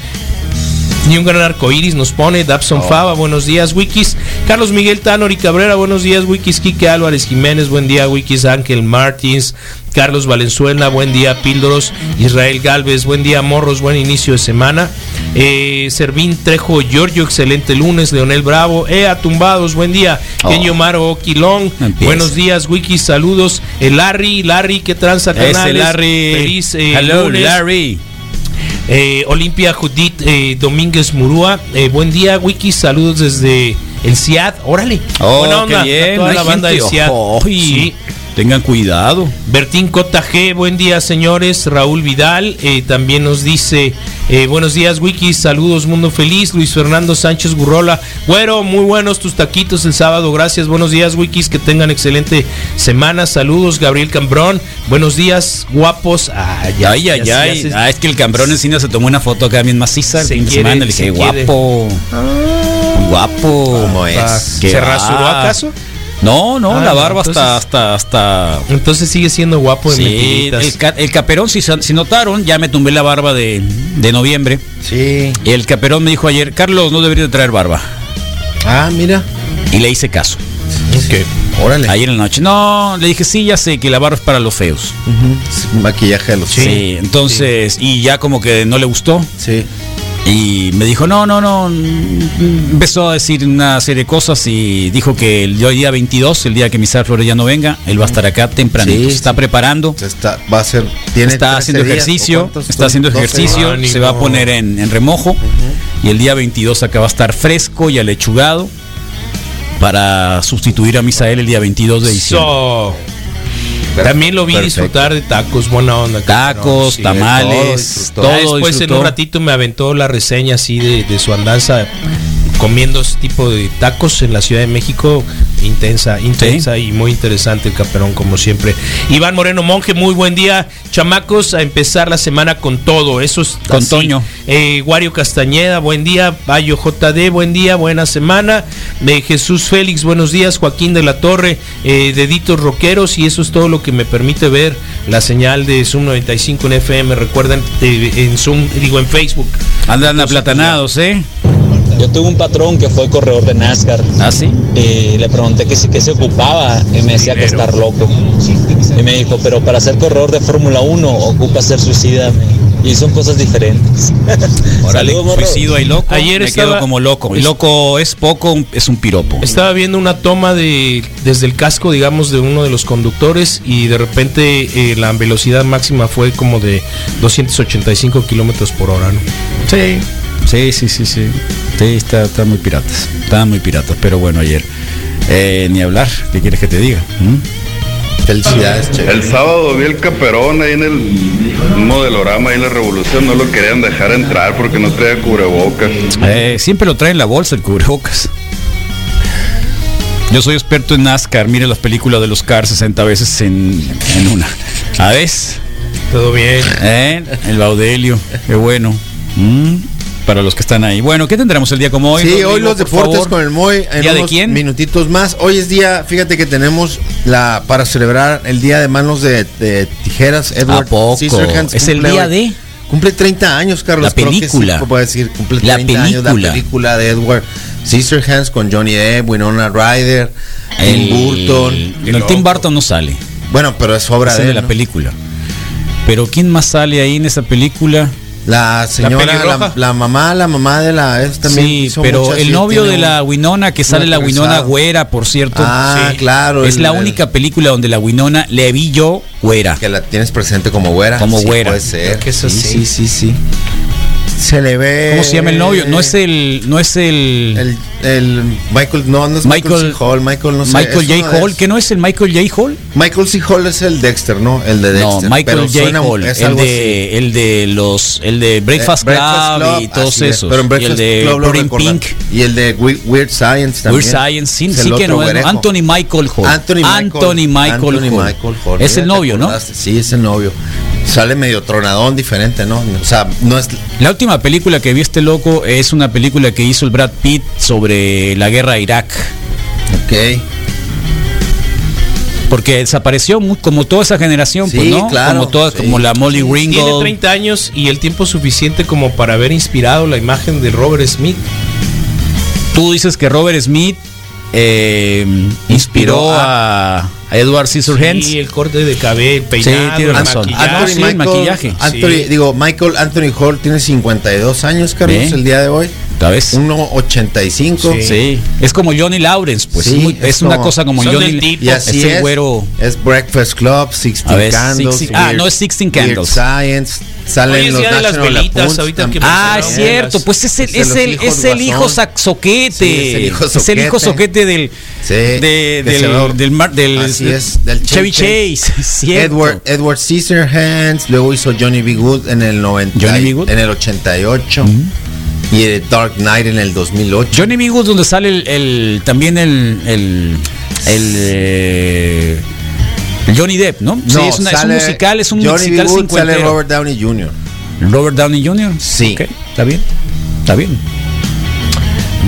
[SPEAKER 5] Y un gran arco iris nos pone Dabson Fava, buenos días, Wikis. Carlos Miguel Tanori Cabrera, buenos días, Wikis. Quique Álvarez Jiménez, buen día, Wikis. Ángel Martins, Carlos Valenzuela, buen día, Píldoros. Israel Galvez, buen día, Morros, buen inicio de semana. Eh, Servín Trejo, Giorgio, excelente lunes. Leonel Bravo, Ea Tumbados, buen día. Kenyo Maro Oquilón,
[SPEAKER 3] Oh. Empieza.
[SPEAKER 5] buenos días, Wikis. Saludos. El Larry, Larry, qué tranza,
[SPEAKER 3] Ese
[SPEAKER 5] carnales.
[SPEAKER 3] Larry.
[SPEAKER 5] Feliz eh,
[SPEAKER 3] Hello,
[SPEAKER 5] lunes.
[SPEAKER 3] Larry.
[SPEAKER 5] Eh, Olimpia Judith eh, Domínguez Murúa, eh, buen día, Wiki, saludos desde el CIAD, órale.
[SPEAKER 3] Oh,
[SPEAKER 5] Buena
[SPEAKER 3] qué
[SPEAKER 5] onda,
[SPEAKER 3] bien.
[SPEAKER 5] a toda
[SPEAKER 3] hay
[SPEAKER 5] la banda del
[SPEAKER 3] gente.
[SPEAKER 5] CIAD.
[SPEAKER 3] Ay,
[SPEAKER 5] Sí.
[SPEAKER 3] Tengan cuidado.
[SPEAKER 5] Bertín Cota G, buen día señores, Raúl Vidal eh, también nos dice, eh, buenos días Wiki, saludos Mundo Feliz, Luis Fernando Sánchez Gurrola, Güero, muy buenos tus taquitos el sábado, gracias, buenos días Wikis, que tengan excelente semana, saludos Gabriel Cambrón, buenos días guapos, ay, ya,
[SPEAKER 3] ay,
[SPEAKER 5] ya,
[SPEAKER 3] ay,
[SPEAKER 5] ya,
[SPEAKER 3] ay.
[SPEAKER 5] se-
[SPEAKER 3] Ah, es que el cambrón encina se tomó una foto acá bien maciza el
[SPEAKER 5] Se
[SPEAKER 3] fin de
[SPEAKER 5] quiere,
[SPEAKER 3] semana. Le dije,
[SPEAKER 5] se quiere. Ah.
[SPEAKER 3] guapo. Guapo.
[SPEAKER 6] ¿Cómo es?
[SPEAKER 3] ¿Qué
[SPEAKER 5] ¿Se
[SPEAKER 3] va?
[SPEAKER 5] rasuró acaso?
[SPEAKER 3] No, no,
[SPEAKER 5] Ah,
[SPEAKER 3] la
[SPEAKER 5] no,
[SPEAKER 3] barba hasta,
[SPEAKER 5] entonces- pues
[SPEAKER 3] hasta, hasta.
[SPEAKER 5] Entonces sigue siendo guapo de
[SPEAKER 3] Sí,
[SPEAKER 5] mentiritas.
[SPEAKER 3] el, ca- el caperón, si, san- si notaron, ya me tumbé la barba de, de noviembre.
[SPEAKER 6] Sí.
[SPEAKER 3] El caperón me dijo ayer, Carlos, no debería de traer barba.
[SPEAKER 6] Ah, mira.
[SPEAKER 3] Y le hice caso.
[SPEAKER 6] Órale.
[SPEAKER 3] Ayer en la noche. No, le dije, sí, ya sé que la barba es para los feos.
[SPEAKER 6] Ujú. Maquillaje de los
[SPEAKER 3] Sí, entonces, y ya como que no le gustó.
[SPEAKER 6] Sí.
[SPEAKER 3] Y me dijo, no, no, no. mm, Empezó a decir una serie de cosas y dijo que el de hoy día 22, el día que Misael Flores ya no venga, él va a estar acá tempranito.
[SPEAKER 6] Sí,
[SPEAKER 3] se está preparando.
[SPEAKER 6] Se está, va a ser. Tiene
[SPEAKER 3] está
[SPEAKER 6] 13
[SPEAKER 3] haciendo
[SPEAKER 6] días, ¿o
[SPEAKER 3] ejercicio,
[SPEAKER 6] cuántos
[SPEAKER 3] está
[SPEAKER 6] son?
[SPEAKER 3] haciendo
[SPEAKER 6] 12
[SPEAKER 3] ejercicio,
[SPEAKER 5] ánimo.
[SPEAKER 3] se va a poner en, en remojo y el día 22 acá va a estar fresco y alechugado para sustituir a Misael el día 22 de diciembre.
[SPEAKER 5] So,
[SPEAKER 6] días.
[SPEAKER 5] también lo vi
[SPEAKER 6] Perfecto.
[SPEAKER 5] disfrutar de tacos, buena onda. cabrón,
[SPEAKER 3] Tacos,
[SPEAKER 5] sí.
[SPEAKER 3] tamales,
[SPEAKER 6] disfrutó.
[SPEAKER 3] todo,
[SPEAKER 5] Ya después en
[SPEAKER 3] disfrutó.
[SPEAKER 5] un ratito me aventó la reseña así de, de su andanza comiendo ese tipo de tacos en la Ciudad de México. Intensa, intensa y muy interesante el camperón, como siempre. Iván Moreno Monje, muy buen día. Chamacos, a empezar la semana con todo. Eso es
[SPEAKER 3] Con
[SPEAKER 5] así.
[SPEAKER 3] Toño.
[SPEAKER 5] Eh, Wario Castañeda, buen día. Bayo JD, buen día, buena semana. Eh, Jesús Félix, buenos días. Joaquín de la Torre, eh, Deditos Roqueros. Y eso es todo lo que me permite ver la señal de Zoom 95 en FM. Recuerden, eh, en Zoom, digo, en Facebook.
[SPEAKER 3] Andan aplatanados, ¿eh?
[SPEAKER 9] Yo tuve un patrón que fue corredor de NASCAR
[SPEAKER 3] ¿Ah, sí?
[SPEAKER 9] y le pregunté que, si- que se ocupaba y me decía que estar loco. Y me dijo, pero para ser corredor de Fórmula 1 ocupa ser suicida. Y son cosas diferentes.
[SPEAKER 3] Órale,
[SPEAKER 9] Saludos, morros.
[SPEAKER 3] suicido y loco.
[SPEAKER 5] Ayer
[SPEAKER 3] me
[SPEAKER 5] estaba-
[SPEAKER 3] quedo como loco. Y loco es poco, un- es un piropo.
[SPEAKER 5] Estaba viendo una toma de desde el casco, digamos, de uno de los conductores y de repente eh, la velocidad máxima fue como de 285 kilómetros por hora. ¿no?
[SPEAKER 3] Sí, sí, sí, sí, sí. Sí, está, está muy piratas. Está muy piratas, pero bueno, ayer. eh, ni hablar, ¿qué quieres que te diga? ¿Mm?
[SPEAKER 6] Felicidades, che.
[SPEAKER 8] El sábado vi el caperón ahí en el modelorama, ahí en la revolución. No lo querían dejar entrar porque no traía cubrebocas.
[SPEAKER 3] Eh, siempre lo trae en la bolsa el cubrebocas. Yo soy experto en NASCAR, mire las películas de los CAR 60 veces en, en una. A ver,
[SPEAKER 5] Todo bien.
[SPEAKER 3] ¿eh? el Baudelio, qué bueno. Mm, Para los que están ahí. Bueno, ¿qué tendremos el día como hoy?
[SPEAKER 6] sí,
[SPEAKER 3] Rodrigo,
[SPEAKER 6] hoy los
[SPEAKER 3] por
[SPEAKER 6] deportes
[SPEAKER 3] favor?
[SPEAKER 6] con el Moy en
[SPEAKER 3] ¿Día de
[SPEAKER 6] unos
[SPEAKER 3] quién?
[SPEAKER 6] minutitos más. Hoy es día, fíjate que tenemos la para celebrar el día de manos de, de tijeras. Edward
[SPEAKER 3] poco?
[SPEAKER 6] Scissorhands
[SPEAKER 3] ¿Es el
[SPEAKER 6] cumple
[SPEAKER 3] día
[SPEAKER 6] hoy-
[SPEAKER 3] de?
[SPEAKER 6] Cumple 30 años, Carlos.
[SPEAKER 3] La película.
[SPEAKER 6] Creo que sí, puedo decir, cumple
[SPEAKER 3] La
[SPEAKER 6] 30 años la
[SPEAKER 3] película.
[SPEAKER 6] película de Edward Scissorhands con Johnny Depp, Winona Ryder,
[SPEAKER 3] El
[SPEAKER 6] Tim Burton.
[SPEAKER 3] No, el Tim Burton no sale.
[SPEAKER 6] Bueno, pero es obra
[SPEAKER 3] sale
[SPEAKER 6] de
[SPEAKER 3] de
[SPEAKER 6] él,
[SPEAKER 3] la
[SPEAKER 6] ¿no?
[SPEAKER 3] película. Pero ¿quién más sale ahí en esa película?
[SPEAKER 6] La señora, la,
[SPEAKER 5] pelirroja.
[SPEAKER 6] la mamá, la mamá de la es también
[SPEAKER 3] sí,
[SPEAKER 6] hizo
[SPEAKER 3] pero
[SPEAKER 6] muchas,
[SPEAKER 3] el
[SPEAKER 6] sí,
[SPEAKER 3] novio
[SPEAKER 6] tiene
[SPEAKER 3] de la
[SPEAKER 6] un-
[SPEAKER 3] Winona, que sale la
[SPEAKER 6] atrasado.
[SPEAKER 3] Winona güera, por cierto.
[SPEAKER 6] Ah, claro,
[SPEAKER 3] Es
[SPEAKER 6] el-
[SPEAKER 3] la
[SPEAKER 6] el-
[SPEAKER 3] única película donde la Winona le vi yo güera.
[SPEAKER 6] que la tienes presente como güera.
[SPEAKER 3] Como
[SPEAKER 6] Sí,
[SPEAKER 3] güera.
[SPEAKER 6] Puede ser.
[SPEAKER 5] Creo que eso sí.
[SPEAKER 3] sí, sí.
[SPEAKER 6] Se le ve.
[SPEAKER 3] ¿Cómo se llama el novio? No es el. No es el.
[SPEAKER 6] El, el Michael, no, no es Michael,
[SPEAKER 3] Michael-
[SPEAKER 6] C. Hall, Michael, no sé.
[SPEAKER 3] Michael
[SPEAKER 6] es
[SPEAKER 3] J.
[SPEAKER 6] uno de
[SPEAKER 3] Hall,
[SPEAKER 6] esos.
[SPEAKER 3] que no es el Michael J. Hall.
[SPEAKER 6] Michael C. Hall es el Dexter, ¿no? El de
[SPEAKER 3] No,
[SPEAKER 6] Dexter. pero
[SPEAKER 3] Michael
[SPEAKER 6] suena-
[SPEAKER 3] J. Hall,
[SPEAKER 6] es
[SPEAKER 3] el
[SPEAKER 6] algo así.
[SPEAKER 3] de, el de los, el de Breakfast,
[SPEAKER 6] Eh, Breakfast
[SPEAKER 3] Club, y
[SPEAKER 6] Club,
[SPEAKER 3] todos
[SPEAKER 6] así es,
[SPEAKER 3] esos,
[SPEAKER 6] Pero en
[SPEAKER 3] y
[SPEAKER 6] Breakfast
[SPEAKER 3] el de
[SPEAKER 6] Club lo
[SPEAKER 3] Pretty in
[SPEAKER 6] recordan.
[SPEAKER 3] Pink,
[SPEAKER 6] Y el de We- Weird Science también.
[SPEAKER 3] Weird Science, sí,
[SPEAKER 6] Es el
[SPEAKER 3] sí que
[SPEAKER 6] otro
[SPEAKER 3] no es,
[SPEAKER 6] güerejo.
[SPEAKER 3] Anthony Michael Hall,
[SPEAKER 6] Anthony Michael,
[SPEAKER 3] Anthony Michael
[SPEAKER 6] Anthony
[SPEAKER 3] Hall.
[SPEAKER 6] Michael
[SPEAKER 3] es
[SPEAKER 6] Hall. Mira,
[SPEAKER 3] el
[SPEAKER 6] te
[SPEAKER 3] novio, ¿no?
[SPEAKER 6] acordaste. Sí, es el novio. Sale medio tronadón, diferente, ¿no? O sea, no es
[SPEAKER 3] La última película que vi este loco es una película que hizo el Brad Pitt sobre la guerra de Irak.
[SPEAKER 6] Ok.
[SPEAKER 3] Porque desapareció mu- como toda esa generación,
[SPEAKER 6] Sí,
[SPEAKER 3] pues, ¿no?
[SPEAKER 6] claro,
[SPEAKER 3] como todas,
[SPEAKER 6] sí.
[SPEAKER 3] como la Molly
[SPEAKER 5] Tiene
[SPEAKER 3] Ringo.
[SPEAKER 5] 30 años y el tiempo suficiente como para haber inspirado la imagen de Robert Smith.
[SPEAKER 3] Tú dices que Robert Smith eh, inspiró
[SPEAKER 6] Inspiró
[SPEAKER 3] a, a Edward Scissorhands.
[SPEAKER 5] Y el corte de cabello, el
[SPEAKER 3] Sí,
[SPEAKER 5] peinado,
[SPEAKER 3] tiene
[SPEAKER 5] el
[SPEAKER 3] razón.
[SPEAKER 5] maquillaje.
[SPEAKER 3] Ah, no, sí, el maquillaje.
[SPEAKER 6] Anthony-
[SPEAKER 5] Sí.
[SPEAKER 6] Digo, Michael Anthony Hall tiene 52 años, Carlos,
[SPEAKER 3] Ve.
[SPEAKER 6] el día de hoy.
[SPEAKER 3] ¿Sabes?
[SPEAKER 6] 1.85.
[SPEAKER 5] Sí.
[SPEAKER 3] Sí. Es como Johnny Lawrence, pues.
[SPEAKER 6] Sí,
[SPEAKER 3] es muy- es,
[SPEAKER 6] es
[SPEAKER 3] una
[SPEAKER 6] como-
[SPEAKER 3] cosa como
[SPEAKER 5] son
[SPEAKER 3] Johnny
[SPEAKER 5] del tipo.
[SPEAKER 6] Y así
[SPEAKER 3] Ese
[SPEAKER 6] es.
[SPEAKER 3] güero.
[SPEAKER 6] Es Breakfast Club, 16
[SPEAKER 3] A ver,
[SPEAKER 6] Candles.
[SPEAKER 3] 16 ah, no, es 16
[SPEAKER 6] Weird
[SPEAKER 3] Candles.
[SPEAKER 6] Science.
[SPEAKER 5] Hoy
[SPEAKER 6] Salen
[SPEAKER 5] es
[SPEAKER 6] los
[SPEAKER 5] día de las
[SPEAKER 6] National
[SPEAKER 5] velitas,
[SPEAKER 6] Lampoons
[SPEAKER 5] ahorita
[SPEAKER 6] tam-
[SPEAKER 5] que
[SPEAKER 3] Ah,
[SPEAKER 5] Pero
[SPEAKER 3] es
[SPEAKER 5] no,
[SPEAKER 3] cierto,
[SPEAKER 6] las-
[SPEAKER 3] pues es el,
[SPEAKER 6] de
[SPEAKER 3] es
[SPEAKER 6] los
[SPEAKER 3] el,
[SPEAKER 6] hijos
[SPEAKER 3] es el
[SPEAKER 6] guasón.
[SPEAKER 3] hijo saxoquete.
[SPEAKER 6] Sí, es el hijo
[SPEAKER 3] Es el hijo
[SPEAKER 6] soquete.
[SPEAKER 3] soquete del,
[SPEAKER 6] Sí,
[SPEAKER 3] de-
[SPEAKER 6] que
[SPEAKER 3] del,
[SPEAKER 6] se va a-
[SPEAKER 3] del mar- del-
[SPEAKER 6] Así es, del
[SPEAKER 3] Chevy
[SPEAKER 6] Chevy
[SPEAKER 3] Chase. es cierto.
[SPEAKER 6] Edward, Edward Scissorhands, luego hizo Johnny B. Good en el 90,
[SPEAKER 3] Johnny B. Goode.
[SPEAKER 6] en el 88 y eh, Dark Knight en el 2008.
[SPEAKER 3] Johnny B. Goode, donde sale el, el- también el, el, el, eh, el Johnny Depp, ¿no? sí, es, una- es un
[SPEAKER 6] sale
[SPEAKER 3] musical, es un
[SPEAKER 6] Johnny B.
[SPEAKER 3] musical
[SPEAKER 6] Goode, sale
[SPEAKER 3] cincuentero.
[SPEAKER 6] Robert Downey Jr.
[SPEAKER 3] Robert Downey Jr.
[SPEAKER 6] Sí.
[SPEAKER 3] Ok, está bien, está bien.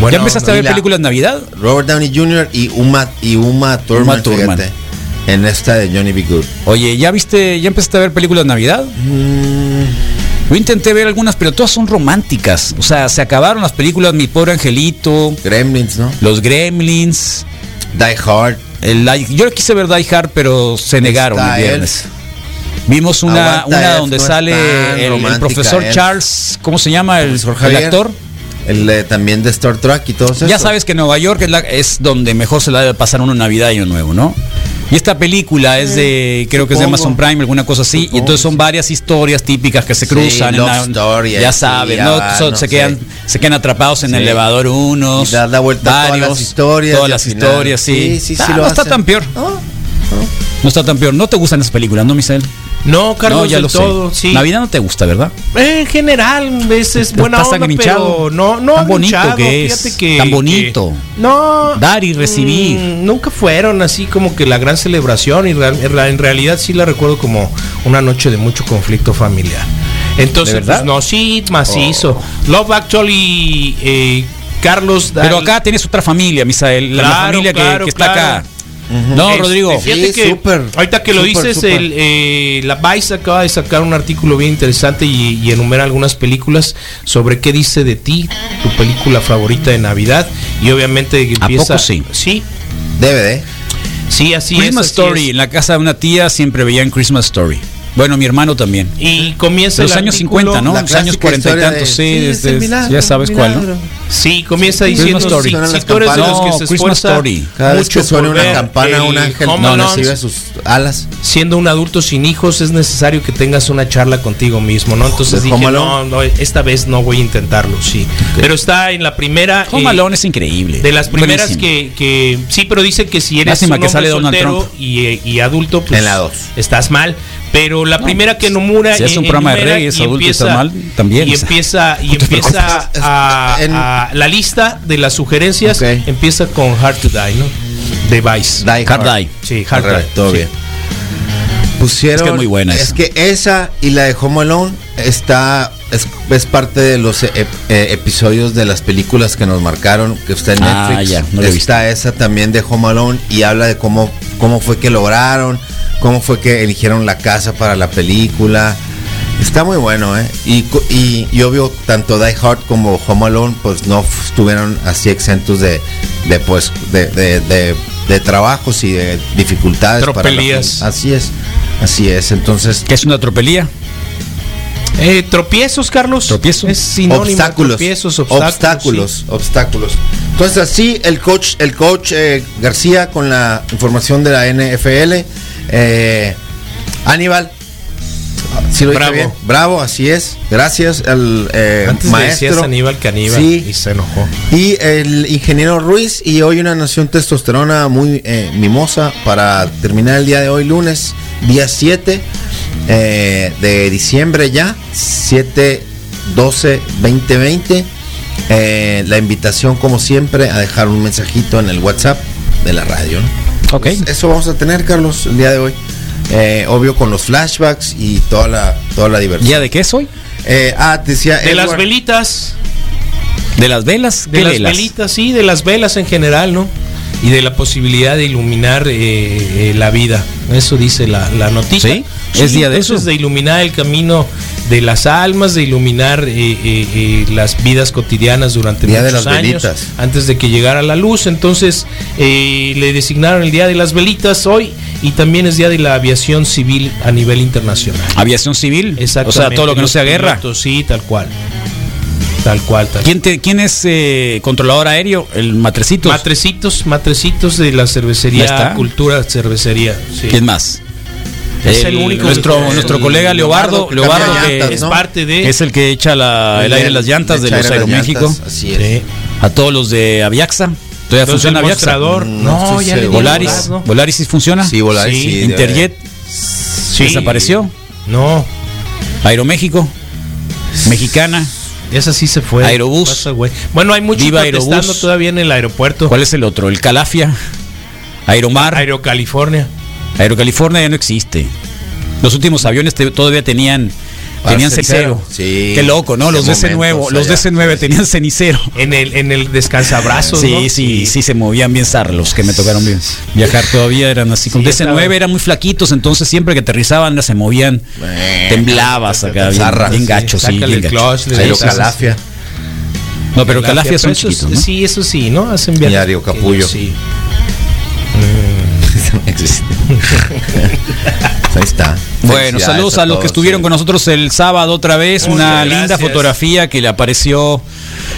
[SPEAKER 5] Bueno,
[SPEAKER 3] ¿Ya empezaste a ver
[SPEAKER 6] y la-
[SPEAKER 3] películas de Navidad?
[SPEAKER 6] Robert Downey Jr. y Uma, y Uma Thurman,
[SPEAKER 3] Uma Thurman.
[SPEAKER 6] fíjate, en esta de Johnny B. Good.
[SPEAKER 3] Oye, ¿ya viste, ya empezaste a ver películas de Navidad?
[SPEAKER 6] Mm.
[SPEAKER 3] Yo intenté ver algunas, pero todas son románticas. O sea, se acabaron las películas Mi Pobre Angelito,
[SPEAKER 6] Gremlins, ¿no?
[SPEAKER 3] Los Gremlins,
[SPEAKER 6] Die Hard.
[SPEAKER 3] el Die- yo quise ver Die Hard, pero se negaron el
[SPEAKER 6] Está
[SPEAKER 3] viernes. Vimos una,
[SPEAKER 6] Aguanta
[SPEAKER 3] una
[SPEAKER 6] Elf,
[SPEAKER 3] donde
[SPEAKER 6] no es
[SPEAKER 3] sale
[SPEAKER 6] tan
[SPEAKER 3] el- el,
[SPEAKER 6] romántica,
[SPEAKER 3] profesor
[SPEAKER 6] Elf.
[SPEAKER 3] Charles, ¿cómo se llama? El,
[SPEAKER 6] Profesor
[SPEAKER 3] el
[SPEAKER 6] Javier.
[SPEAKER 3] actor.
[SPEAKER 6] El eh, también de Star Trek y todo eso.
[SPEAKER 3] Ya sabes que Nueva York es, la- es donde mejor se la debe pasar uno Navidad y Año Nuevo, ¿no? Y esta película es de, creo que es de
[SPEAKER 6] supongo.
[SPEAKER 3] Amazon Prime, alguna cosa así. y
[SPEAKER 6] Supongo,
[SPEAKER 3] entonces son
[SPEAKER 6] sí.
[SPEAKER 3] varias historias típicas que se
[SPEAKER 6] Sí,
[SPEAKER 3] cruzan. en
[SPEAKER 6] Love
[SPEAKER 3] la-
[SPEAKER 6] Story,
[SPEAKER 3] ya
[SPEAKER 6] sí,
[SPEAKER 3] saben,
[SPEAKER 6] ya
[SPEAKER 3] ¿no?
[SPEAKER 6] va,
[SPEAKER 3] So-
[SPEAKER 6] no
[SPEAKER 3] se,
[SPEAKER 6] sé.
[SPEAKER 3] quedan, se quedan atrapados en el
[SPEAKER 6] Sí.
[SPEAKER 3] elevador unos.
[SPEAKER 6] Y dar la vuelta a todas
[SPEAKER 3] varios,
[SPEAKER 6] las historias
[SPEAKER 3] Todas
[SPEAKER 6] y al
[SPEAKER 3] las
[SPEAKER 6] final-
[SPEAKER 3] historias, sí.
[SPEAKER 6] Sí, sí, sí
[SPEAKER 3] Ah,
[SPEAKER 6] lo
[SPEAKER 3] no está
[SPEAKER 6] hacen.
[SPEAKER 3] tan peor. No está tan peor. No te gustan esas películas, ¿no, Misael?
[SPEAKER 5] No, Carlos,
[SPEAKER 3] No, ya
[SPEAKER 5] del
[SPEAKER 3] lo sé.
[SPEAKER 5] todo, sí.
[SPEAKER 3] Navidad no te gusta, ¿verdad?
[SPEAKER 5] En general, es, es buena
[SPEAKER 3] Estás
[SPEAKER 5] onda,
[SPEAKER 3] agrinchado.
[SPEAKER 5] pero no, no
[SPEAKER 3] Tan bonito
[SPEAKER 5] agrinchado,
[SPEAKER 3] que es,
[SPEAKER 5] fíjate que-
[SPEAKER 3] tan
[SPEAKER 5] que-
[SPEAKER 3] bonito.
[SPEAKER 5] no.
[SPEAKER 3] Dar y recibir.
[SPEAKER 5] mm, nunca fueron así como que la gran celebración y real- en real- en realidad sí la recuerdo como una noche de mucho conflicto familiar. Entonces,
[SPEAKER 3] ¿De verdad? Oh.
[SPEAKER 5] pues, no, sí, macizo. Love Actually, eh, Carlos...
[SPEAKER 3] Pero
[SPEAKER 5] Dal-
[SPEAKER 3] acá tienes otra familia, Misael. La,
[SPEAKER 5] Claro,
[SPEAKER 3] familia que-
[SPEAKER 5] claro,
[SPEAKER 3] que, está
[SPEAKER 5] claro.
[SPEAKER 3] acá. No,
[SPEAKER 5] Este,
[SPEAKER 3] Rodrigo.
[SPEAKER 5] Fíjate
[SPEAKER 6] Sí,
[SPEAKER 5] que
[SPEAKER 6] súper,
[SPEAKER 5] ahorita que lo
[SPEAKER 6] súper,
[SPEAKER 5] dices,
[SPEAKER 6] súper.
[SPEAKER 5] el, eh, la Vice acaba de sacar un artículo bien interesante y, y enumera algunas películas sobre qué dice de ti, tu película favorita de Navidad. Y obviamente que
[SPEAKER 3] ¿A
[SPEAKER 5] empieza.
[SPEAKER 3] poco sí?
[SPEAKER 5] sí,
[SPEAKER 6] DVD.
[SPEAKER 5] sí, así
[SPEAKER 3] Christmas
[SPEAKER 5] es. así
[SPEAKER 3] Story.
[SPEAKER 5] es.
[SPEAKER 3] En la casa de una tía siempre veían Christmas Story. Bueno, mi hermano también.
[SPEAKER 5] Y comienza
[SPEAKER 3] Los
[SPEAKER 5] el
[SPEAKER 3] años
[SPEAKER 5] artículo-
[SPEAKER 3] 50, ¿no?
[SPEAKER 6] la
[SPEAKER 3] Los años
[SPEAKER 6] clásica
[SPEAKER 3] 40 y
[SPEAKER 6] historia
[SPEAKER 3] tantos,
[SPEAKER 6] de-
[SPEAKER 3] sí.
[SPEAKER 6] sí, es
[SPEAKER 3] desde-
[SPEAKER 6] el milagro,
[SPEAKER 3] ya sabes
[SPEAKER 6] el
[SPEAKER 3] cuál, ¿no? Eh,
[SPEAKER 6] milagro.
[SPEAKER 5] Sí, comienza
[SPEAKER 6] Christmas
[SPEAKER 5] diciendo
[SPEAKER 3] Story.
[SPEAKER 5] Si,
[SPEAKER 6] Suenan
[SPEAKER 5] si
[SPEAKER 6] las
[SPEAKER 5] tú eres de los
[SPEAKER 3] campanas.
[SPEAKER 5] que
[SPEAKER 3] No,
[SPEAKER 5] se
[SPEAKER 3] Christmas
[SPEAKER 5] esfuerza
[SPEAKER 3] Story.
[SPEAKER 6] Cada vez que
[SPEAKER 5] mucho
[SPEAKER 6] suena
[SPEAKER 5] por
[SPEAKER 6] una
[SPEAKER 5] ver
[SPEAKER 6] campana,
[SPEAKER 5] el
[SPEAKER 6] un ángel
[SPEAKER 5] Home
[SPEAKER 6] no,
[SPEAKER 5] Alone,
[SPEAKER 6] recibe sus alas.
[SPEAKER 5] siendo un adulto sin hijos es necesario que tengas una charla contigo mismo, ¿no? Entonces
[SPEAKER 6] ¿De
[SPEAKER 5] dije,
[SPEAKER 6] Home
[SPEAKER 5] no,
[SPEAKER 6] Alone?
[SPEAKER 5] no, esta vez no voy a intentarlo, sí. Pero está en la primera...
[SPEAKER 3] Home
[SPEAKER 5] eh,
[SPEAKER 3] Alone es increíble.
[SPEAKER 5] de las primeras
[SPEAKER 3] Buenísimo.
[SPEAKER 5] que, que- sí, pero dice que si eres
[SPEAKER 3] Lástima
[SPEAKER 5] un
[SPEAKER 3] que
[SPEAKER 5] hombre
[SPEAKER 3] sale Donald
[SPEAKER 5] soltero
[SPEAKER 3] Trump.
[SPEAKER 5] y, eh, y adulto, pues
[SPEAKER 6] En la dos.
[SPEAKER 5] estás mal. Pero la
[SPEAKER 3] No,
[SPEAKER 5] primera que
[SPEAKER 3] pues,
[SPEAKER 5] enumera
[SPEAKER 3] si es un
[SPEAKER 5] en-
[SPEAKER 3] programa de
[SPEAKER 5] enumera
[SPEAKER 3] reggae, es
[SPEAKER 5] y
[SPEAKER 3] adulto y está
[SPEAKER 5] empieza-
[SPEAKER 3] mal, también,
[SPEAKER 5] y
[SPEAKER 3] o sea.
[SPEAKER 5] empieza y empieza
[SPEAKER 6] preocupes.
[SPEAKER 5] a,
[SPEAKER 6] En-
[SPEAKER 5] a- la lista de las sugerencias
[SPEAKER 6] Ok.
[SPEAKER 5] empieza con Hard to Die, ¿no? De Vice.
[SPEAKER 6] Die
[SPEAKER 3] Hard
[SPEAKER 6] Hard.
[SPEAKER 3] Die.
[SPEAKER 5] Sí, Hard
[SPEAKER 6] Al
[SPEAKER 5] to Die.
[SPEAKER 6] revés, todo
[SPEAKER 5] sí.
[SPEAKER 6] bien. Pusieron.
[SPEAKER 3] Es que es muy buena
[SPEAKER 6] Es
[SPEAKER 3] esa.
[SPEAKER 6] que esa y la de Home Alone está. Es, es parte de los e- e- episodios de las películas que nos marcaron, que está en
[SPEAKER 3] Ah,
[SPEAKER 6] Netflix.
[SPEAKER 3] ya, no la he
[SPEAKER 6] está esa también de Home Alone y habla de cómo, cómo fue que lograron, cómo fue que eligieron la casa para la película. Está muy bueno, ¿eh? Y, co- y, y obvio, tanto Die Hard como Home Alone, pues no f- estuvieron así exentos de, de pues, de, de, de- de trabajos y de dificultades. para la
[SPEAKER 5] Tropelías.
[SPEAKER 6] peli. así es, así es. Entonces,
[SPEAKER 3] ¿Qué es una tropelía?
[SPEAKER 5] Eh, tropiezos, Carlos.
[SPEAKER 3] Tropiezos.
[SPEAKER 5] Es sinónimo. de
[SPEAKER 6] obstáculos,
[SPEAKER 5] Tropiezos, obstáculos.
[SPEAKER 6] obstáculos, obstáculos, Entonces así el coach, el coach eh, García con la información de la NFL, eh, Aníbal. sí lo dije
[SPEAKER 5] Bravo.
[SPEAKER 6] bien. Bravo, así es. Gracias al eh,
[SPEAKER 5] sí. Antes le
[SPEAKER 6] maestro.
[SPEAKER 5] decías Aníbal que Aníbal
[SPEAKER 6] Sí.
[SPEAKER 5] y se enojó.
[SPEAKER 6] Y el ingeniero Ruiz y hoy una nación testosterona muy eh, mimosa para terminar el día de hoy, lunes, día 7 eh, de diciembre ya, 7-12-2020. Eh, la invitación, como siempre, a dejar un mensajito en el WhatsApp de la radio. ¿no?
[SPEAKER 3] Ok.
[SPEAKER 6] Entonces, eso vamos a tener, Carlos, el día de hoy. Eh, obvio con los flashbacks y toda la, toda la diversión.
[SPEAKER 3] ¿Día de qué soy?
[SPEAKER 6] Eh, ah, te decía...
[SPEAKER 5] De las
[SPEAKER 6] Edward-
[SPEAKER 5] velitas.
[SPEAKER 3] ¿De las velas?
[SPEAKER 5] De
[SPEAKER 3] ¿Qué
[SPEAKER 5] las
[SPEAKER 3] velas?
[SPEAKER 5] velitas, sí, de las velas en general, ¿no? Y de la posibilidad de iluminar eh, eh, la vida. Eso dice la, la noticia.
[SPEAKER 3] ¿Sí? ¿Es día de
[SPEAKER 5] entonces,
[SPEAKER 3] eso?
[SPEAKER 5] De iluminar el camino de las almas, de iluminar eh, eh, eh, las vidas cotidianas durante
[SPEAKER 6] Día de
[SPEAKER 5] muchos
[SPEAKER 6] las
[SPEAKER 5] años,
[SPEAKER 6] velitas.
[SPEAKER 5] antes de que llegara la luz. Entonces eh, le designaron el Día de las Velitas hoy y también es Día de la Aviación Civil a nivel internacional.
[SPEAKER 3] Aviación civil. O
[SPEAKER 5] Exactamente.
[SPEAKER 3] sea, todo lo que no
[SPEAKER 5] Los
[SPEAKER 3] sea guerra.
[SPEAKER 5] pilotos, Sí, tal cual. Tal cual, tal
[SPEAKER 3] ¿Quién, te- quién es eh, controlador aéreo? El matrecito.
[SPEAKER 5] Matrecitos, matrecitos de la cervecería,
[SPEAKER 3] Ya está.
[SPEAKER 5] cultura cervecería. sí.
[SPEAKER 3] ¿Quién más?
[SPEAKER 5] Es el único-
[SPEAKER 3] Nuestro,
[SPEAKER 5] el-
[SPEAKER 3] nuestro colega Leobardo,
[SPEAKER 6] Leobardo que
[SPEAKER 3] Leobardo,
[SPEAKER 6] cambia
[SPEAKER 3] que
[SPEAKER 6] llantas,
[SPEAKER 5] es
[SPEAKER 6] ¿no?
[SPEAKER 5] parte de.
[SPEAKER 3] es el que echa la- el aire en las llantas de
[SPEAKER 6] echa
[SPEAKER 3] los
[SPEAKER 6] aire a las
[SPEAKER 3] Aeroméxico.
[SPEAKER 6] llantas, Así es.
[SPEAKER 5] Sí.
[SPEAKER 3] A todos los de Aviaxa. Todavía
[SPEAKER 5] Los del
[SPEAKER 3] funciona Aviaxa.
[SPEAKER 5] mostrador.
[SPEAKER 6] Mm,
[SPEAKER 5] No,
[SPEAKER 6] estoy
[SPEAKER 5] ya le
[SPEAKER 6] seguro.
[SPEAKER 5] dieron
[SPEAKER 3] Volaris.
[SPEAKER 5] lugar, ¿no?
[SPEAKER 3] Volaris sí funciona.
[SPEAKER 6] Sí, Volaris,
[SPEAKER 5] Sí,
[SPEAKER 6] sí, debe-
[SPEAKER 3] Interjet
[SPEAKER 5] Sí.
[SPEAKER 3] desapareció.
[SPEAKER 5] No,
[SPEAKER 3] Aeroméxico. Mexicana.
[SPEAKER 5] esa sí se fue.
[SPEAKER 3] Aerobús.
[SPEAKER 5] Pasa, güey. bueno, hay muchos
[SPEAKER 3] Viva
[SPEAKER 5] protestando
[SPEAKER 3] Aerobús.
[SPEAKER 5] todavía en el aeropuerto.
[SPEAKER 3] ¿Cuál es el otro? El Calafia. Aeromar.
[SPEAKER 5] Aerocalifornia.
[SPEAKER 3] Aerocalifornia ya no existe. Los últimos aviones te- todavía tenían tenían cenicero.
[SPEAKER 6] Cenicero. Sí.
[SPEAKER 3] Qué loco, ¿no?
[SPEAKER 6] Qué
[SPEAKER 3] Los DC9,
[SPEAKER 6] momentos
[SPEAKER 3] los
[SPEAKER 6] allá.
[SPEAKER 3] DC9 tenían cenicero.
[SPEAKER 5] En el, en el descansabrazos.
[SPEAKER 3] Sí,
[SPEAKER 5] ¿no?
[SPEAKER 3] sí, sí, se movían bien zar los que me tocaron bien. Viajar todavía eran así. Con
[SPEAKER 5] Sí,
[SPEAKER 3] DC9
[SPEAKER 5] estaban-
[SPEAKER 3] eran muy flaquitos, entonces siempre que aterrizaban se movían, temblabas acá, bien,
[SPEAKER 6] zarra,
[SPEAKER 3] bien
[SPEAKER 6] sí,
[SPEAKER 3] gacho, sí,
[SPEAKER 5] sácale
[SPEAKER 3] bien
[SPEAKER 5] el
[SPEAKER 3] gacho.
[SPEAKER 5] clutch, le
[SPEAKER 3] Sí,
[SPEAKER 6] Aero
[SPEAKER 3] sí, sí.
[SPEAKER 6] Calafia.
[SPEAKER 3] No, pero
[SPEAKER 5] Calafia,
[SPEAKER 3] Calafia son
[SPEAKER 5] pero eso es-
[SPEAKER 3] chiquitos, ¿no?
[SPEAKER 5] Sí, eso sí, ¿no? Hacen viajes
[SPEAKER 6] Aero
[SPEAKER 5] pequeños,
[SPEAKER 6] Capullo.
[SPEAKER 5] Sí.
[SPEAKER 6] Existe. Ahí está.
[SPEAKER 3] Bueno, saludos a los que estuvieron con nosotros el sábado otra vez.
[SPEAKER 5] Muchas
[SPEAKER 3] una
[SPEAKER 5] gracias.
[SPEAKER 3] linda fotografía que le apareció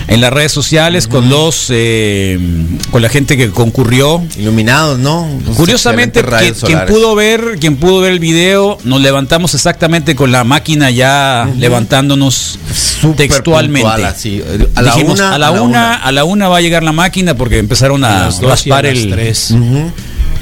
[SPEAKER 3] en las redes sociales con los eh, con la gente que concurrió.
[SPEAKER 6] Iluminados, ¿no? Unos
[SPEAKER 3] Curiosamente,
[SPEAKER 6] excelentes Pues, rayos
[SPEAKER 3] quien, quien
[SPEAKER 6] solares.
[SPEAKER 3] pudo ver, quien pudo ver el video, nos levantamos exactamente con la máquina ya levantándonos
[SPEAKER 6] Súper
[SPEAKER 3] textualmente.
[SPEAKER 6] puntual, así, A la
[SPEAKER 3] Dijimos,
[SPEAKER 6] una.
[SPEAKER 3] a la una, a la una va a llegar la máquina porque empezaron
[SPEAKER 5] A
[SPEAKER 3] a
[SPEAKER 5] las dos y
[SPEAKER 3] Ah, raspar
[SPEAKER 5] a las
[SPEAKER 3] el,
[SPEAKER 5] tres.
[SPEAKER 6] Ujú.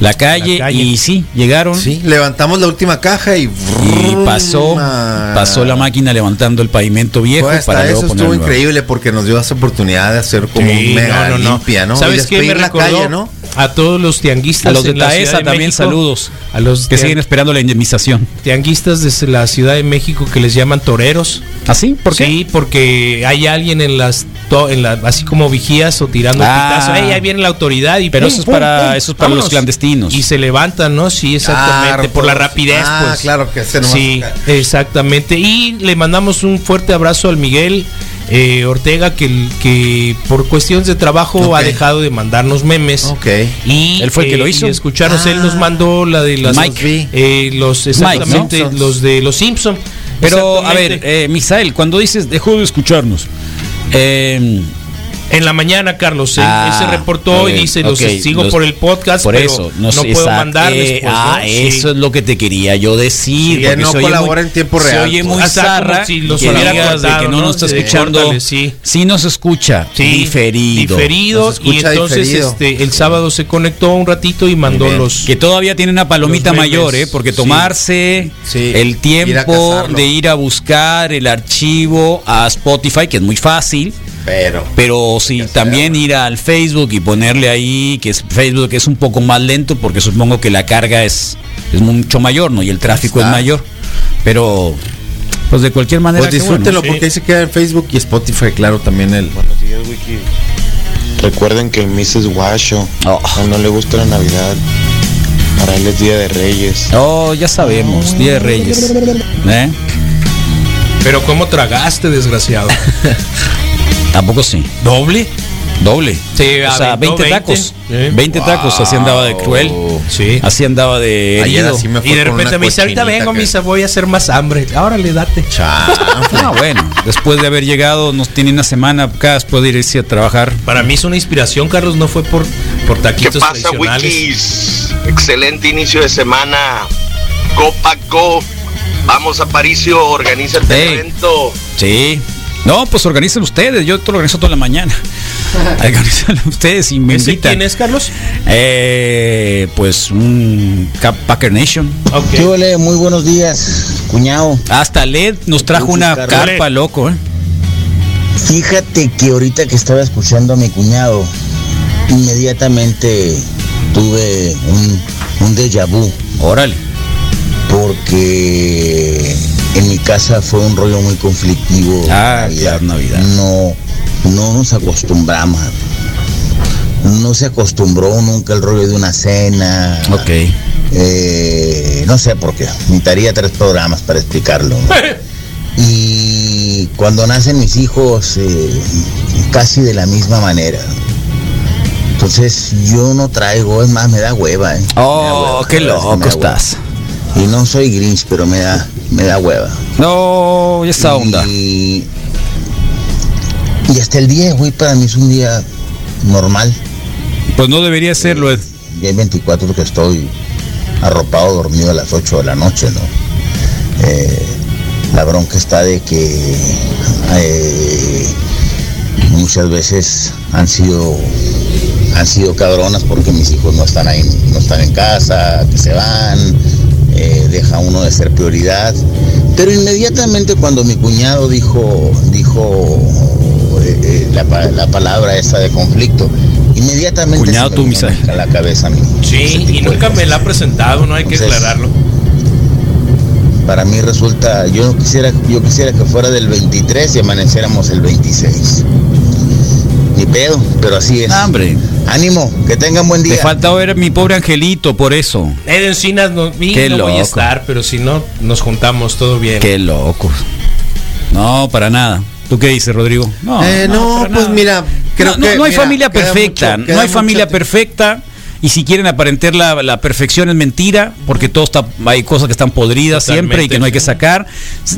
[SPEAKER 3] la calle,
[SPEAKER 5] La calle.
[SPEAKER 3] y sí, llegaron.
[SPEAKER 11] Sí, levantamos la última caja y,
[SPEAKER 3] Y pasó,
[SPEAKER 11] Ma-
[SPEAKER 3] pasó la máquina levantando el pavimento viejo
[SPEAKER 11] Pues hasta
[SPEAKER 3] para luego
[SPEAKER 11] eso estuvo
[SPEAKER 3] ponerlo.
[SPEAKER 11] increíble porque nos dio esa oportunidad de hacer como
[SPEAKER 5] Sí,
[SPEAKER 11] un mega limpia, ¿no? Y
[SPEAKER 5] ¿Sabes qué me
[SPEAKER 11] despedir la
[SPEAKER 5] recordó?
[SPEAKER 11] calle, ¿no?
[SPEAKER 5] A todos los tianguistas
[SPEAKER 3] A los de
[SPEAKER 5] en la Ciudad
[SPEAKER 3] Taesa
[SPEAKER 5] de
[SPEAKER 3] también
[SPEAKER 5] México,
[SPEAKER 3] saludos.
[SPEAKER 5] A los
[SPEAKER 3] Que
[SPEAKER 5] tian-
[SPEAKER 3] siguen esperando la indemnización.
[SPEAKER 5] tianguistas de la Ciudad de México que les llaman toreros.
[SPEAKER 3] ¿Así? ¿Por qué?
[SPEAKER 5] Sí, porque hay alguien en las to- en la- así como vigías o tirando
[SPEAKER 3] Ah.
[SPEAKER 5] pitazo, "Ey, ahí viene la autoridad y
[SPEAKER 3] Pero
[SPEAKER 5] pum,
[SPEAKER 3] eso es
[SPEAKER 5] pum,
[SPEAKER 3] para-
[SPEAKER 5] pum,
[SPEAKER 3] eso es para los clandestinos.
[SPEAKER 5] Y se levantan, ¿no? Sí, exactamente,
[SPEAKER 11] Ah,
[SPEAKER 5] por la
[SPEAKER 11] pues,
[SPEAKER 5] rapidez
[SPEAKER 11] ah,
[SPEAKER 5] pues.
[SPEAKER 11] claro que se nos va a
[SPEAKER 5] Sí,
[SPEAKER 11] tocar.
[SPEAKER 5] exactamente. Y le mandamos un fuerte abrazo al Miguel eh, Ortega que, que por cuestiones de trabajo
[SPEAKER 11] Ok.
[SPEAKER 5] ha dejado de mandarnos memes.
[SPEAKER 11] Ok.
[SPEAKER 5] Y,
[SPEAKER 3] Él fue el que
[SPEAKER 5] eh,
[SPEAKER 3] lo hizo.
[SPEAKER 5] Y escucharnos, él nos
[SPEAKER 11] Ah.
[SPEAKER 5] mandó la de las
[SPEAKER 11] Mike.
[SPEAKER 5] eh, los exactamente
[SPEAKER 11] Simpsons.
[SPEAKER 5] los de los Simpson.
[SPEAKER 3] Pero, a
[SPEAKER 5] Exactamente.
[SPEAKER 3] ver, eh, Misael, cuando dices dejó de escucharnos, eh,
[SPEAKER 5] En la mañana, Carlos, él,
[SPEAKER 3] Ah,
[SPEAKER 5] él se reportó
[SPEAKER 3] muy
[SPEAKER 5] y
[SPEAKER 3] bien,
[SPEAKER 5] dice, los
[SPEAKER 3] ok,
[SPEAKER 5] sigo
[SPEAKER 3] los-
[SPEAKER 5] por el podcast,
[SPEAKER 3] por
[SPEAKER 5] pero
[SPEAKER 3] eso
[SPEAKER 5] no,
[SPEAKER 3] sé
[SPEAKER 5] puedo
[SPEAKER 3] exact-
[SPEAKER 5] mandar
[SPEAKER 3] eh,
[SPEAKER 5] después. ¿no?
[SPEAKER 3] Ah,
[SPEAKER 5] Sí.
[SPEAKER 3] eso es lo que te quería yo decir.
[SPEAKER 11] Sí, que
[SPEAKER 3] porque
[SPEAKER 11] no
[SPEAKER 3] se oye
[SPEAKER 11] colabora
[SPEAKER 3] muy-
[SPEAKER 11] en tiempo
[SPEAKER 3] Se
[SPEAKER 11] real,
[SPEAKER 3] oye
[SPEAKER 11] pues.
[SPEAKER 3] muy
[SPEAKER 5] O sea, como
[SPEAKER 3] zarra
[SPEAKER 5] si los
[SPEAKER 3] que
[SPEAKER 5] hubiera
[SPEAKER 3] digas de
[SPEAKER 5] cortado,
[SPEAKER 3] que no
[SPEAKER 5] ¿no?
[SPEAKER 3] nos está
[SPEAKER 5] Sí,
[SPEAKER 3] escuchando.
[SPEAKER 5] córtale, sí.
[SPEAKER 3] nos escucha.
[SPEAKER 5] Sí,
[SPEAKER 3] diferido.
[SPEAKER 5] Diferido,
[SPEAKER 11] Nos escucha
[SPEAKER 5] y entonces
[SPEAKER 11] diferido.
[SPEAKER 5] Este, el sábado se conectó un ratito y mandó
[SPEAKER 11] bien.
[SPEAKER 5] los...
[SPEAKER 3] Que todavía tiene una palomita
[SPEAKER 5] Los memes,
[SPEAKER 3] mayor, ¿eh? Porque
[SPEAKER 5] sí.
[SPEAKER 3] tomarse
[SPEAKER 11] Sí,
[SPEAKER 3] el
[SPEAKER 11] ir a
[SPEAKER 3] tiempo
[SPEAKER 11] cazarlo.
[SPEAKER 3] de ir a buscar el archivo a Spotify, que es muy fácil.
[SPEAKER 11] Pero.
[SPEAKER 3] Pero si también ir al Facebook y ponerle ahí que es Facebook es un poco más lento porque supongo que la carga es, es mucho mayor, ¿no? Y el tráfico es
[SPEAKER 11] Está.
[SPEAKER 3] mayor. Pero pues de cualquier manera
[SPEAKER 11] Pues
[SPEAKER 3] qué bueno.
[SPEAKER 11] disfrútenlo porque ahí se queda en Facebook y Spotify, claro, también el.
[SPEAKER 6] Recuerden que Mrs. Washo
[SPEAKER 3] Oh.
[SPEAKER 6] no le gusta la Navidad. Para él es Día de Reyes.
[SPEAKER 11] pues.
[SPEAKER 3] Oh, ya sabemos, Día de Reyes. ¿Eh?
[SPEAKER 5] Pero ¿cómo tragaste, desgraciado?
[SPEAKER 3] Tampoco sí.
[SPEAKER 5] ¿Doble?
[SPEAKER 3] Doble.
[SPEAKER 5] Sí,
[SPEAKER 3] o sea,
[SPEAKER 5] aventó
[SPEAKER 3] 20 tacos.
[SPEAKER 5] 20.
[SPEAKER 3] 20 tacos, así andaba de cruel.
[SPEAKER 5] Sí.
[SPEAKER 3] Así andaba de
[SPEAKER 11] Ayer
[SPEAKER 3] herido.
[SPEAKER 11] así me fue
[SPEAKER 5] Y de
[SPEAKER 11] con
[SPEAKER 5] repente
[SPEAKER 11] una
[SPEAKER 5] me dice, ahorita
[SPEAKER 11] cochinita
[SPEAKER 5] vengo,
[SPEAKER 11] que-
[SPEAKER 5] misa, voy a hacer más hambre. Ahora le date.
[SPEAKER 11] Chanfle.
[SPEAKER 3] Ah, bueno, después de haber llegado, nos tiene una semana acá después de irse a trabajar.
[SPEAKER 5] Para mí es una inspiración, Carlos, no fue por, por
[SPEAKER 12] ¿Qué
[SPEAKER 5] taquitos
[SPEAKER 12] pasa,
[SPEAKER 5] tradicionales.
[SPEAKER 12] Wikis? Excelente inicio de semana. Copa Co. Vamos a Paricio, organiza el
[SPEAKER 3] Hey.
[SPEAKER 12] evento.
[SPEAKER 3] Sí. No, pues organicen ustedes. Yo te lo organizo toda la mañana. Organizan ustedes y me
[SPEAKER 5] ¿Ese
[SPEAKER 3] invitan.
[SPEAKER 5] quién es, Carlos?
[SPEAKER 3] Eh, pues un Cap- Packer Nation.
[SPEAKER 5] Ok.
[SPEAKER 6] muy buenos días, cuñado.
[SPEAKER 3] Hasta LED nos trajo una
[SPEAKER 6] Carlos.
[SPEAKER 3] carpa, loco. ¿eh?
[SPEAKER 6] Fíjate que ahorita que estaba escuchando a mi cuñado, inmediatamente tuve un, un déjà vu,
[SPEAKER 3] Órale.
[SPEAKER 6] porque en mi casa fue un rollo muy conflictivo.
[SPEAKER 3] Ah, claro, Navidad.
[SPEAKER 6] No, no nos acostumbramos. No se acostumbró nunca el rollo de una cena.
[SPEAKER 3] Ok.
[SPEAKER 6] Eh, no sé por qué. Necesitaría tres programas para explicarlo. ¿no? Y cuando nacen mis hijos, eh, casi de la misma manera. Entonces yo no traigo, es más, me da hueva. ¿eh? Me da
[SPEAKER 3] Oh,
[SPEAKER 6] hueva,
[SPEAKER 3] qué
[SPEAKER 6] la verdad es que me
[SPEAKER 3] loco
[SPEAKER 6] da
[SPEAKER 3] estás.
[SPEAKER 6] hueva. Y no soy grinch, pero me da, me da hueva.
[SPEAKER 3] No, y esa onda.
[SPEAKER 6] Y, y hasta el 10, güey, para mí es un día normal.
[SPEAKER 3] Pues no debería serlo. Ed.
[SPEAKER 6] Ya hay 24 que estoy arropado, dormido a las 8 de la noche, ¿no? Eh, la bronca está de que eh, muchas veces han sido han sido cabronas porque mis hijos no están ahí, no están en casa, que se van, eh, deja uno de ser prioridad. Pero inmediatamente cuando mi cuñado dijo, dijo eh, eh, la, pa- la palabra esa de conflicto, inmediatamente
[SPEAKER 3] Cuñado,
[SPEAKER 6] se
[SPEAKER 3] tú,
[SPEAKER 6] me vino
[SPEAKER 3] Misael.
[SPEAKER 6] a la cabeza a mí. ese
[SPEAKER 5] Sí,
[SPEAKER 6] tipo
[SPEAKER 5] y
[SPEAKER 6] de
[SPEAKER 5] nunca me
[SPEAKER 6] cosas.
[SPEAKER 5] la ha presentado, no hay
[SPEAKER 3] Pues
[SPEAKER 5] que
[SPEAKER 6] Entonces,
[SPEAKER 5] aclararlo.
[SPEAKER 6] Para mí resulta, yo quisiera, yo quisiera que fuera del 23 y amaneciéramos el 26. Ni pedo, pero así es.
[SPEAKER 3] Ah, hombre.
[SPEAKER 6] Ánimo, que tengan buen
[SPEAKER 3] Te
[SPEAKER 6] día.
[SPEAKER 3] falta ver a mi pobre angelito por eso.
[SPEAKER 5] Ed Encinas no, y
[SPEAKER 3] Qué
[SPEAKER 5] no voy
[SPEAKER 3] loco.
[SPEAKER 5] a estar, pero si no, nos juntamos todo bien.
[SPEAKER 3] Qué loco. No, para nada. ¿Tú qué dices, Rodrigo?
[SPEAKER 11] Eh, no,
[SPEAKER 3] para
[SPEAKER 11] pues
[SPEAKER 3] nada.
[SPEAKER 11] mira, creo
[SPEAKER 3] no, no-
[SPEAKER 11] que,
[SPEAKER 3] no hay
[SPEAKER 11] mira,
[SPEAKER 3] familia
[SPEAKER 11] queda
[SPEAKER 3] perfecta,
[SPEAKER 11] mucho- queda
[SPEAKER 3] no hay
[SPEAKER 11] mucho
[SPEAKER 3] familia
[SPEAKER 11] te-
[SPEAKER 3] perfecta. Y si quieren aparentar la, la perfección es mentira, porque todo está, hay cosas que están podridas
[SPEAKER 5] Totalmente,
[SPEAKER 3] siempre y que no hay que
[SPEAKER 5] sí.
[SPEAKER 3] sacar.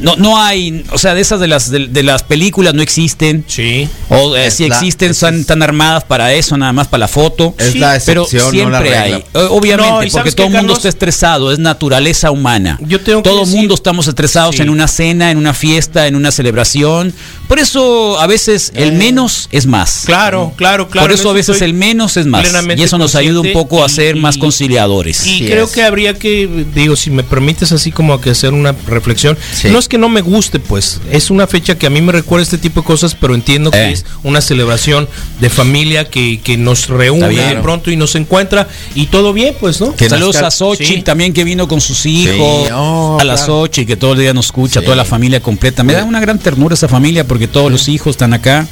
[SPEAKER 3] No, no hay, o sea, de esas de las de, de las películas no existen.
[SPEAKER 5] Sí.
[SPEAKER 3] O eh,
[SPEAKER 11] Es
[SPEAKER 3] si
[SPEAKER 11] la-
[SPEAKER 3] existen,
[SPEAKER 11] es-
[SPEAKER 3] son tan armadas para eso, nada más para la foto.
[SPEAKER 11] Es la
[SPEAKER 3] pero
[SPEAKER 11] excepción,
[SPEAKER 3] siempre
[SPEAKER 11] no la regla.
[SPEAKER 3] hay. O- Obviamente,
[SPEAKER 5] No, ¿y
[SPEAKER 3] porque
[SPEAKER 5] sabes
[SPEAKER 3] todo el
[SPEAKER 5] qué,
[SPEAKER 3] mundo
[SPEAKER 5] Carlos?
[SPEAKER 3] está estresado, es naturaleza humana.
[SPEAKER 5] Yo tengo que
[SPEAKER 3] todo el
[SPEAKER 5] decir-
[SPEAKER 3] mundo estamos estresados
[SPEAKER 5] Sí.
[SPEAKER 3] en una cena, en una fiesta, en una celebración. Por eso a veces el menos es más.
[SPEAKER 5] Eh. Claro, claro, claro.
[SPEAKER 3] Por eso a veces el menos es más. Y eso nos ayuda un poco a ser más conciliadores.
[SPEAKER 5] Y creo que habría que, digo, si me permites así como que hacer una reflexión.
[SPEAKER 3] Sí.
[SPEAKER 5] No es que no me guste, pues, es una fecha que a mí me recuerda este tipo de cosas, pero entiendo que
[SPEAKER 3] Eh.
[SPEAKER 5] es una celebración de familia que, que nos reúne
[SPEAKER 3] bien.
[SPEAKER 5] de pronto y nos encuentra y todo bien, pues, ¿no?
[SPEAKER 3] Que Saludos a Xochitl también que vino con sus hijos
[SPEAKER 5] Sí, oh,
[SPEAKER 3] a las
[SPEAKER 5] claro.
[SPEAKER 3] 8 y que todo el día nos escucha,
[SPEAKER 5] Sí.
[SPEAKER 3] toda la familia completa. Me da una gran ternura esa familia porque todos los hijos están acá.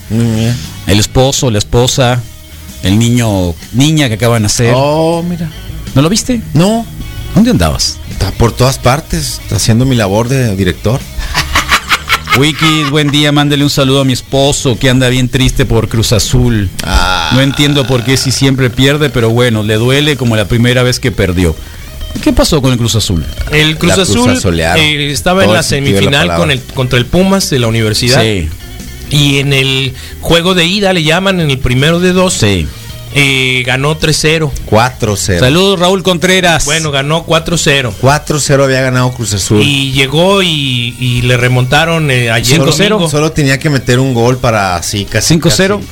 [SPEAKER 3] El esposo, la esposa, el niño, niña que acaban de nacer.
[SPEAKER 1] Oh, mira.
[SPEAKER 3] ¿No lo viste?
[SPEAKER 1] No.
[SPEAKER 3] ¿Dónde andabas?
[SPEAKER 1] Por todas partes, haciendo mi labor de director.
[SPEAKER 3] Wiki, buen día, mándale un saludo a mi esposo que anda bien triste por Cruz Azul.
[SPEAKER 5] Ah.
[SPEAKER 6] Ah.
[SPEAKER 3] No entiendo por qué si siempre pierde, pero bueno, le duele como la primera vez que perdió. ¿Qué pasó con el Cruz Azul?
[SPEAKER 5] El Cruz
[SPEAKER 3] La
[SPEAKER 5] Azul
[SPEAKER 3] cruzazolearon.
[SPEAKER 5] eh, estaba
[SPEAKER 3] Todo
[SPEAKER 5] en la
[SPEAKER 3] el sentido de la
[SPEAKER 5] semifinal
[SPEAKER 3] palabra.
[SPEAKER 5] con el, contra el Pumas de la universidad.
[SPEAKER 3] Sí.
[SPEAKER 5] Y en el juego de ida le llaman en el primero de dos. eh, ganó 3-0.
[SPEAKER 1] 4-0.
[SPEAKER 3] Saludos, Raúl Contreras.
[SPEAKER 5] Bueno, ganó 4-0.
[SPEAKER 1] 4-0 había ganado Cruz Azul.
[SPEAKER 5] Y llegó y, y le remontaron eh, ayer
[SPEAKER 1] Solo-
[SPEAKER 5] domingo.
[SPEAKER 1] Solo tenía que meter un gol para así, casi.
[SPEAKER 5] 5-0.
[SPEAKER 1] casi.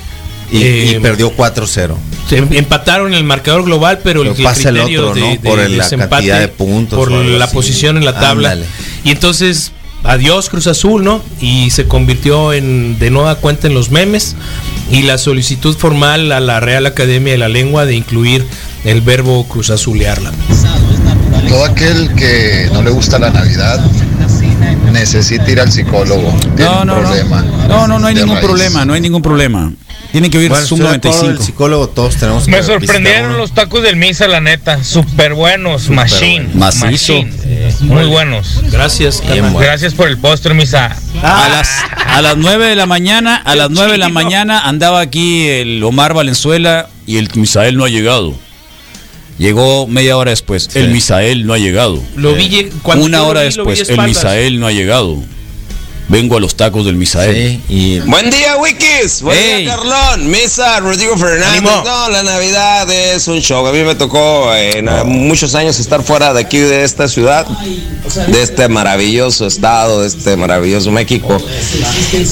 [SPEAKER 1] Y, y
[SPEAKER 5] Eh,
[SPEAKER 1] perdió 4-0.
[SPEAKER 5] Se empataron el marcador global, pero el,
[SPEAKER 1] Pero pasa el
[SPEAKER 5] criterio
[SPEAKER 1] otro,
[SPEAKER 5] de-
[SPEAKER 1] ¿no?
[SPEAKER 5] de
[SPEAKER 1] Por el- la
[SPEAKER 5] desempate,
[SPEAKER 1] cantidad de puntos
[SPEAKER 5] por
[SPEAKER 1] o algo
[SPEAKER 5] la
[SPEAKER 1] así.
[SPEAKER 5] posición en la tabla.
[SPEAKER 1] Ándale.
[SPEAKER 5] Y entonces, adiós Cruz Azul, ¿no? Y se convirtió en de nueva cuenta en los memes. Y la solicitud formal a la Real Academia de la Lengua de incluir el verbo Cruz Azulearla.
[SPEAKER 13] Todo aquel que no le gusta la Navidad necesita ir al psicólogo.
[SPEAKER 3] No, no, no. No, no, no hay
[SPEAKER 13] De
[SPEAKER 3] ningún
[SPEAKER 13] raíz.
[SPEAKER 3] problema, no hay ningún problema. Tiene que oír
[SPEAKER 1] Bueno,
[SPEAKER 3] Zoom
[SPEAKER 1] estoy de acuerdo,
[SPEAKER 3] 95.
[SPEAKER 1] el psicólogo todos tenemos
[SPEAKER 14] Me
[SPEAKER 1] que
[SPEAKER 14] sorprendieron los tacos del Misa, la neta. Súper buenos,
[SPEAKER 1] Súper
[SPEAKER 14] machine.
[SPEAKER 1] bueno. Macizo.
[SPEAKER 14] machine. Muy buenos.
[SPEAKER 5] Eh, Gracias,
[SPEAKER 1] carnal. bueno.
[SPEAKER 14] Gracias por el postre, Misa.
[SPEAKER 3] A las a las 9 de la mañana, a las 9 de la mañana andaba aquí el Omar Valenzuela y el Misael no ha llegado. Llegó media hora después. El Misael no ha llegado.
[SPEAKER 5] Lo vi
[SPEAKER 1] Eh,
[SPEAKER 5] lleg- cuando
[SPEAKER 3] Una
[SPEAKER 5] yo lo
[SPEAKER 3] hora
[SPEAKER 5] vi, lo vi
[SPEAKER 3] después. El
[SPEAKER 5] espaldas.
[SPEAKER 3] Misael no ha llegado. Vengo a los tacos del Misael.
[SPEAKER 6] Buen día, Wikis. Buen
[SPEAKER 3] Ey.
[SPEAKER 6] día, Carlón. Misa, Rodrigo Fernández.
[SPEAKER 3] Ánimo.
[SPEAKER 6] No, la Navidad es un show. A mí me tocó en eh, muchos años estar fuera de aquí, de esta ciudad, de este maravilloso estado, de este maravilloso México.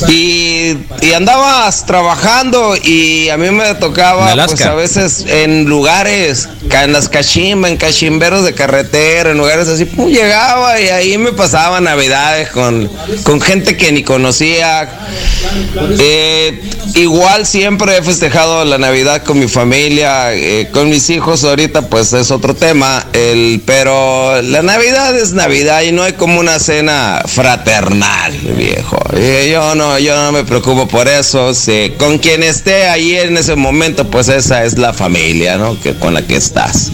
[SPEAKER 6] Y, y andabas trabajando y a mí me tocaba,
[SPEAKER 3] En Alaska.
[SPEAKER 6] pues a veces en lugares, ca- en las cachimbas, en cachimberos de carretera, en lugares así, pum, llegaba y ahí me pasaba navidades con, con gente que ni conocía. Eh, igual siempre he festejado la Navidad con mi familia, eh, con mis hijos ahorita pues es otro tema, el, pero la Navidad es Navidad y no hay como una cena fraternal, viejo. Y yo no, yo no me preocupo por eso, sí. con quien esté ahí en ese momento pues esa es la familia, ¿no? Que, con la que estás.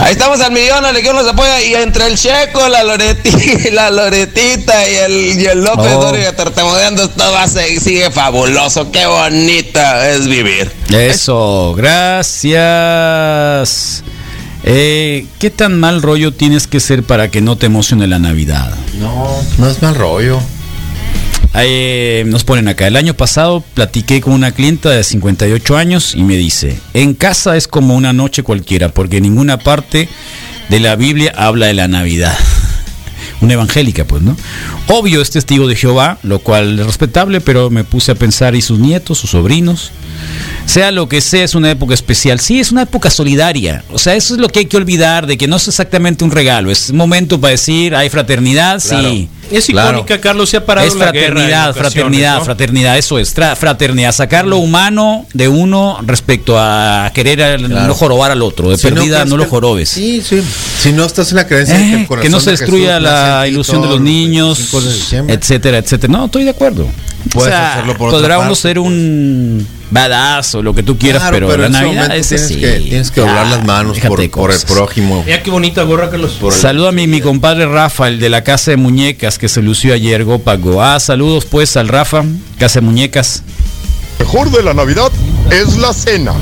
[SPEAKER 6] Ahí estamos al millón, la Legión nos apoya. Y entre el Checo, la, Loreti, la Loretita y el, y el López
[SPEAKER 3] Oh.
[SPEAKER 6] Dóriga tartamudeando, todo va a seguir- sigue fabuloso. Qué bonito es vivir.
[SPEAKER 3] Eso, gracias. Eh, ¿Qué tan mal rollo tienes que ser para que no te emocione la Navidad?
[SPEAKER 1] No, no es mal rollo.
[SPEAKER 3] Eh, nos ponen acá. El año pasado platiqué con una clienta de 58 años y me dice, en casa es como una noche cualquiera, porque ninguna parte de la Biblia habla de la Navidad. Una evangélica, pues, ¿no? Obvio es testigo de Jehová, lo cual es respetable, pero me puse a pensar, ¿y sus nietos, sus sobrinos? Sea lo que sea, es una época especial. Sí, es una época solidaria. O sea, eso es lo que hay que olvidar, de que no es exactamente un regalo. Es un momento para decir, hay fraternidad, sí.
[SPEAKER 5] Es
[SPEAKER 3] Claro.
[SPEAKER 5] icónica, Carlos, se ha parado
[SPEAKER 3] Es
[SPEAKER 5] la guerra en
[SPEAKER 3] fraternidad,
[SPEAKER 5] ocasiones,
[SPEAKER 3] fraternidad,
[SPEAKER 5] ¿no?
[SPEAKER 3] fraternidad, eso es, tra- fraternidad, sacar lo humano de uno respecto a querer al- no jorobar al otro, de
[SPEAKER 1] Si no
[SPEAKER 3] perdida
[SPEAKER 1] crees
[SPEAKER 3] no, lo
[SPEAKER 1] que-
[SPEAKER 3] jorobes.
[SPEAKER 1] Sí, sí. Si no estás en la creencia de
[SPEAKER 3] Eh,
[SPEAKER 1] el corazón
[SPEAKER 3] que no se
[SPEAKER 1] de Jesús
[SPEAKER 3] destruya
[SPEAKER 1] nace en
[SPEAKER 3] la
[SPEAKER 1] ti
[SPEAKER 3] ilusión de
[SPEAKER 1] todos
[SPEAKER 3] los niños,
[SPEAKER 1] 25 de diciembre.
[SPEAKER 3] etcétera, etcétera. No, estoy de acuerdo. O
[SPEAKER 1] Puedes
[SPEAKER 3] sea,
[SPEAKER 1] hacerlo por otra
[SPEAKER 3] podrá uno
[SPEAKER 1] parte, pues.
[SPEAKER 3] ser un badass o lo que tú quieras,
[SPEAKER 1] Claro,
[SPEAKER 3] pero, la
[SPEAKER 1] en ese
[SPEAKER 3] Navidad
[SPEAKER 1] momento
[SPEAKER 3] es
[SPEAKER 1] tienes,
[SPEAKER 3] así.
[SPEAKER 1] que, tienes que doblar
[SPEAKER 3] Ya,
[SPEAKER 1] las manos
[SPEAKER 3] déjate de
[SPEAKER 1] por, por el
[SPEAKER 3] cosas.
[SPEAKER 1] prójimo.
[SPEAKER 5] Mira qué bonita gorra, Carlos.
[SPEAKER 3] Saluda a mi, mi compadre Rafa, el de la casa de muñecas que se lució ayer, Gópago. Ah, saludos pues al Rafa, casa de muñecas.
[SPEAKER 15] mejor de la Navidad es la cena.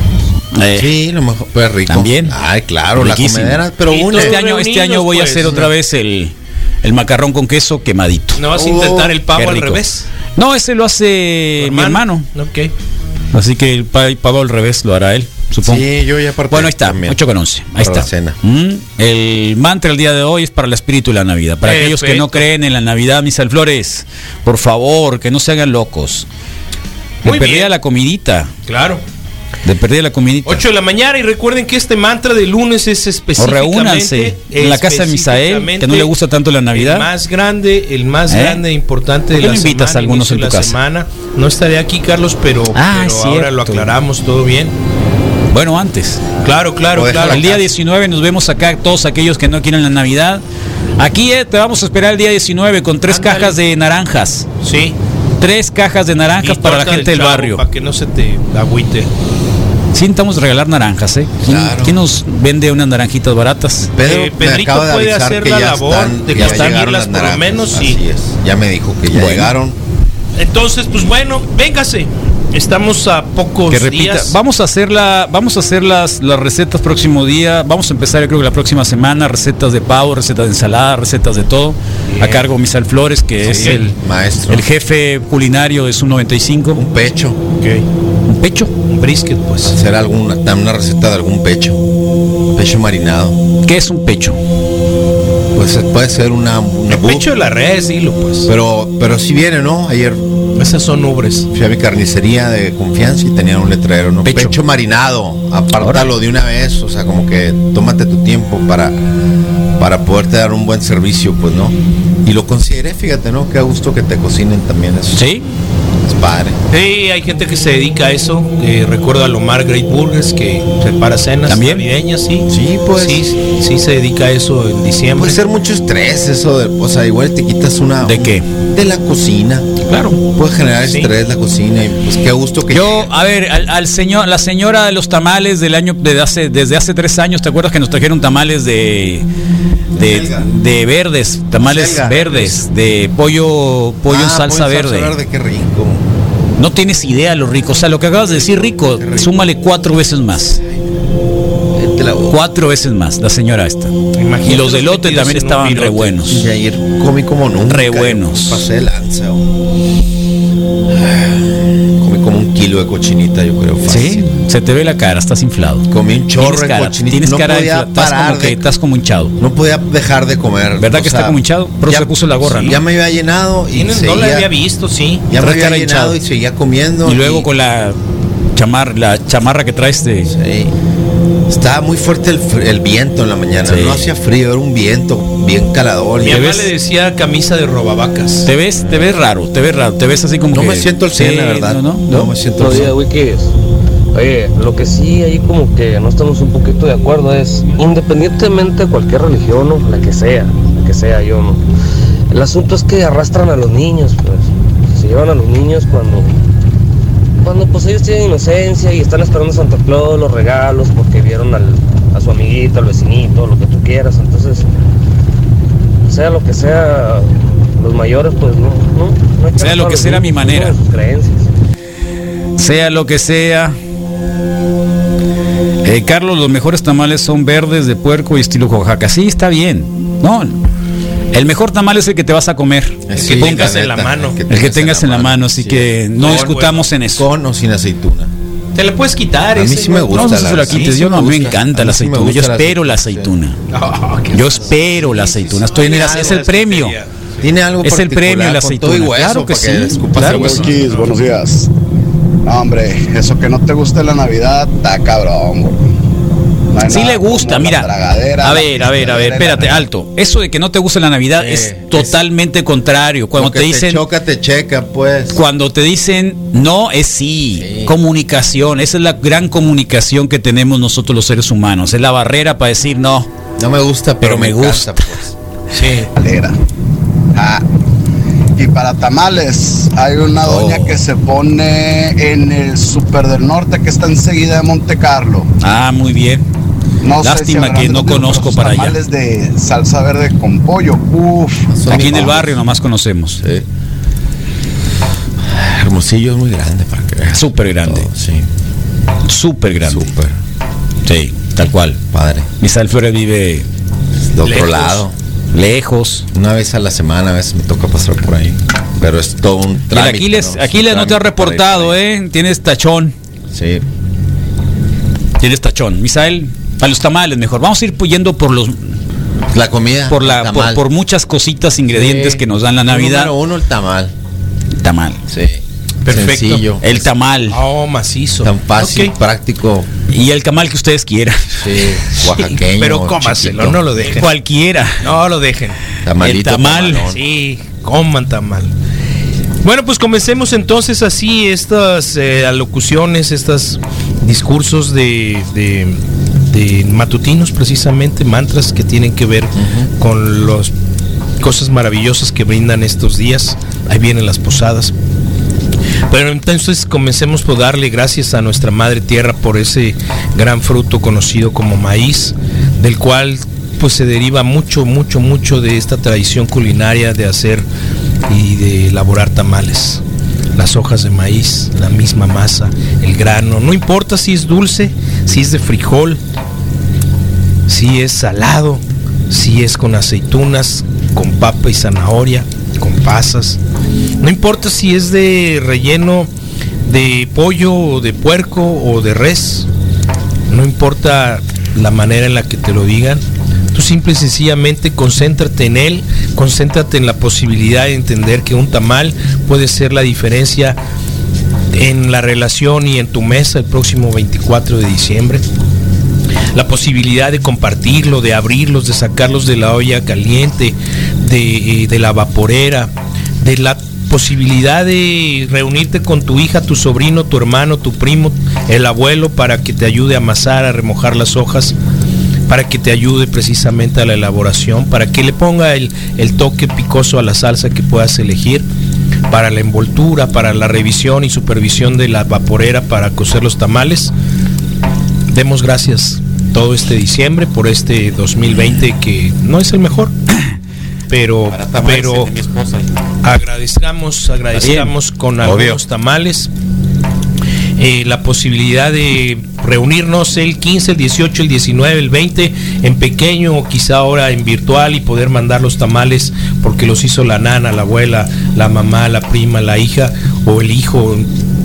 [SPEAKER 1] sí, lo mejor fue rico.
[SPEAKER 3] Eh. También.
[SPEAKER 1] Ay, Eh, claro,
[SPEAKER 3] Riquísimo.
[SPEAKER 1] la comedera, pero
[SPEAKER 3] Y
[SPEAKER 1] une.
[SPEAKER 3] este año, este año voy a
[SPEAKER 1] pues.
[SPEAKER 3] hacer otra vez el, el macarrón con queso quemadito.
[SPEAKER 5] ¿No vas a intentar el pavo
[SPEAKER 3] Qué
[SPEAKER 5] al
[SPEAKER 3] rico.
[SPEAKER 5] revés?
[SPEAKER 3] No, ese lo hace mi hermano.
[SPEAKER 5] Ok.
[SPEAKER 3] Así que el pa- el pavo al revés lo hará él, supongo.
[SPEAKER 1] Sí, yo ya parto.
[SPEAKER 3] Bueno, ahí está, 8 con 11. Ahí
[SPEAKER 1] Para la
[SPEAKER 3] está. Mm, El mantra el día de hoy es para el espíritu de la Navidad. Para aquellos que no creen en la Navidad, mis alflores, por favor, que no se hagan locos. Me
[SPEAKER 5] Muy
[SPEAKER 3] perdí
[SPEAKER 5] bien.
[SPEAKER 3] a la comidita.
[SPEAKER 5] Claro.
[SPEAKER 3] De perder la comidita.
[SPEAKER 5] 8 de la mañana y recuerden que este mantra de lunes es
[SPEAKER 3] O
[SPEAKER 5] específicamente
[SPEAKER 3] reúnanse en la casa de Misael, que no le gusta tanto la
[SPEAKER 5] El
[SPEAKER 3] Navidad.
[SPEAKER 5] más grande, el más
[SPEAKER 3] ¿Eh?
[SPEAKER 5] grande e importante
[SPEAKER 3] ¿Por
[SPEAKER 5] de
[SPEAKER 3] qué
[SPEAKER 5] la
[SPEAKER 3] no invitas
[SPEAKER 5] semana,
[SPEAKER 3] a algunos
[SPEAKER 5] inicio
[SPEAKER 3] en
[SPEAKER 5] de
[SPEAKER 3] tu
[SPEAKER 5] la
[SPEAKER 3] casa?
[SPEAKER 5] semana. No estaré aquí, Carlos, pero,
[SPEAKER 3] Ah,
[SPEAKER 5] pero
[SPEAKER 3] es
[SPEAKER 5] ahora lo
[SPEAKER 3] cierto.
[SPEAKER 5] aclaramos todo bien.
[SPEAKER 3] Bueno, antes.
[SPEAKER 5] Claro, claro,
[SPEAKER 3] Claro,
[SPEAKER 5] claro.
[SPEAKER 3] El día 19 nos vemos acá, todos aquellos que no quieren la Navidad. Aquí eh, te vamos a esperar el día 19 con tres cajas de naranjas.
[SPEAKER 5] Sí.
[SPEAKER 3] Tres cajas de naranjas
[SPEAKER 5] Y
[SPEAKER 3] Ah, para la
[SPEAKER 5] torta
[SPEAKER 3] gente del
[SPEAKER 5] chavo,
[SPEAKER 3] barrio.
[SPEAKER 5] Para que no se te agüite.
[SPEAKER 3] Sí, necesitamos regalar naranjas, ¿eh? ¿Quién,
[SPEAKER 5] Claro.
[SPEAKER 3] quién nos vende unas naranjitas baratas?
[SPEAKER 1] Pedro
[SPEAKER 5] Eh, Pedrito puede hacer la labor de
[SPEAKER 1] ya
[SPEAKER 5] conseguirlas
[SPEAKER 1] llegaron las
[SPEAKER 5] por lo
[SPEAKER 1] naranjas,
[SPEAKER 5] menos
[SPEAKER 1] así
[SPEAKER 5] y
[SPEAKER 1] es. Ya me dijo que ya
[SPEAKER 3] Bueno.
[SPEAKER 1] llegaron.
[SPEAKER 5] Entonces, pues bueno, véngase. Estamos a pocos
[SPEAKER 3] Que repita,
[SPEAKER 5] días.
[SPEAKER 3] vamos a hacer la, vamos a hacer las, las recetas próximo día. Vamos a empezar, yo creo que la próxima semana, recetas de pavo, recetas de ensalada, recetas de todo. A cargo de Misal Flores, que es
[SPEAKER 1] Sí,
[SPEAKER 3] el
[SPEAKER 1] maestro.
[SPEAKER 3] el jefe culinario de Sub 95. Un
[SPEAKER 1] pecho.
[SPEAKER 3] Un pecho.
[SPEAKER 5] Un brisket, pues.
[SPEAKER 1] Hacer alguna, una receta de algún pecho. Pecho marinado.
[SPEAKER 3] ¿Qué es un pecho?
[SPEAKER 1] Pues eh, puede ser una. una
[SPEAKER 5] El pecho de la res, dilo pues.
[SPEAKER 1] Pero, pero si viene, ¿no? Ayer.
[SPEAKER 5] Esas son ubres.
[SPEAKER 1] Fui a mi carnicería de confianza y tenían un letrero, ¿no? Pecho, marinado, apártalo de una vez, o sea, como que tómate tu tiempo para, para poderte dar un buen servicio, pues, ¿no? Y lo consideré, fíjate, ¿no? Qué gusto que te cocinen también eso.
[SPEAKER 3] Sí.
[SPEAKER 1] Es padre.
[SPEAKER 5] Sí, hay gente que se dedica a eso. Que recuerdo a Lomar Great Burgers que prepara cenas
[SPEAKER 3] ¿También?
[SPEAKER 5] navideñas, sí. Sí,
[SPEAKER 1] pues.
[SPEAKER 5] Sí, sí se dedica a eso en diciembre.
[SPEAKER 1] Puede ser mucho estrés eso, de, o sea, igual te quitas una...
[SPEAKER 3] ¿De qué?
[SPEAKER 1] De la cocina.
[SPEAKER 3] Claro.
[SPEAKER 1] Puede generar
[SPEAKER 3] Sí.
[SPEAKER 1] estrés la cocina y pues qué gusto que...
[SPEAKER 3] Yo, ah, a ver, al, al señor, la señora de los tamales del año de hace, desde hace tres años, ¿te acuerdas que nos trajeron tamales de de, de verdes, tamales
[SPEAKER 1] Selga.
[SPEAKER 3] verdes, de pollo, pollo en
[SPEAKER 1] Ah,
[SPEAKER 3] salsa
[SPEAKER 1] pollo en
[SPEAKER 3] verde?
[SPEAKER 1] verde, qué rico.
[SPEAKER 3] No tienes idea lo rico. O sea, lo que acabas de decir, rico, súmale cuatro veces más. Cuatro veces más, la señora esta.
[SPEAKER 5] Imagínate
[SPEAKER 3] y los
[SPEAKER 5] los
[SPEAKER 3] elote
[SPEAKER 5] metidos
[SPEAKER 3] también
[SPEAKER 5] en un
[SPEAKER 3] estaban re
[SPEAKER 5] virote.
[SPEAKER 3] buenos.
[SPEAKER 1] Jair, comí como nunca.
[SPEAKER 3] Re
[SPEAKER 1] yo
[SPEAKER 3] buenos.
[SPEAKER 1] Pasé de lanza. oh. Comí como un kilo de cochinita, yo creo.
[SPEAKER 3] Sí, se te ve la cara, estás inflado.
[SPEAKER 1] Comí un chorro
[SPEAKER 3] Tienes
[SPEAKER 1] de
[SPEAKER 3] cara,
[SPEAKER 1] cochinita,
[SPEAKER 3] tienes
[SPEAKER 1] no
[SPEAKER 3] cara de
[SPEAKER 1] podía
[SPEAKER 3] infla- estás
[SPEAKER 1] parar
[SPEAKER 3] como que
[SPEAKER 1] de-
[SPEAKER 3] estás como hinchado.
[SPEAKER 1] No podía dejar de comer.
[SPEAKER 3] ¿Verdad
[SPEAKER 1] o
[SPEAKER 3] que está
[SPEAKER 1] sea,
[SPEAKER 3] como hinchado? Pero
[SPEAKER 1] ya-
[SPEAKER 3] se puso la gorra,
[SPEAKER 1] sí,
[SPEAKER 3] ¿no?
[SPEAKER 1] Ya me había llenado y
[SPEAKER 5] Tienes-
[SPEAKER 1] seguía,
[SPEAKER 5] no la había visto, sí.
[SPEAKER 1] ya me
[SPEAKER 3] Traes
[SPEAKER 1] había
[SPEAKER 3] cara
[SPEAKER 1] llenado
[SPEAKER 3] hinchado.
[SPEAKER 1] y seguía comiendo.
[SPEAKER 3] Y luego con la chamar, la chamarra que traes de.
[SPEAKER 1] Sí. Estaba muy fuerte el, fr- el viento en la mañana.
[SPEAKER 3] Sí.
[SPEAKER 1] No hacía frío, era un viento bien calador.
[SPEAKER 5] Mi
[SPEAKER 1] Y-
[SPEAKER 5] mamá le decía camisa de robavacas.
[SPEAKER 3] Te ves, te ves raro, te ves raro, te ves así como
[SPEAKER 1] No
[SPEAKER 3] que-
[SPEAKER 1] me siento al cien,
[SPEAKER 3] Sí,
[SPEAKER 1] la verdad.
[SPEAKER 3] No, no,
[SPEAKER 1] No me siento al cien.
[SPEAKER 6] Oye, lo que sí ahí como que no estamos un poquito de acuerdo es, independientemente de cualquier religión o la que sea, la que sea yo no. El asunto es que arrastran a los niños, pues. Se llevan a los niños cuando cuando pues ellos tienen inocencia y están esperando a Santa Claus, los regalos, porque vieron al- a su amiguito, al vecinito, lo que tú quieras. Entonces, sea lo que sea, los mayores pues no, no, no hay
[SPEAKER 3] Sea lo
[SPEAKER 6] arrastrar a
[SPEAKER 3] que
[SPEAKER 6] los
[SPEAKER 3] sea, era mi
[SPEAKER 6] niños,
[SPEAKER 3] manera.
[SPEAKER 6] no, sus creencias.
[SPEAKER 3] Sea lo que sea. Eh, Carlos, los mejores tamales son verdes de puerco y estilo Oaxaca. Sí, está bien. No. El mejor tamal es el que te vas a comer.
[SPEAKER 1] Eh,
[SPEAKER 3] El
[SPEAKER 1] sí,
[SPEAKER 3] que tengas,
[SPEAKER 1] la
[SPEAKER 3] en la
[SPEAKER 1] neta,
[SPEAKER 3] mano.
[SPEAKER 1] el que
[SPEAKER 3] El que tengas en la mano, así que no
[SPEAKER 1] Con-
[SPEAKER 3] discutamos en eso.
[SPEAKER 1] Con o sin aceituna.
[SPEAKER 5] Te la puedes quitar.
[SPEAKER 1] A mí
[SPEAKER 5] ese,
[SPEAKER 1] sí me
[SPEAKER 5] güey.
[SPEAKER 1] gusta
[SPEAKER 3] No, no sé
[SPEAKER 1] la-
[SPEAKER 3] si la
[SPEAKER 1] sí,
[SPEAKER 3] quites.
[SPEAKER 1] sí
[SPEAKER 3] Yo
[SPEAKER 1] me
[SPEAKER 3] no, me
[SPEAKER 1] gusta.
[SPEAKER 3] encanta
[SPEAKER 1] A mí
[SPEAKER 3] la
[SPEAKER 1] sí me
[SPEAKER 3] aceituna. Yo
[SPEAKER 1] gusta la
[SPEAKER 3] espero la
[SPEAKER 1] aceituna, sí.
[SPEAKER 3] aceituna.
[SPEAKER 5] Ah, qué
[SPEAKER 3] Yo espero la aceituna. Estoy en el, es el premio.
[SPEAKER 1] Tiene algo
[SPEAKER 3] Es el
[SPEAKER 1] particular
[SPEAKER 3] premio la
[SPEAKER 1] con
[SPEAKER 3] aceituna.
[SPEAKER 1] todo y hueso
[SPEAKER 3] claro que
[SPEAKER 1] para
[SPEAKER 3] sí.
[SPEAKER 1] que escupas
[SPEAKER 3] claro
[SPEAKER 1] el
[SPEAKER 3] que
[SPEAKER 1] hueso.
[SPEAKER 3] sí.
[SPEAKER 15] Chiquis, buenos días. No, hombre, eso que no te gusta la Navidad, está cabrón, güey. No hay
[SPEAKER 3] Sí
[SPEAKER 15] nada
[SPEAKER 3] le gusta,
[SPEAKER 15] como la
[SPEAKER 3] mira.
[SPEAKER 15] tragadera,
[SPEAKER 3] A
[SPEAKER 15] la
[SPEAKER 3] ver, a ver,
[SPEAKER 15] pisteadera
[SPEAKER 3] a ver,
[SPEAKER 15] y la
[SPEAKER 3] espérate, alto. Eso de que no te gusta la Navidad es totalmente contrario. Cuando
[SPEAKER 1] Lo que
[SPEAKER 3] te dicen,
[SPEAKER 1] Te choca, te checa, pues.
[SPEAKER 3] cuando te dicen no es sí. Comunicación, esa es la gran comunicación que tenemos nosotros los seres humanos. Es la barrera para decir no.
[SPEAKER 1] No me gusta, pero,
[SPEAKER 3] Pero me gusta. Sí.
[SPEAKER 15] Alegra. Ah, Y para tamales, hay una
[SPEAKER 3] Oh.
[SPEAKER 15] doña que se pone en el Super del Norte que está enseguida de Monte Carlo.
[SPEAKER 3] Ah, muy bien.
[SPEAKER 15] No sé si
[SPEAKER 3] Lástima
[SPEAKER 15] habrán
[SPEAKER 3] que no
[SPEAKER 15] tenido
[SPEAKER 3] conozco
[SPEAKER 15] sus
[SPEAKER 3] para allá.
[SPEAKER 15] tamales de salsa verde con pollo. Uf,
[SPEAKER 3] Aquí en el barrio nomás conocemos.
[SPEAKER 1] Ah, Hermosillo es muy grande para que veas.
[SPEAKER 3] Súper grande.
[SPEAKER 1] Todo, sí.
[SPEAKER 3] Súper grande.
[SPEAKER 1] Súper.
[SPEAKER 3] Sí, tal cual.
[SPEAKER 1] Padre.
[SPEAKER 3] Misael Flores vive
[SPEAKER 1] De otro
[SPEAKER 3] Lejos.
[SPEAKER 1] lado.
[SPEAKER 3] Lejos.
[SPEAKER 1] Una vez a la semana, a veces me toca pasar por ahí. Pero es todo un
[SPEAKER 3] Y el
[SPEAKER 1] trámite.
[SPEAKER 3] Aquiles,
[SPEAKER 1] ¿no? Es un
[SPEAKER 3] Aquiles no te ha
[SPEAKER 1] trámite para ir para
[SPEAKER 3] reportado, ¿eh? Tienes tachón.
[SPEAKER 1] ahí. Sí.
[SPEAKER 3] Tienes tachón. Misael, a los tamales mejor. Vamos a ir yendo por los
[SPEAKER 1] La comida.
[SPEAKER 3] por
[SPEAKER 1] el
[SPEAKER 3] la por,
[SPEAKER 1] Ah, tamal.
[SPEAKER 3] por muchas cositas, ingredientes
[SPEAKER 1] Sí.
[SPEAKER 3] que nos dan la
[SPEAKER 1] El
[SPEAKER 3] Navidad.
[SPEAKER 1] Número uno, el tamal.
[SPEAKER 3] Tamal.
[SPEAKER 1] Sí.
[SPEAKER 3] Perfecto.
[SPEAKER 6] Sencillo.
[SPEAKER 3] El tamal.
[SPEAKER 5] Oh, macizo.
[SPEAKER 6] Tan fácil,
[SPEAKER 3] Ok.
[SPEAKER 6] práctico.
[SPEAKER 3] Y el tamal que ustedes quieran.
[SPEAKER 6] Sí, oaxaqueño.
[SPEAKER 5] Pero cómaselo,
[SPEAKER 6] chiquito.
[SPEAKER 5] no lo dejen.
[SPEAKER 3] Cualquiera.
[SPEAKER 5] No lo dejen.
[SPEAKER 6] Tamalito,
[SPEAKER 5] el tamal.
[SPEAKER 6] tamalón.
[SPEAKER 5] Sí, coman tamal. Bueno, pues comencemos entonces así estas eh, alocuciones, estos discursos de, de- de matutinos precisamente, mantras que tienen que ver con las cosas maravillosas que brindan estos días. Ahí vienen las posadas. Pero entonces comencemos por darle gracias a nuestra madre tierra por ese gran fruto conocido como maíz, del cual pues se deriva mucho, mucho, mucho de esta tradición culinaria de hacer y de elaborar tamales. Las hojas de maíz, la misma masa, el grano, no importa si es dulce, si es de frijol, si es salado, si es con aceitunas, con papa y zanahoria, con pasas. No importa si es de relleno de pollo o de puerco o de res. No importa la manera en la que te lo digan. Tú simple y sencillamente concéntrate en él, concéntrate en la posibilidad de entender que un tamal puede ser la diferencia en la relación y en tu mesa el próximo 24 de diciembre la posibilidad de compartirlo, de abrirlos, de sacarlos de la olla caliente, de, eh, de la vaporera, de la posibilidad de reunirte con tu hija, tu sobrino, tu hermano, tu primo, el abuelo, para que te ayude a amasar, a remojar las hojas, para que te ayude precisamente a la elaboración, para que le ponga el, el toque picoso a la salsa que puedas elegir, para la envoltura, para la revisión y supervisión de la vaporera para cocer los tamales demos gracias todo este diciembre por este 2020 que no es el mejor, pero, pero agradezcamos, agradezcamos con
[SPEAKER 6] Obvio.
[SPEAKER 5] algunos tamales eh, la posibilidad de reunirnos el 15, el 18, el 19, el 20 en pequeño o quizá ahora en virtual y poder mandar los tamales porque los hizo la nana, la abuela, la mamá, la prima, la hija o el hijo.